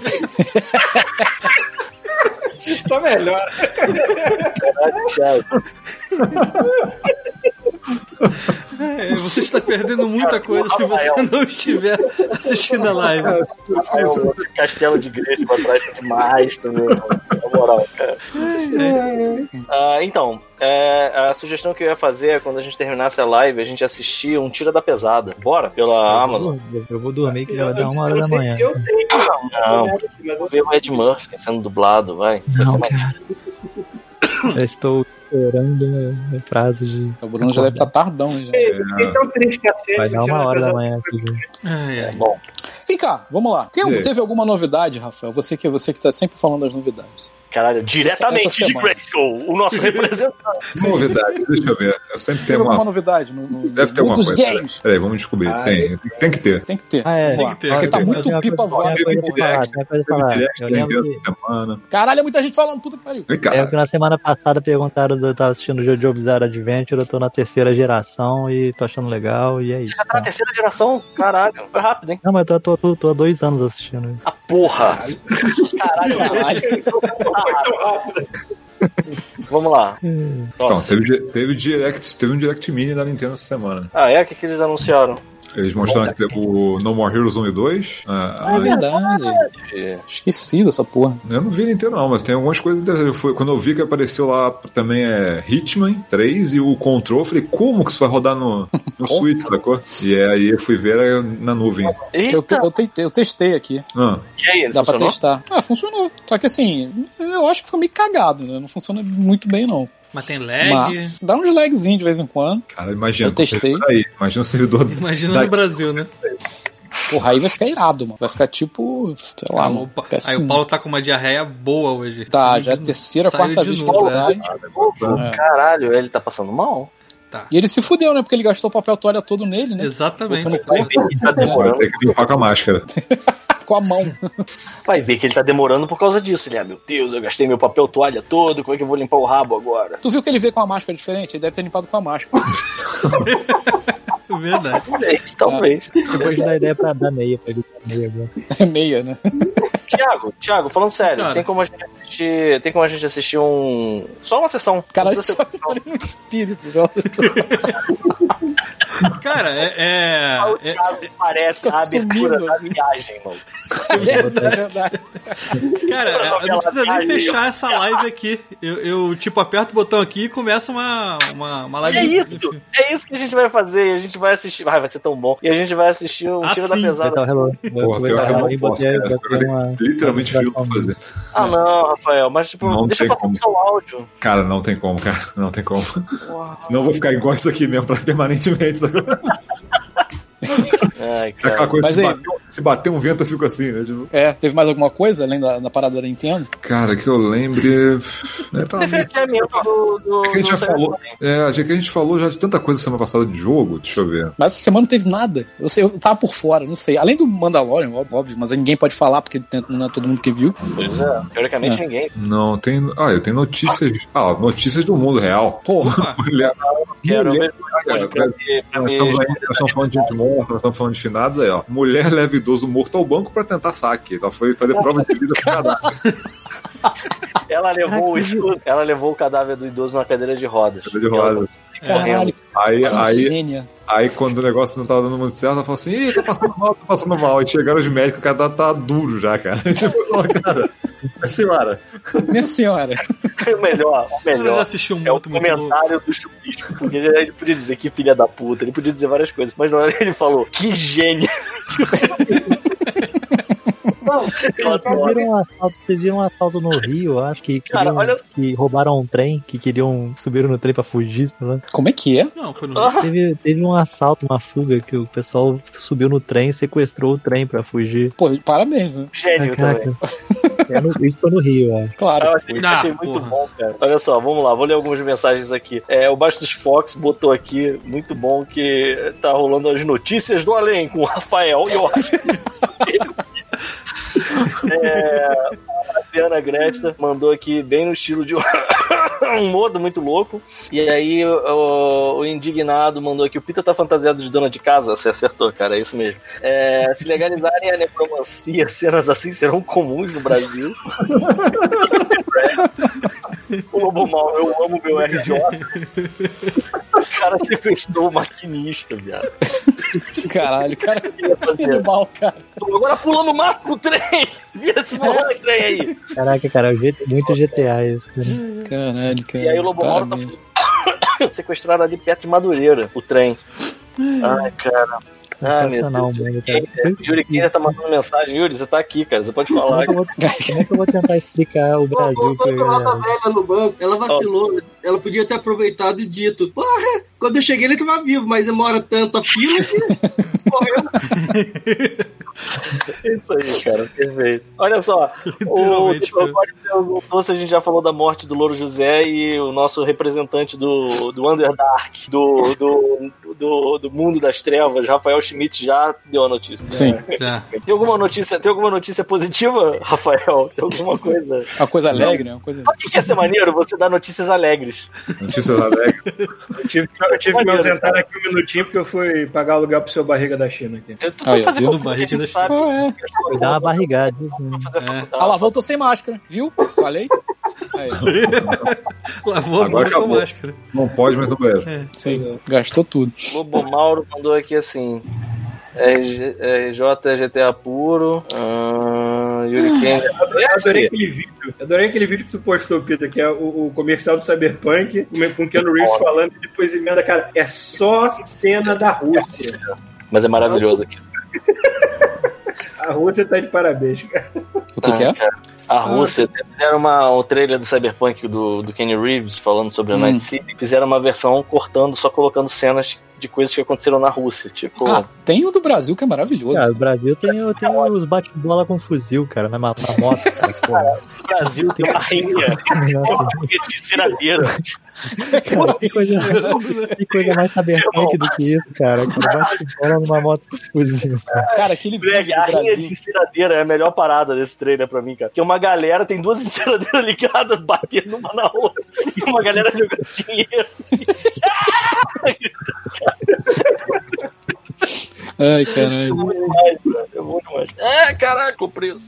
S3: Só melhor. assim,
S4: Caralho, Thiago.
S1: É, você está perdendo muita coisa se você não estiver assistindo a live.
S4: Rafael, esse castelo de igreja pra trás tá demais também. Na moral, cara. Ah, então, é, a sugestão que eu ia fazer é quando a gente terminasse a live, a gente assistir um Tira da Pesada. Bora?
S7: Tá,
S6: Uhum.
S4: Pela Amazon.
S6: Eu vou dormir que
S3: Assim,
S6: vai
S3: eu
S6: dar
S3: não-
S6: uma hora
S3: eu
S6: da
S3: não sei
S8: é
S6: manhã.
S3: se eu tenho essa
S4: Não.
S3: merda aqui, mas eu-
S4: Vou ver o Ed Murphy sendo dublado, vai. Vai ser
S7: é
S6: Não,
S4: mais-
S6: cara. Eu estou esperando o prazo de.
S8: O Bruno já deve estar tardão hein, já.
S3: Eu fiquei tão triste que a série
S6: Vai dar
S3: tinha
S6: uma hora da
S3: atrasado.
S6: manhã aqui. gente.
S1: Ai, ai.
S4: Bom,
S8: Vem cá, vamos lá. Tem algum-
S7: E aí?
S8: teve alguma novidade, Rafael? Você que, você que tá sempre falando as novidades.
S4: caralho,
S8: Essa-
S4: diretamente
S8: essa
S4: de
S8: semana.
S4: Grayskull, o nosso representante.
S7: é, Novidade, deixa eu ver. Eu sempre
S8: Tem
S7: tenho
S8: alguma
S7: uma.
S8: novidade no, no-
S7: Deve
S8: no
S7: ter alguma
S8: mundo
S7: coisa.
S8: dos
S7: né? Peraí,
S8: games?
S7: peraí, vamos descobrir. Tem, tem que ter.
S8: Tem que ter.
S6: Ah, é.
S8: Vamos lá.
S1: Tem que ter,
S6: Olha,
S7: tem que
S8: Tá
S7: ter.
S8: muito
S6: tem uma
S8: pipa
S6: coisa-
S8: voada
S6: tem
S8: essa
S6: uma
S7: Teve
S6: coisa
S8: porra.
S6: pra falar,
S7: direct,
S6: tem uma coisa pra
S7: teve
S6: falar.
S7: direct
S6: Eu
S7: tem
S6: lembro
S7: dentro
S6: que-
S7: da semana.
S8: Caralho, é muita gente falando, puta que pariu.
S7: Vem cá.
S6: É o que na semana passada perguntaram do- eu tava assistindo o Jojo Bizarre Adventure, eu tô na terceira geração e tô achando legal, e é isso.
S4: Você já tá na
S6: cara.
S4: terceira geração? Caralho, foi rápido, hein?
S6: Não, mas eu tô, tô, tô há dois anos
S4: Ah.
S6: assistindo.
S8: é
S4: A porra! Caralho,
S8: Caralho.
S4: Vamos lá.
S7: Então, teve, di- teve, direct, teve um direct mini da Nintendo essa semana.
S4: Ah, é? O que, que eles anunciaram?
S7: Eles mostraram que teve o No More Heroes 1 e 2. Ah,
S2: É verdade. Esqueci dessa porra.
S7: Eu não vi inteiro não, mas tem algumas coisas interessantes. Eu fui- quando eu vi que apareceu lá também é Hitman 3 e o Control, eu falei, como que isso vai rodar no,
S2: *laughs*
S7: no Switch, sacou? E é, aí eu fui ver era na nuvem.
S2: Eu, te- eu tentei- eu testei aqui.
S7: Ah,
S4: E aí, ele
S2: Dá pra
S4: funcionou?
S2: testar. Ah, funcionou. Só que assim, eu acho que ficou meio cagado, né? Não funciona muito bem, não.
S1: Mas tem lag.
S2: Mas dá uns lagzinhos de vez em quando.
S7: cara, imagina.
S2: Eu testei.
S7: o servidor Aí, imagina o servidor.
S1: Imagina
S7: da-
S1: no Brasil, né?
S2: Porra, aí vai ficar irado, mano. Vai ficar tipo, sei lá,
S1: Ah, o
S2: mano.
S1: Pa-
S2: Parece
S1: Aí o
S2: um-
S1: Paulo tá com uma diarreia boa hoje.
S2: Tá,
S1: Saiu
S2: já é a
S1: de-
S2: terceira,
S1: saiu
S2: quarta
S1: de
S2: vez que
S1: novo,
S2: ele
S1: né?
S2: sai. É.
S4: Caralho, ele tá passando mal?
S2: E ele se fudeu, né? Porque ele gastou o papel toalha todo nele, né?
S1: Exatamente.
S2: Botou no
S4: Vai
S2: corpo
S4: ver que ele tá
S7: Vai
S4: demorando.
S7: ter que limpar com a máscara.
S2: com a mão.
S4: Vai ver que ele tá demorando por causa disso. Ele, ah, meu Deus, eu gastei meu papel toalha todo, como é que eu vou limpar o rabo agora?
S2: Tu viu que ele veio com uma máscara diferente? Ele deve ter limpado com a máscara. *laughs*
S1: Verdade.
S4: Talvez, *laughs* talvez.
S6: Depois da ideia pra dar meia pra ele dar meia agora.
S2: É meia, né?
S4: Tiago, Tiago, falando sério,
S1: Senhora.
S4: tem como a gente assistir. Tem como a gente assistir um. Só uma sessão.
S2: Caralho,
S4: Não precisa
S2: só
S4: ser-
S7: *laughs*
S2: que parece um espírito. só. *laughs*
S1: Cara, é.
S4: Ah, o
S1: é- é-
S4: Thiago parece
S2: Fica
S4: a abertura
S2: sumindo,
S4: da
S2: assim.
S4: viagem,
S1: *laughs*
S4: mano.
S2: É verdade.
S1: cara, é, eu não precisa nem
S4: Ai, meu.
S1: fechar essa live aqui. Eu, eu, tipo, aperto o botão aqui e começa uma, uma, uma live.
S4: É isso! É isso que a gente vai fazer. E a gente vai assistir. Ai, vai ser tão bom. E a gente vai assistir um
S1: Ah,
S4: Tiro da
S1: sim.
S6: Vai
S4: Pesada.
S6: dar o hello.
S7: Porra,
S6: Vai
S7: pior
S6: dar
S7: que eu
S6: hello
S7: não
S6: e
S7: posso,
S6: botei-
S7: um cara.
S6: botei uma-
S7: Literalmente frio pra fazer.
S4: Ah, não, Rafael, mas tipo,
S7: Não
S4: deixa eu
S7: tem
S4: passar
S7: como.
S4: o seu áudio.
S7: Cara, não tem como, cara. Não tem como. Senão eu vou ficar igual isso aqui mesmo pra *laughs* permanentemente. sacou? *laughs*
S4: Ai,
S7: Aquela
S4: cara.
S7: coisa,
S2: É, Mas
S7: se,
S2: aí-
S7: bater, se bater um vento, eu fico assim, né? Tipo,
S2: É, teve mais alguma coisa além da, da parada da Nintendo?
S7: cara, que eu lembre. né, tá-
S4: Teve adiamento do. do
S7: que a gente já
S4: do-
S7: falou. É, a gente- que a gente falou já de tanta coisa semana passada de jogo, deixa eu ver.
S2: Mas essa semana não teve nada. Eu, sei, eu tava por fora, não sei. Além do Mandalorian, ó- óbvio, mas aí ninguém pode falar porque tem- não é todo mundo que viu.
S4: Pois é, teoricamente ninguém.
S7: Não, tem. Ah, eu tenho notícias. Ah, notícias do mundo real.
S2: Porra,
S7: *laughs* Mulher,
S4: Quero
S7: mulher,
S4: mesmo hoje pra
S7: cara,
S4: ver. pra
S7: É. nós
S4: ver-
S7: estamos, aí, nós estamos falando de gente morta, nós estamos falando de finados aí, ó. Mulher leva idoso morto ao banco pra tentar saque. Ela foi fazer prova de vida pro cadastro.
S4: Ela levou, o escudo- ela levou o cadáver do idoso na cadeira de rodas.
S7: né, de rosa.
S1: É,
S2: caralho,
S7: Aí, aí,
S2: gênia.
S7: Aí quando o negócio não tava dando muito certo, ela falou assim, ih, tô passando mal, tô passando mal. E chegaram os médicos, o cara tá, tá duro já, cara. Tipo, ó, cara, é senhora.
S2: Minha senhora.
S4: É O melhor, o
S1: Eu já
S4: melhor.
S1: assisti um
S4: É o
S1: outro muito louco.
S4: comentário do chupisco, porque ele, ele podia dizer que filha da puta, ele podia dizer várias coisas, mas na hora ele falou,
S1: *laughs*
S4: que gênio!
S5: Não,
S4: Eu
S6: Vocês
S4: adoro.
S6: viram, um assalto, vocês viram um assalto no Rio, eu acho que,
S4: Cara,
S6: queriam-
S4: olha-
S6: que roubaram um trem, que queriam subiram no trem pra fugir. né? sei lá.
S2: Como é que é?
S1: Não, foi no.
S4: *laughs*
S6: Teve, teve um assalto, uma fuga, que o pessoal subiu no trem e sequestrou o trem pra fugir.
S2: Pô, parabéns, né?
S4: Gênio também.
S6: É no- isso foi no Rio, eu acho.
S2: Claro.
S4: Eu achei,
S1: Ah,
S4: achei muito
S1: porra.
S4: bom, cara. Olha só, vamos lá, vou ler algumas mensagens aqui. É, o Bastos Fox botou aqui, muito bom, que tá rolando as notícias do além com o Rafael e eu acho que. *laughs* É, a Adriana Gresta mandou aqui bem no estilo de *coughs* um um modo muito louco. E aí o, o indignado mandou aqui: o Pita tá fantasiado de dona de casa. Você acertou, cara, é isso mesmo. É, se legalizarem a necromancia, cenas assim serão comuns no Brasil. o Lobo Mal, eu amo meu RJ.
S6: *laughs*
S4: O cara sequestrou o maquinista, viado.
S2: Caralho, cara,
S4: Ia
S2: que
S4: fazer.
S2: animal, cara.
S4: Agora pulando o mato com o trem! Vira esse morro trem aí!
S6: Caraca, cara, eu vi muito GTA isso. né?
S2: Caralho, cara.
S4: E aí o Lobo Mauro tá *coughs*
S2: Parabéns.
S4: sequestraram ali perto de Madureira, o trem. Ai, cara. Ah, meu
S6: Sensacional,
S4: Deus.
S6: mano, cara.
S4: Yuri Keira tá mandando mensagem. Yuri, você tá aqui, cara. Você pode
S6: Como é
S4: falar.
S6: que eu vou, como é que eu vou tentar explicar o Brasil pra
S5: Ela
S6: ele?
S5: velha no banco, ela vacilou. Ela podia ter aproveitado e dito: Porra, quando eu cheguei ele tava vivo, mas demora tanta fila que morreu.
S4: Isso aí, cara. Perfeito. Olha só. O
S1: Literalmente, cara.
S4: Trocório perguntou se a gente já falou da morte do Louro José e o nosso representante do, do Underdark, do, do, do, do mundo das trevas, Rafael Schmidt, já deu a notícia.
S2: Sim,
S1: Já.
S4: Tem alguma notícia, tem alguma notícia positiva, Rafael? Tem alguma coisa?
S2: uma coisa alegre, né? Uma coisa...
S4: Sabe o que que ia ser maneiro? Você dar notícias alegres.
S7: Notícias alegres.
S3: Eu tive, eu tive que me
S4: Maneiro,
S3: ausentar aqui um minutinho porque eu fui pagar o lugar pro seu barriga da China aqui.
S4: Eu tô
S2: Aí, ó,
S4: fazendo
S2: viu?
S4: como a gente
S1: Barriga
S4: sabe.
S2: Ah, é.
S6: Dá uma barrigada. Assim.
S4: Fazer faculdade.
S2: Ah lá, voltou sem máscara, viu? Falei?
S1: Lavou a
S7: Agora
S1: mão com
S7: acabou.
S1: máscara.
S7: Não pode, mas não beijo.
S1: É.
S2: Sim, gastou tudo.
S10: Lobo Mauro mandou aqui assim. RG, RJ GTA puro. ah, Yuri Ken.
S2: Ah,
S3: Eu adorei aquele vídeo. Eu adorei aquele vídeo que tu postou, Peter, que é o, o comercial do Cyberpunk, com- com o Keanu Reeves falando e depois emenda, cara, é só cena da Rússia.
S4: Mas é maravilhoso aqui.
S3: A Rússia tá de parabéns, cara.
S2: O que,
S4: Ah,
S2: que é?
S4: A Rússia fizeram uma, o trailer do Cyberpunk do, do Kenny Reeves falando sobre a
S2: Hum.
S4: Night City. Fizeram uma versão cortando, só colocando cenas de coisas que aconteceram na Rússia. Tipo,
S2: Ah, tem o do Brasil que é maravilhoso.
S6: Cara, o Brasil tem, tem os bate-bola com fuzil, cara, na, ma- na moto, cara. Pô,
S4: o Brasil tem uma rainha *laughs* de ceradeira.
S6: cara, que coisa, que coisa mais cyberpunk do que isso, cara. Cara, Bate-bola numa moto com fuzil.
S4: Ah,
S2: Cara, aquele vídeo
S4: Velho,
S2: do
S4: a rainha de
S2: Brasil.
S4: enceradeira é a melhor parada desse trailer pra mim, cara. Porque uma galera tem duas *laughs* enceradeiras ligadas, batendo uma na outra, e uma galera jogando dinheiro.
S2: Ai, caralho.
S4: É Eu vou demais. É, caraca, tô preso.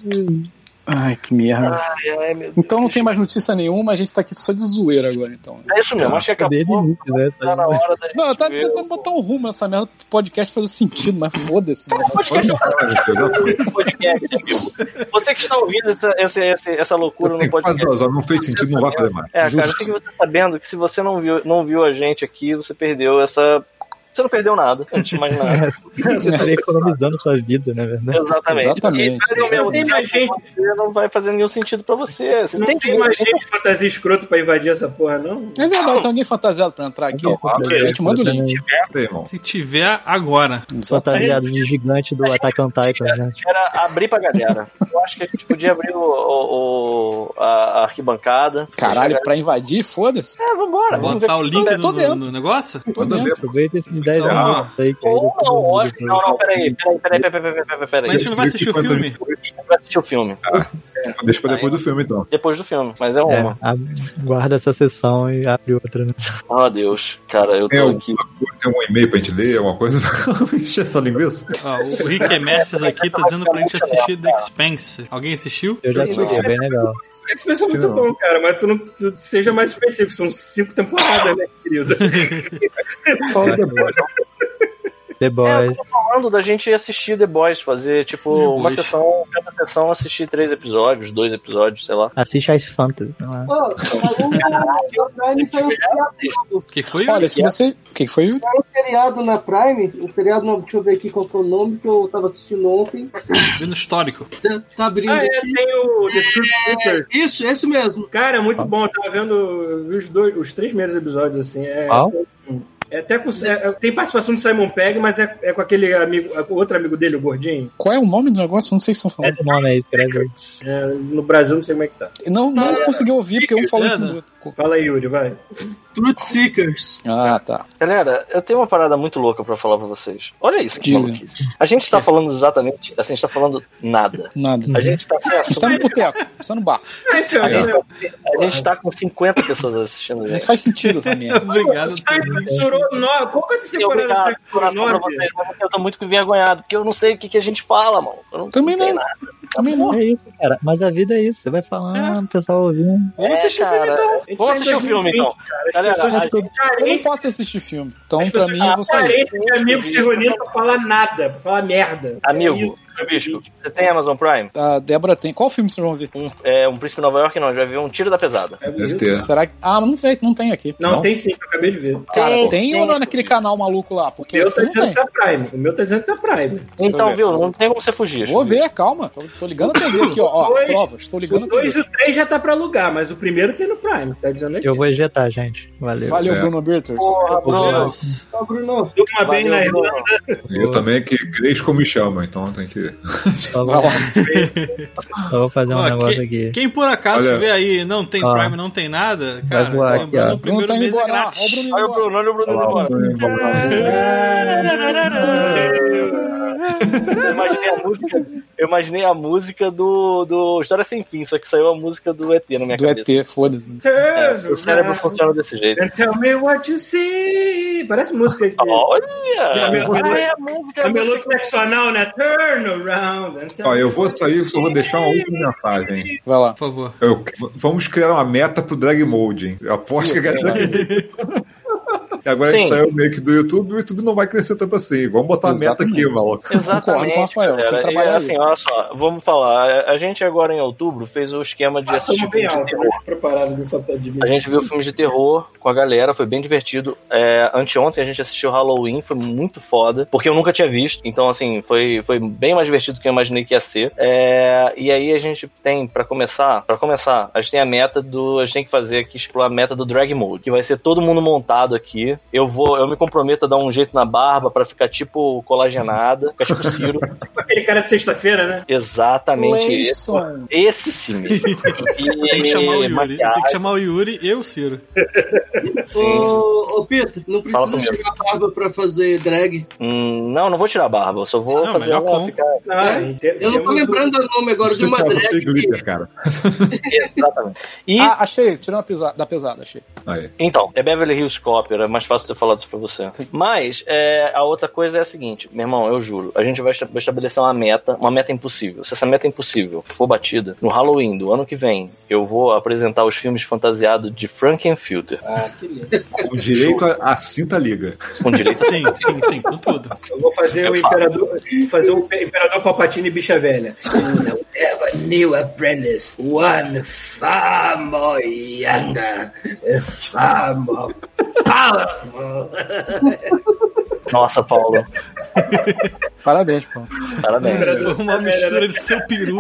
S2: Ai, que merda.
S4: Ah,
S10: Ai, ai, meu Deus.
S2: Então não tem mais notícia nenhuma, a gente tá aqui só de zoeira agora, então.
S4: É isso mesmo, acho que
S6: Desde o
S4: acabou.
S6: início, né?
S4: Tá na hora da gente
S2: Não, eu tava
S4: ver
S2: tentando botar um rumo nessa merda pro podcast fazer sentido, mas foda-se. né?
S4: o podcast, amigo. Você que está ouvindo essa, essa, essa, essa loucura no
S7: Tem quase
S4: podcast.
S7: duas horas, não fez sentido, não vai fazer mais.
S4: É, cara, fique você sabendo que se você não viu, não viu a gente aqui, você perdeu essa. Você não perdeu nada, antes de mais nada. tá
S6: Você estaria economizando sua vida, né? verdade?
S4: Exatamente.
S2: Exatamente.
S4: E, mas, ao mesmo
S3: Não tem
S4: tempo,
S3: mais gente,
S4: você não vai fazer nenhum sentido pra você. Você
S3: não
S4: tem
S3: tem,
S4: que ver
S3: mais
S4: gente.
S3: gente de fantasia escrota pra invadir essa porra, não?
S2: É verdade, tem alguém fantasiado pra entrar aqui?
S7: Então, abre
S2: a gente manda o link.
S7: Tem, irmão.
S1: Se tiver, agora.
S6: Fantasiado de gigante do Attack on Titan, né?
S4: Era abrir pra galera. Eu acho que a gente podia abrir o, o- o- a, a arquibancada.
S2: Caralho, pra invadir, foda-se.
S4: É, vambora. Vamos ver.
S1: Botar o link
S2: Não,
S1: no,
S2: tô
S1: no-
S2: dentro.
S1: no negócio?
S2: Tô
S7: Manda
S2: dentro.
S7: ver.
S6: Tipo, Aproveita esses 10
S1: Só uma-
S6: minutos aí que aí tá
S4: Ou
S6: dá pra
S4: não,
S6: ver
S4: olha,
S6: depois.
S4: não, não, peraí, peraí, peraí, peraí, peraí, peraí, peraí.
S1: Mas a gente não vai assistir
S7: tipo
S1: o filme?
S4: gente vai assistir o filme.
S7: Deixa pra depois do filme, então.
S4: Depois do filme, mas é
S6: É,
S4: uma.
S6: a- guarda essa sessão e abre outra, né?
S4: Ah, Deus, cara, eu tô
S7: Eu.
S4: aqui.
S7: Tem um e-mail pra gente ler, alguma coisa? *laughs* Encher essa linguiça?
S1: Ó, o Rick Emercias aqui tá dizendo pra gente assistir The Expanse. Alguém assistiu?
S6: Eu já
S3: Sim,
S6: assisti, é bem legal.
S3: Esse pessoal é muito
S7: Não.
S3: bom, cara, mas tu não tu seja mais específico. São cinco temporadas, né, querido?
S7: Fala depois.
S6: The
S4: É, eu
S6: Boys.
S4: tô falando da gente assistir The Boys, fazer tipo
S1: The
S4: uma
S1: Boys.
S4: sessão, cada sessão assistir três episódios, dois episódios, sei lá.
S6: Assiste as Fantasy, não é?
S5: Pô, tá saiu- na Prime saiu um seriado.
S1: Que foi?
S2: Olha, se você. O que que foi?
S5: Saiu um seriado na Prime. Um seriado, não, deixa eu ver aqui qual foi o nome que eu tava assistindo ontem.
S1: Viu no histórico.
S5: Tá abrindo.
S3: ah, é, tem o The Truth Keeper.
S5: Isso, esse mesmo.
S3: Cara, é muito bom. Eu tava vendo os, dois, os três primeiros episódios, assim. É,
S6: Qual?
S3: é até com, é- é- tem participação do Simon Pegg, mas é, é com aquele amigo, é com outro amigo dele, o gordinho.
S2: Qual é o nome do negócio? Não sei o que vocês estão falando.
S6: Qual o nome aí? né? Escreve aí.
S3: É, no Brasil, não sei como é que tá.
S2: Não, não consegui ouvir porque um falou isso no outro.
S3: Fala aí, Yuri, vai.
S5: Truth Seekers.
S2: Ah, tá.
S4: Galera, eu tenho uma parada muito louca pra falar pra vocês. Olha isso que
S2: Diga.
S4: maluquice. A gente tá falando exatamente, assim, a gente tá falando nada.
S2: Nada.
S4: A gente tá sem
S2: A gente tá
S4: assunto,
S2: no boteco, a gente tá no bar.
S3: Então,
S7: Aí,
S3: né,
S4: a gente tá com 50 pessoas assistindo a
S2: Não
S4: gente.
S2: faz sentido essa merda.
S1: Obrigado.
S3: Ah, durou nove. Qual que é a
S4: Sim, obrigado,
S3: temporada?
S4: por
S3: Durou
S4: pra
S3: nove?
S4: vocês, mas eu tô muito envergonhado, porque eu não sei o que, que a gente fala, mano. Eu não
S2: Também
S4: sei
S2: não.
S4: nada.
S2: Também não.
S6: É isso, cara. Mas a vida é isso. Você vai falando, o pessoal ouvindo.
S1: Vamos
S4: É,
S1: assistir o filme
S4: cara.
S1: então.
S3: A gente
S4: Vamos
S3: tá em
S4: assistir o filme,
S3: 2020,
S4: então.
S3: cara. As
S4: Galera,
S3: pessoas
S4: a
S3: têm
S2: Eu não
S3: carência-
S2: posso assistir filme. Então, pra mim, eu vou sair.
S3: carência de amigos se reunindo pra falar nada, pra falar merda. É
S4: Amigo, Chubisco, você tem Amazon Prime?
S2: A Débora tem. Qual filme vocês vão ver?
S4: Um, é, um Príncipe de Nova York, não, a gente vai ver um tiro da pesada.
S3: É isso.
S7: Deve ter.
S2: Será que. Ah, não tem, não tem aqui.
S3: Não, tem sim, eu acabei de ver.
S2: Cara,
S4: Tem,
S2: tem,
S4: tem,
S2: ou não é
S4: tem.
S2: naquele canal maluco lá?
S3: O
S2: Porque
S3: meu
S2: aqui
S3: tá
S2: não
S3: dizendo
S2: tem.
S3: que tá Prime. O meu tá dizendo que tá Prime.
S4: Então,
S2: ver.
S4: viu, não tem como você fugir.
S2: Vou
S4: Chubisco.
S2: ver, calma. Tô, tô ligando a TV aqui, ó. ó
S3: Dois.
S2: provas, tô
S3: O
S2: ligando a
S3: 2 e
S2: TV.
S3: o 3 já tá pra alugar, mas o primeiro tem no Prime. Tá dizendo aqui.
S6: Eu vou ejetar, gente. Valeu.
S2: Valeu,
S7: É.
S2: Bruno Birters.
S4: Porra, Bruno.
S1: Deus.
S3: Tá,
S5: Ó, Bruno.
S3: Durma bem na
S4: Valeu,
S3: Irlanda.
S4: Bruno.
S7: Eu também que Gresco me chama, então tem que.
S6: Só
S2: Vai
S6: vou,
S2: lá.
S6: só vou fazer um
S1: Ó,
S6: negócio
S1: quem,
S6: aqui.
S1: quem por acaso
S7: Olha.
S1: vê aí, não tem
S6: Ó.
S1: Prime, não tem nada, cara,
S6: voar aqui,
S1: lembrando
S6: ó.
S1: o primeiro
S2: Bruno tá indo
S1: mês é
S2: embora. lá.
S1: grátis.
S2: Ó, o Bruno
S4: Olha
S2: indo
S4: o
S2: embora.
S4: Bruno, olha o Bruno indo embora. Eu imaginei a música, eu imaginei a música do, do História Sem Fim, só que saiu a música do ET na minha
S2: Do
S4: cabeça.
S2: ET, foda-se.
S4: É, o cérebro funciona desse jeito.
S3: And né? tell me what you see. Parece música de.
S4: *laughs* Olha!
S3: É a minha-
S4: Ah, é a música.
S3: É melodia tradicional, né? Turn around until
S7: Ó, eu vou
S1: então,
S7: sair, só vou deixar uma última mensagem.
S2: Vai lá.
S1: Por favor.
S7: Eu- v- vamos criar uma meta pro Drag Mode, hein? Eu aposto que a galera. *laughs* E agora que
S4: Sim.
S7: saiu meio que do YouTube, o YouTube não vai crescer tanto assim. Vamos botar uma meta aqui, maluco.
S2: Concordo com o
S4: Exatamente.
S2: Rafael, você
S4: cara.
S2: tem que
S4: E,
S2: trabalhar
S4: assim,
S2: isso.
S4: olha só, vamos falar. A- A gente agora em outubro fez o esquema de
S3: Faça
S4: assistir um
S3: uma Ah, bem
S4: filme de
S3: alta,
S4: terror.
S3: mas preparado de fantasma de mim.
S4: A gente viu filmes de terror com a galera, foi bem divertido. É, anteontem a gente assistiu Halloween, foi muito foda, porque eu nunca tinha visto. Então, assim, foi, foi bem mais divertido do que eu imaginei que ia ser. É, e aí a gente tem, pra começar, para começar, a gente tem a meta do. A gente tem que fazer aqui, explorar a meta do Drag Mode, que vai ser todo mundo montado aqui. Eu vou, eu me comprometo a dar um jeito na barba pra ficar tipo colagenada, ficar tipo Ciro.
S3: Aquele cara de sexta-feira, né?
S4: Exatamente esse.
S2: Lenson.
S4: Esse mesmo. E
S1: Tem que chamar o Yuri.
S4: maquiagem.
S1: Tem que chamar o Yuri e o Ciro.
S11: Ô, ô Pito, não
S4: Fala
S11: precisa
S4: comigo.
S11: chegar a barba pra fazer drag.
S4: Hum, não, não vou tirar a barba, eu só vou
S1: Não,
S4: fazer
S1: melhor
S4: ela
S1: com.
S4: ficar.
S3: Ah,
S11: Eu não tô lembrando o nome agora de
S7: Você
S11: uma
S7: tá você
S11: drag. que-
S7: glitter, cara.
S4: Exatamente. E
S2: Ah, achei. Tirou uma pisa- da pesada, achei.
S7: Aí.
S4: então, é Beverly Hills Cop, era mais fácil ter falado isso pra você. Mas é, a outra coisa é a seguinte, meu irmão, eu juro, a gente vai esta- vai estabelecer uma meta, uma meta impossível. Se essa meta é impossível for batida, no Halloween do ano que vem, eu vou apresentar os filmes fantasiados de Frankenfilter,
S7: Com direito a, a cinta liga.
S4: com
S3: *laughs*
S4: direito
S1: Sim, sim, sim, com tudo.
S3: Eu vou fazer o imperador, fazer o imperador Palpatine e bicha velha. Soon I have a new apprentice, one far more younger, far more powerful.
S4: a...
S7: *laughs*
S4: Nossa, Paulo,
S2: Parabéns, pô.
S4: parabéns.
S1: Foi uma mistura de seu peru.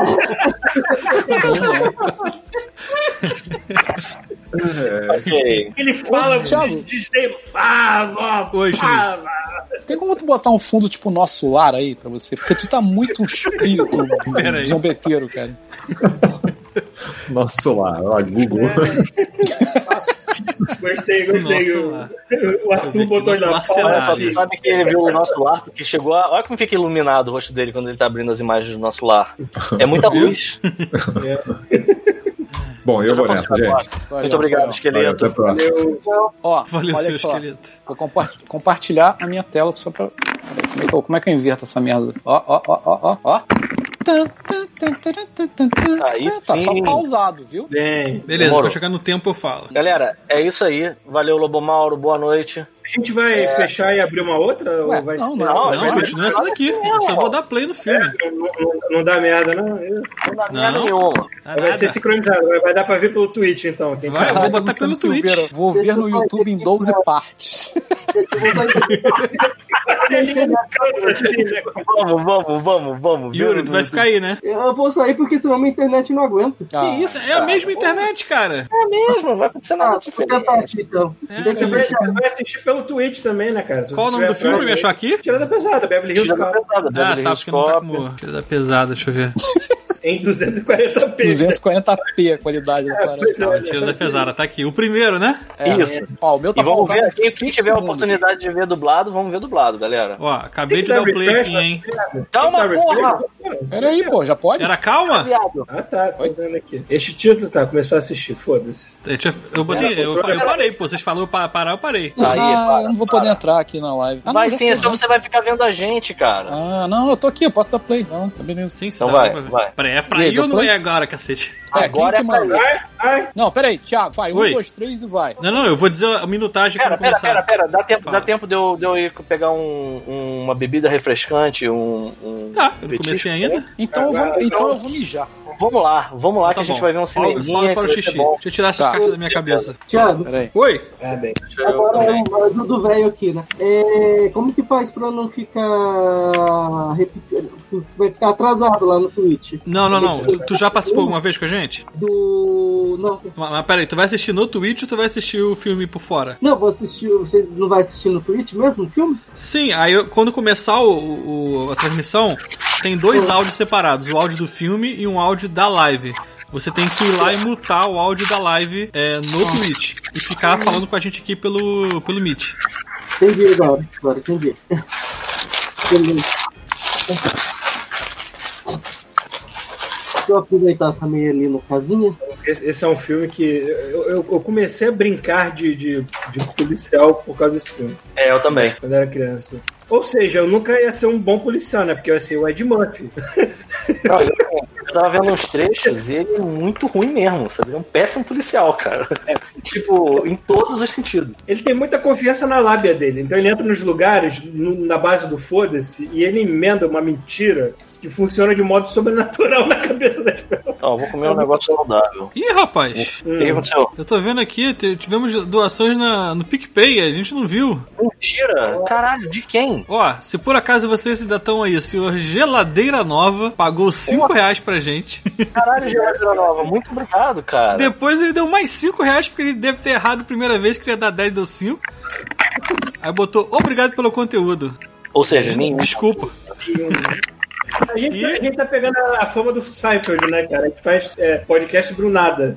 S4: Ok.
S3: Ele fala
S2: Ô, Thiago.
S3: diz tem far more
S1: Oi,
S3: *laughs*
S1: Júlio.
S3: power.
S2: Tem como tu botar um fundo tipo nosso lar aí pra você? Porque tu tá muito um espírito
S4: *laughs*
S1: Pera aí.
S2: zombeteiro, cara.
S7: Nossa lá, ó, Google.
S11: É.
S3: Gostei, gostei.
S1: Nossa,
S3: O-
S1: lá.
S3: o Arthur botou
S1: Nosso
S3: na
S1: lar
S3: fala.
S4: Olha é só,
S1: Verdade.
S4: tu então, sabe que ele viu o nosso lar, porque chegou a... Olha como fica iluminado o rosto dele quando ele tá abrindo as imagens do nosso lar. É muita luz.
S7: Bom, eu vou nessa, gente.
S4: Muito obrigado,
S7: Valeu,
S4: esqueleto.
S7: até a próxima.
S2: Ó,
S1: Valeu,
S2: olha
S1: seu
S2: só.
S1: esqueleto.
S2: Vou compa- compartilhar a minha tela só pra. Peraí, Como é que eu, como é que eu inverto essa merda? Ó, ó, ó, ó, ó, ó. Tan, tan, tan, taran, tan, tan, tan.
S4: Aí
S2: tá só
S4: sim.
S2: pausado, viu?
S3: Bem,
S1: Beleza,
S4: Demorou.
S1: quando chegar no tempo eu falo.
S4: Galera, é isso aí. Valeu, Lobo Mauro. Boa noite.
S3: a gente vai fechar e abrir uma outra?
S2: Ué,
S3: ou vai
S2: não, é
S3: ser- É,
S2: não.
S1: Não,
S4: vai-
S1: continua essa daqui. Eu só vou dar play no filme.
S3: Não, não- não dá merda, não.
S4: Não dá merda
S1: Não.
S4: nenhuma.
S1: Ah,
S3: É, Vai ser
S1: nada.
S3: sincronizado, vai, vai dar pra ver pelo Twitch então. Quem
S1: Vai,
S3: sabe?
S1: eu vou botar
S2: Tá Luciano
S1: pelo
S2: Silveira,
S1: Twitch.
S2: Vou ver
S5: Deixa
S2: no
S5: eu só
S2: YouTube em
S5: ver
S2: 12
S4: *laughs*
S2: partes.
S4: Vamos, vamos, vamos, vamos.
S1: Yuri, tu vai ficar aí, né?
S5: Eu vou sair porque senão minha internet não aguenta.
S2: Ah,
S4: isso?
S1: É
S3: Tá.
S1: a mesma internet, cara.
S4: É mesmo, vai acontecer nada
S5: Ah, vou
S2: tá-
S5: tentar
S4: diferente.
S5: aqui então.
S3: Você vai, você vai assistir pelo Twitch também, né, cara? Se
S1: Qual o
S3: você
S1: nome do
S3: tiver
S1: filme? Me
S3: atrás,
S1: achou aqui?
S3: Tira da pesada, Beverly Hills
S4: Tira da
S3: Cop
S4: pesada,
S1: Ah,
S4: Beverly
S1: tá,
S4: Hills
S1: porque não tá
S4: Cop.
S1: como. Filha da pesada, deixa eu ver.
S3: em 240p.
S2: 240p a qualidade da parada.
S3: Pois é,
S1: Filha da pesada, tá aqui. O primeiro, né?
S2: É.
S4: Isso.
S2: Ó, o meu tá
S4: E vamos
S2: pausado
S4: ver,
S2: em
S4: quem
S2: cinco
S4: tiver a
S2: segundos.
S4: oportunidade de ver dublado, vamos ver dublado, galera.
S1: Ó, acabei
S3: Tem
S1: de
S3: que
S1: dar
S3: dar
S1: o play
S3: refresh, né?
S1: aqui,
S3: mas-
S1: hein?
S4: Calma,
S3: Tem que dar
S4: porra!
S3: refresh?
S2: Pera aí, pô, já pode?
S1: Era calma?
S4: Viado.
S3: Ah, tá, tô vendo aqui. Este título tá, começar a assistir, foda-se.
S1: Deixa eu- Eu, botei, eu, eu parei, pô. Vocês falaram pa- parar, eu parei.
S4: Tá Aí,
S2: ah,
S4: para,
S2: eu não vou poder entrar aqui na live. Ah,
S4: Vai
S2: não, já
S4: sim,
S2: tô,
S4: é só
S2: né?
S4: você vai ficar vendo a gente, cara.
S2: Ah, não, eu tô aqui, eu posso dar play. Não, tá beleza.
S1: Sim, sim,
S4: Então
S1: dá
S4: vai,
S1: pra ver.
S4: vai.
S1: Peraí, é pra
S2: E aí,
S1: ir ou não
S2: depois?
S1: é agora, cacete?
S2: É,
S4: Agora
S2: quem que
S4: é pra
S2: manda?
S3: Ai, ai,
S2: Não, peraí, Thiago, vai.
S1: Oi.
S2: Um, dois, três e vai.
S1: Não, não, eu vou dizer a minutagem
S4: Pera,
S1: quando
S4: pera,
S1: começar.
S4: pera, pera, dá tempo,
S1: Fala.
S4: dá tempo de eu, de eu ir pegar um- um- uma bebida refrescante, um. um
S1: Tá, eu não
S4: petisco,
S1: comecei
S4: né?
S1: ainda.
S2: Então, eu vou, então eu vou mijar.
S4: Vamos lá, vamos lá que
S1: Tá
S4: a gente
S1: bom.
S4: vai ver um
S1: Paulo,
S4: cineminha.
S1: Paulo para o
S4: isso vai ser
S1: xixi.
S4: bom.
S1: Deixa eu tirar essas
S2: Tá.
S1: caixas da minha cabeça.
S5: Tiago,
S2: Peraí.
S1: Oi?
S3: ah, bem.
S5: agora eu eu do velho aqui, né? É, como que faz pra não ficar. repetindo? Vai ficar atrasado lá no Twitch.
S1: Não, não, não. Tu, tu já participou alguma vez com a gente?
S5: Do. Não.
S1: Mas, mas peraí, tu vai assistir no Twitch ou tu vai assistir o filme por fora?
S5: Não, vou assistir. Você não vai assistir no Twitch mesmo o filme?
S1: Sim, aí eu- quando começar o- o- a transmissão, tem dois áudios separados, o áudio do filme e um áudio da live. Você tem que ir lá e mutar o áudio da live é, no Twitch e ficar falando com a gente aqui pelo, pelo Meet.
S5: Entendi agora. Agora, entendi. Beleza. Deixa eu aproveitar também ali no casinha.
S3: Esse, esse é um filme que eu, eu- eu comecei a brincar de, de, de policial por causa desse filme,
S4: É, eu também.
S3: quando eu era criança. Ou seja, eu nunca ia ser um bom policial, né? Porque eu ia ser o Ed Murphy.
S4: Não, eu, eu tava vendo uns trechos e ele é muito ruim mesmo, sabe? Ele é um péssimo policial, cara. tipo, em todos os sentidos.
S3: Ele tem muita confiança na lábia dele, então ele entra nos lugares, no- na base do foda-se, e ele emenda uma mentira que funciona de modo sobrenatural *laughs* na cabeça das pessoas. Hum.
S4: Ó, vou comer um negócio saudável.
S1: Ih, rapaz!
S4: O que aconteceu?
S1: Eu tô vendo aqui, t- tivemos doações na, no PicPay, a gente não viu.
S4: Mentira! Caralho, de quem?
S1: Ó, se por acaso vocês ainda estão aí, o senhor Geladeira Nova pagou 5 reais pra gente.
S4: Caralho, Geladeira Nova, muito obrigado, cara.
S1: Depois ele deu mais 5 reais porque ele deve ter errado a primeira vez, queria dar 10 deu 5. Aí botou obrigado pelo conteúdo.
S4: Ou seja, nenhum.
S1: Desculpa.
S3: A gente, tá, a gente tá pegando a a fama do Seinfeld, né, cara? A gente faz é, podcast brunada.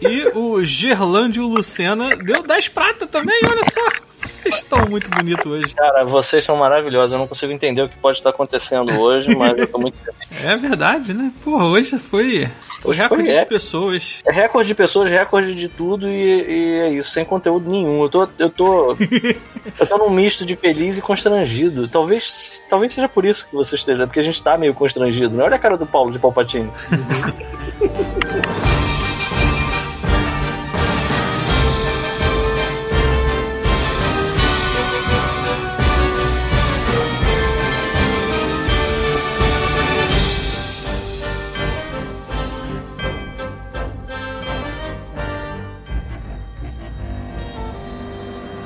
S1: E o Gerlândio Lucena deu 10 prata também, olha só. Vocês estão muito bonitos hoje.
S4: Cara, vocês são maravilhosos. Eu não consigo entender o que pode estar acontecendo hoje, mas eu tô muito feliz.
S1: É verdade, né? Porra, hoje foi o
S4: Hoje foi
S1: recorde de
S4: recorde.
S1: pessoas.
S4: É recorde de pessoas, recorde de tudo e, e é isso, sem conteúdo nenhum. Eu tô, eu tô, eu tô num misto de feliz e constrangido. Talvez, talvez seja por isso que você esteja, porque a gente tá meio constrangido. Né? Olha a cara do Paulo de Palpatine.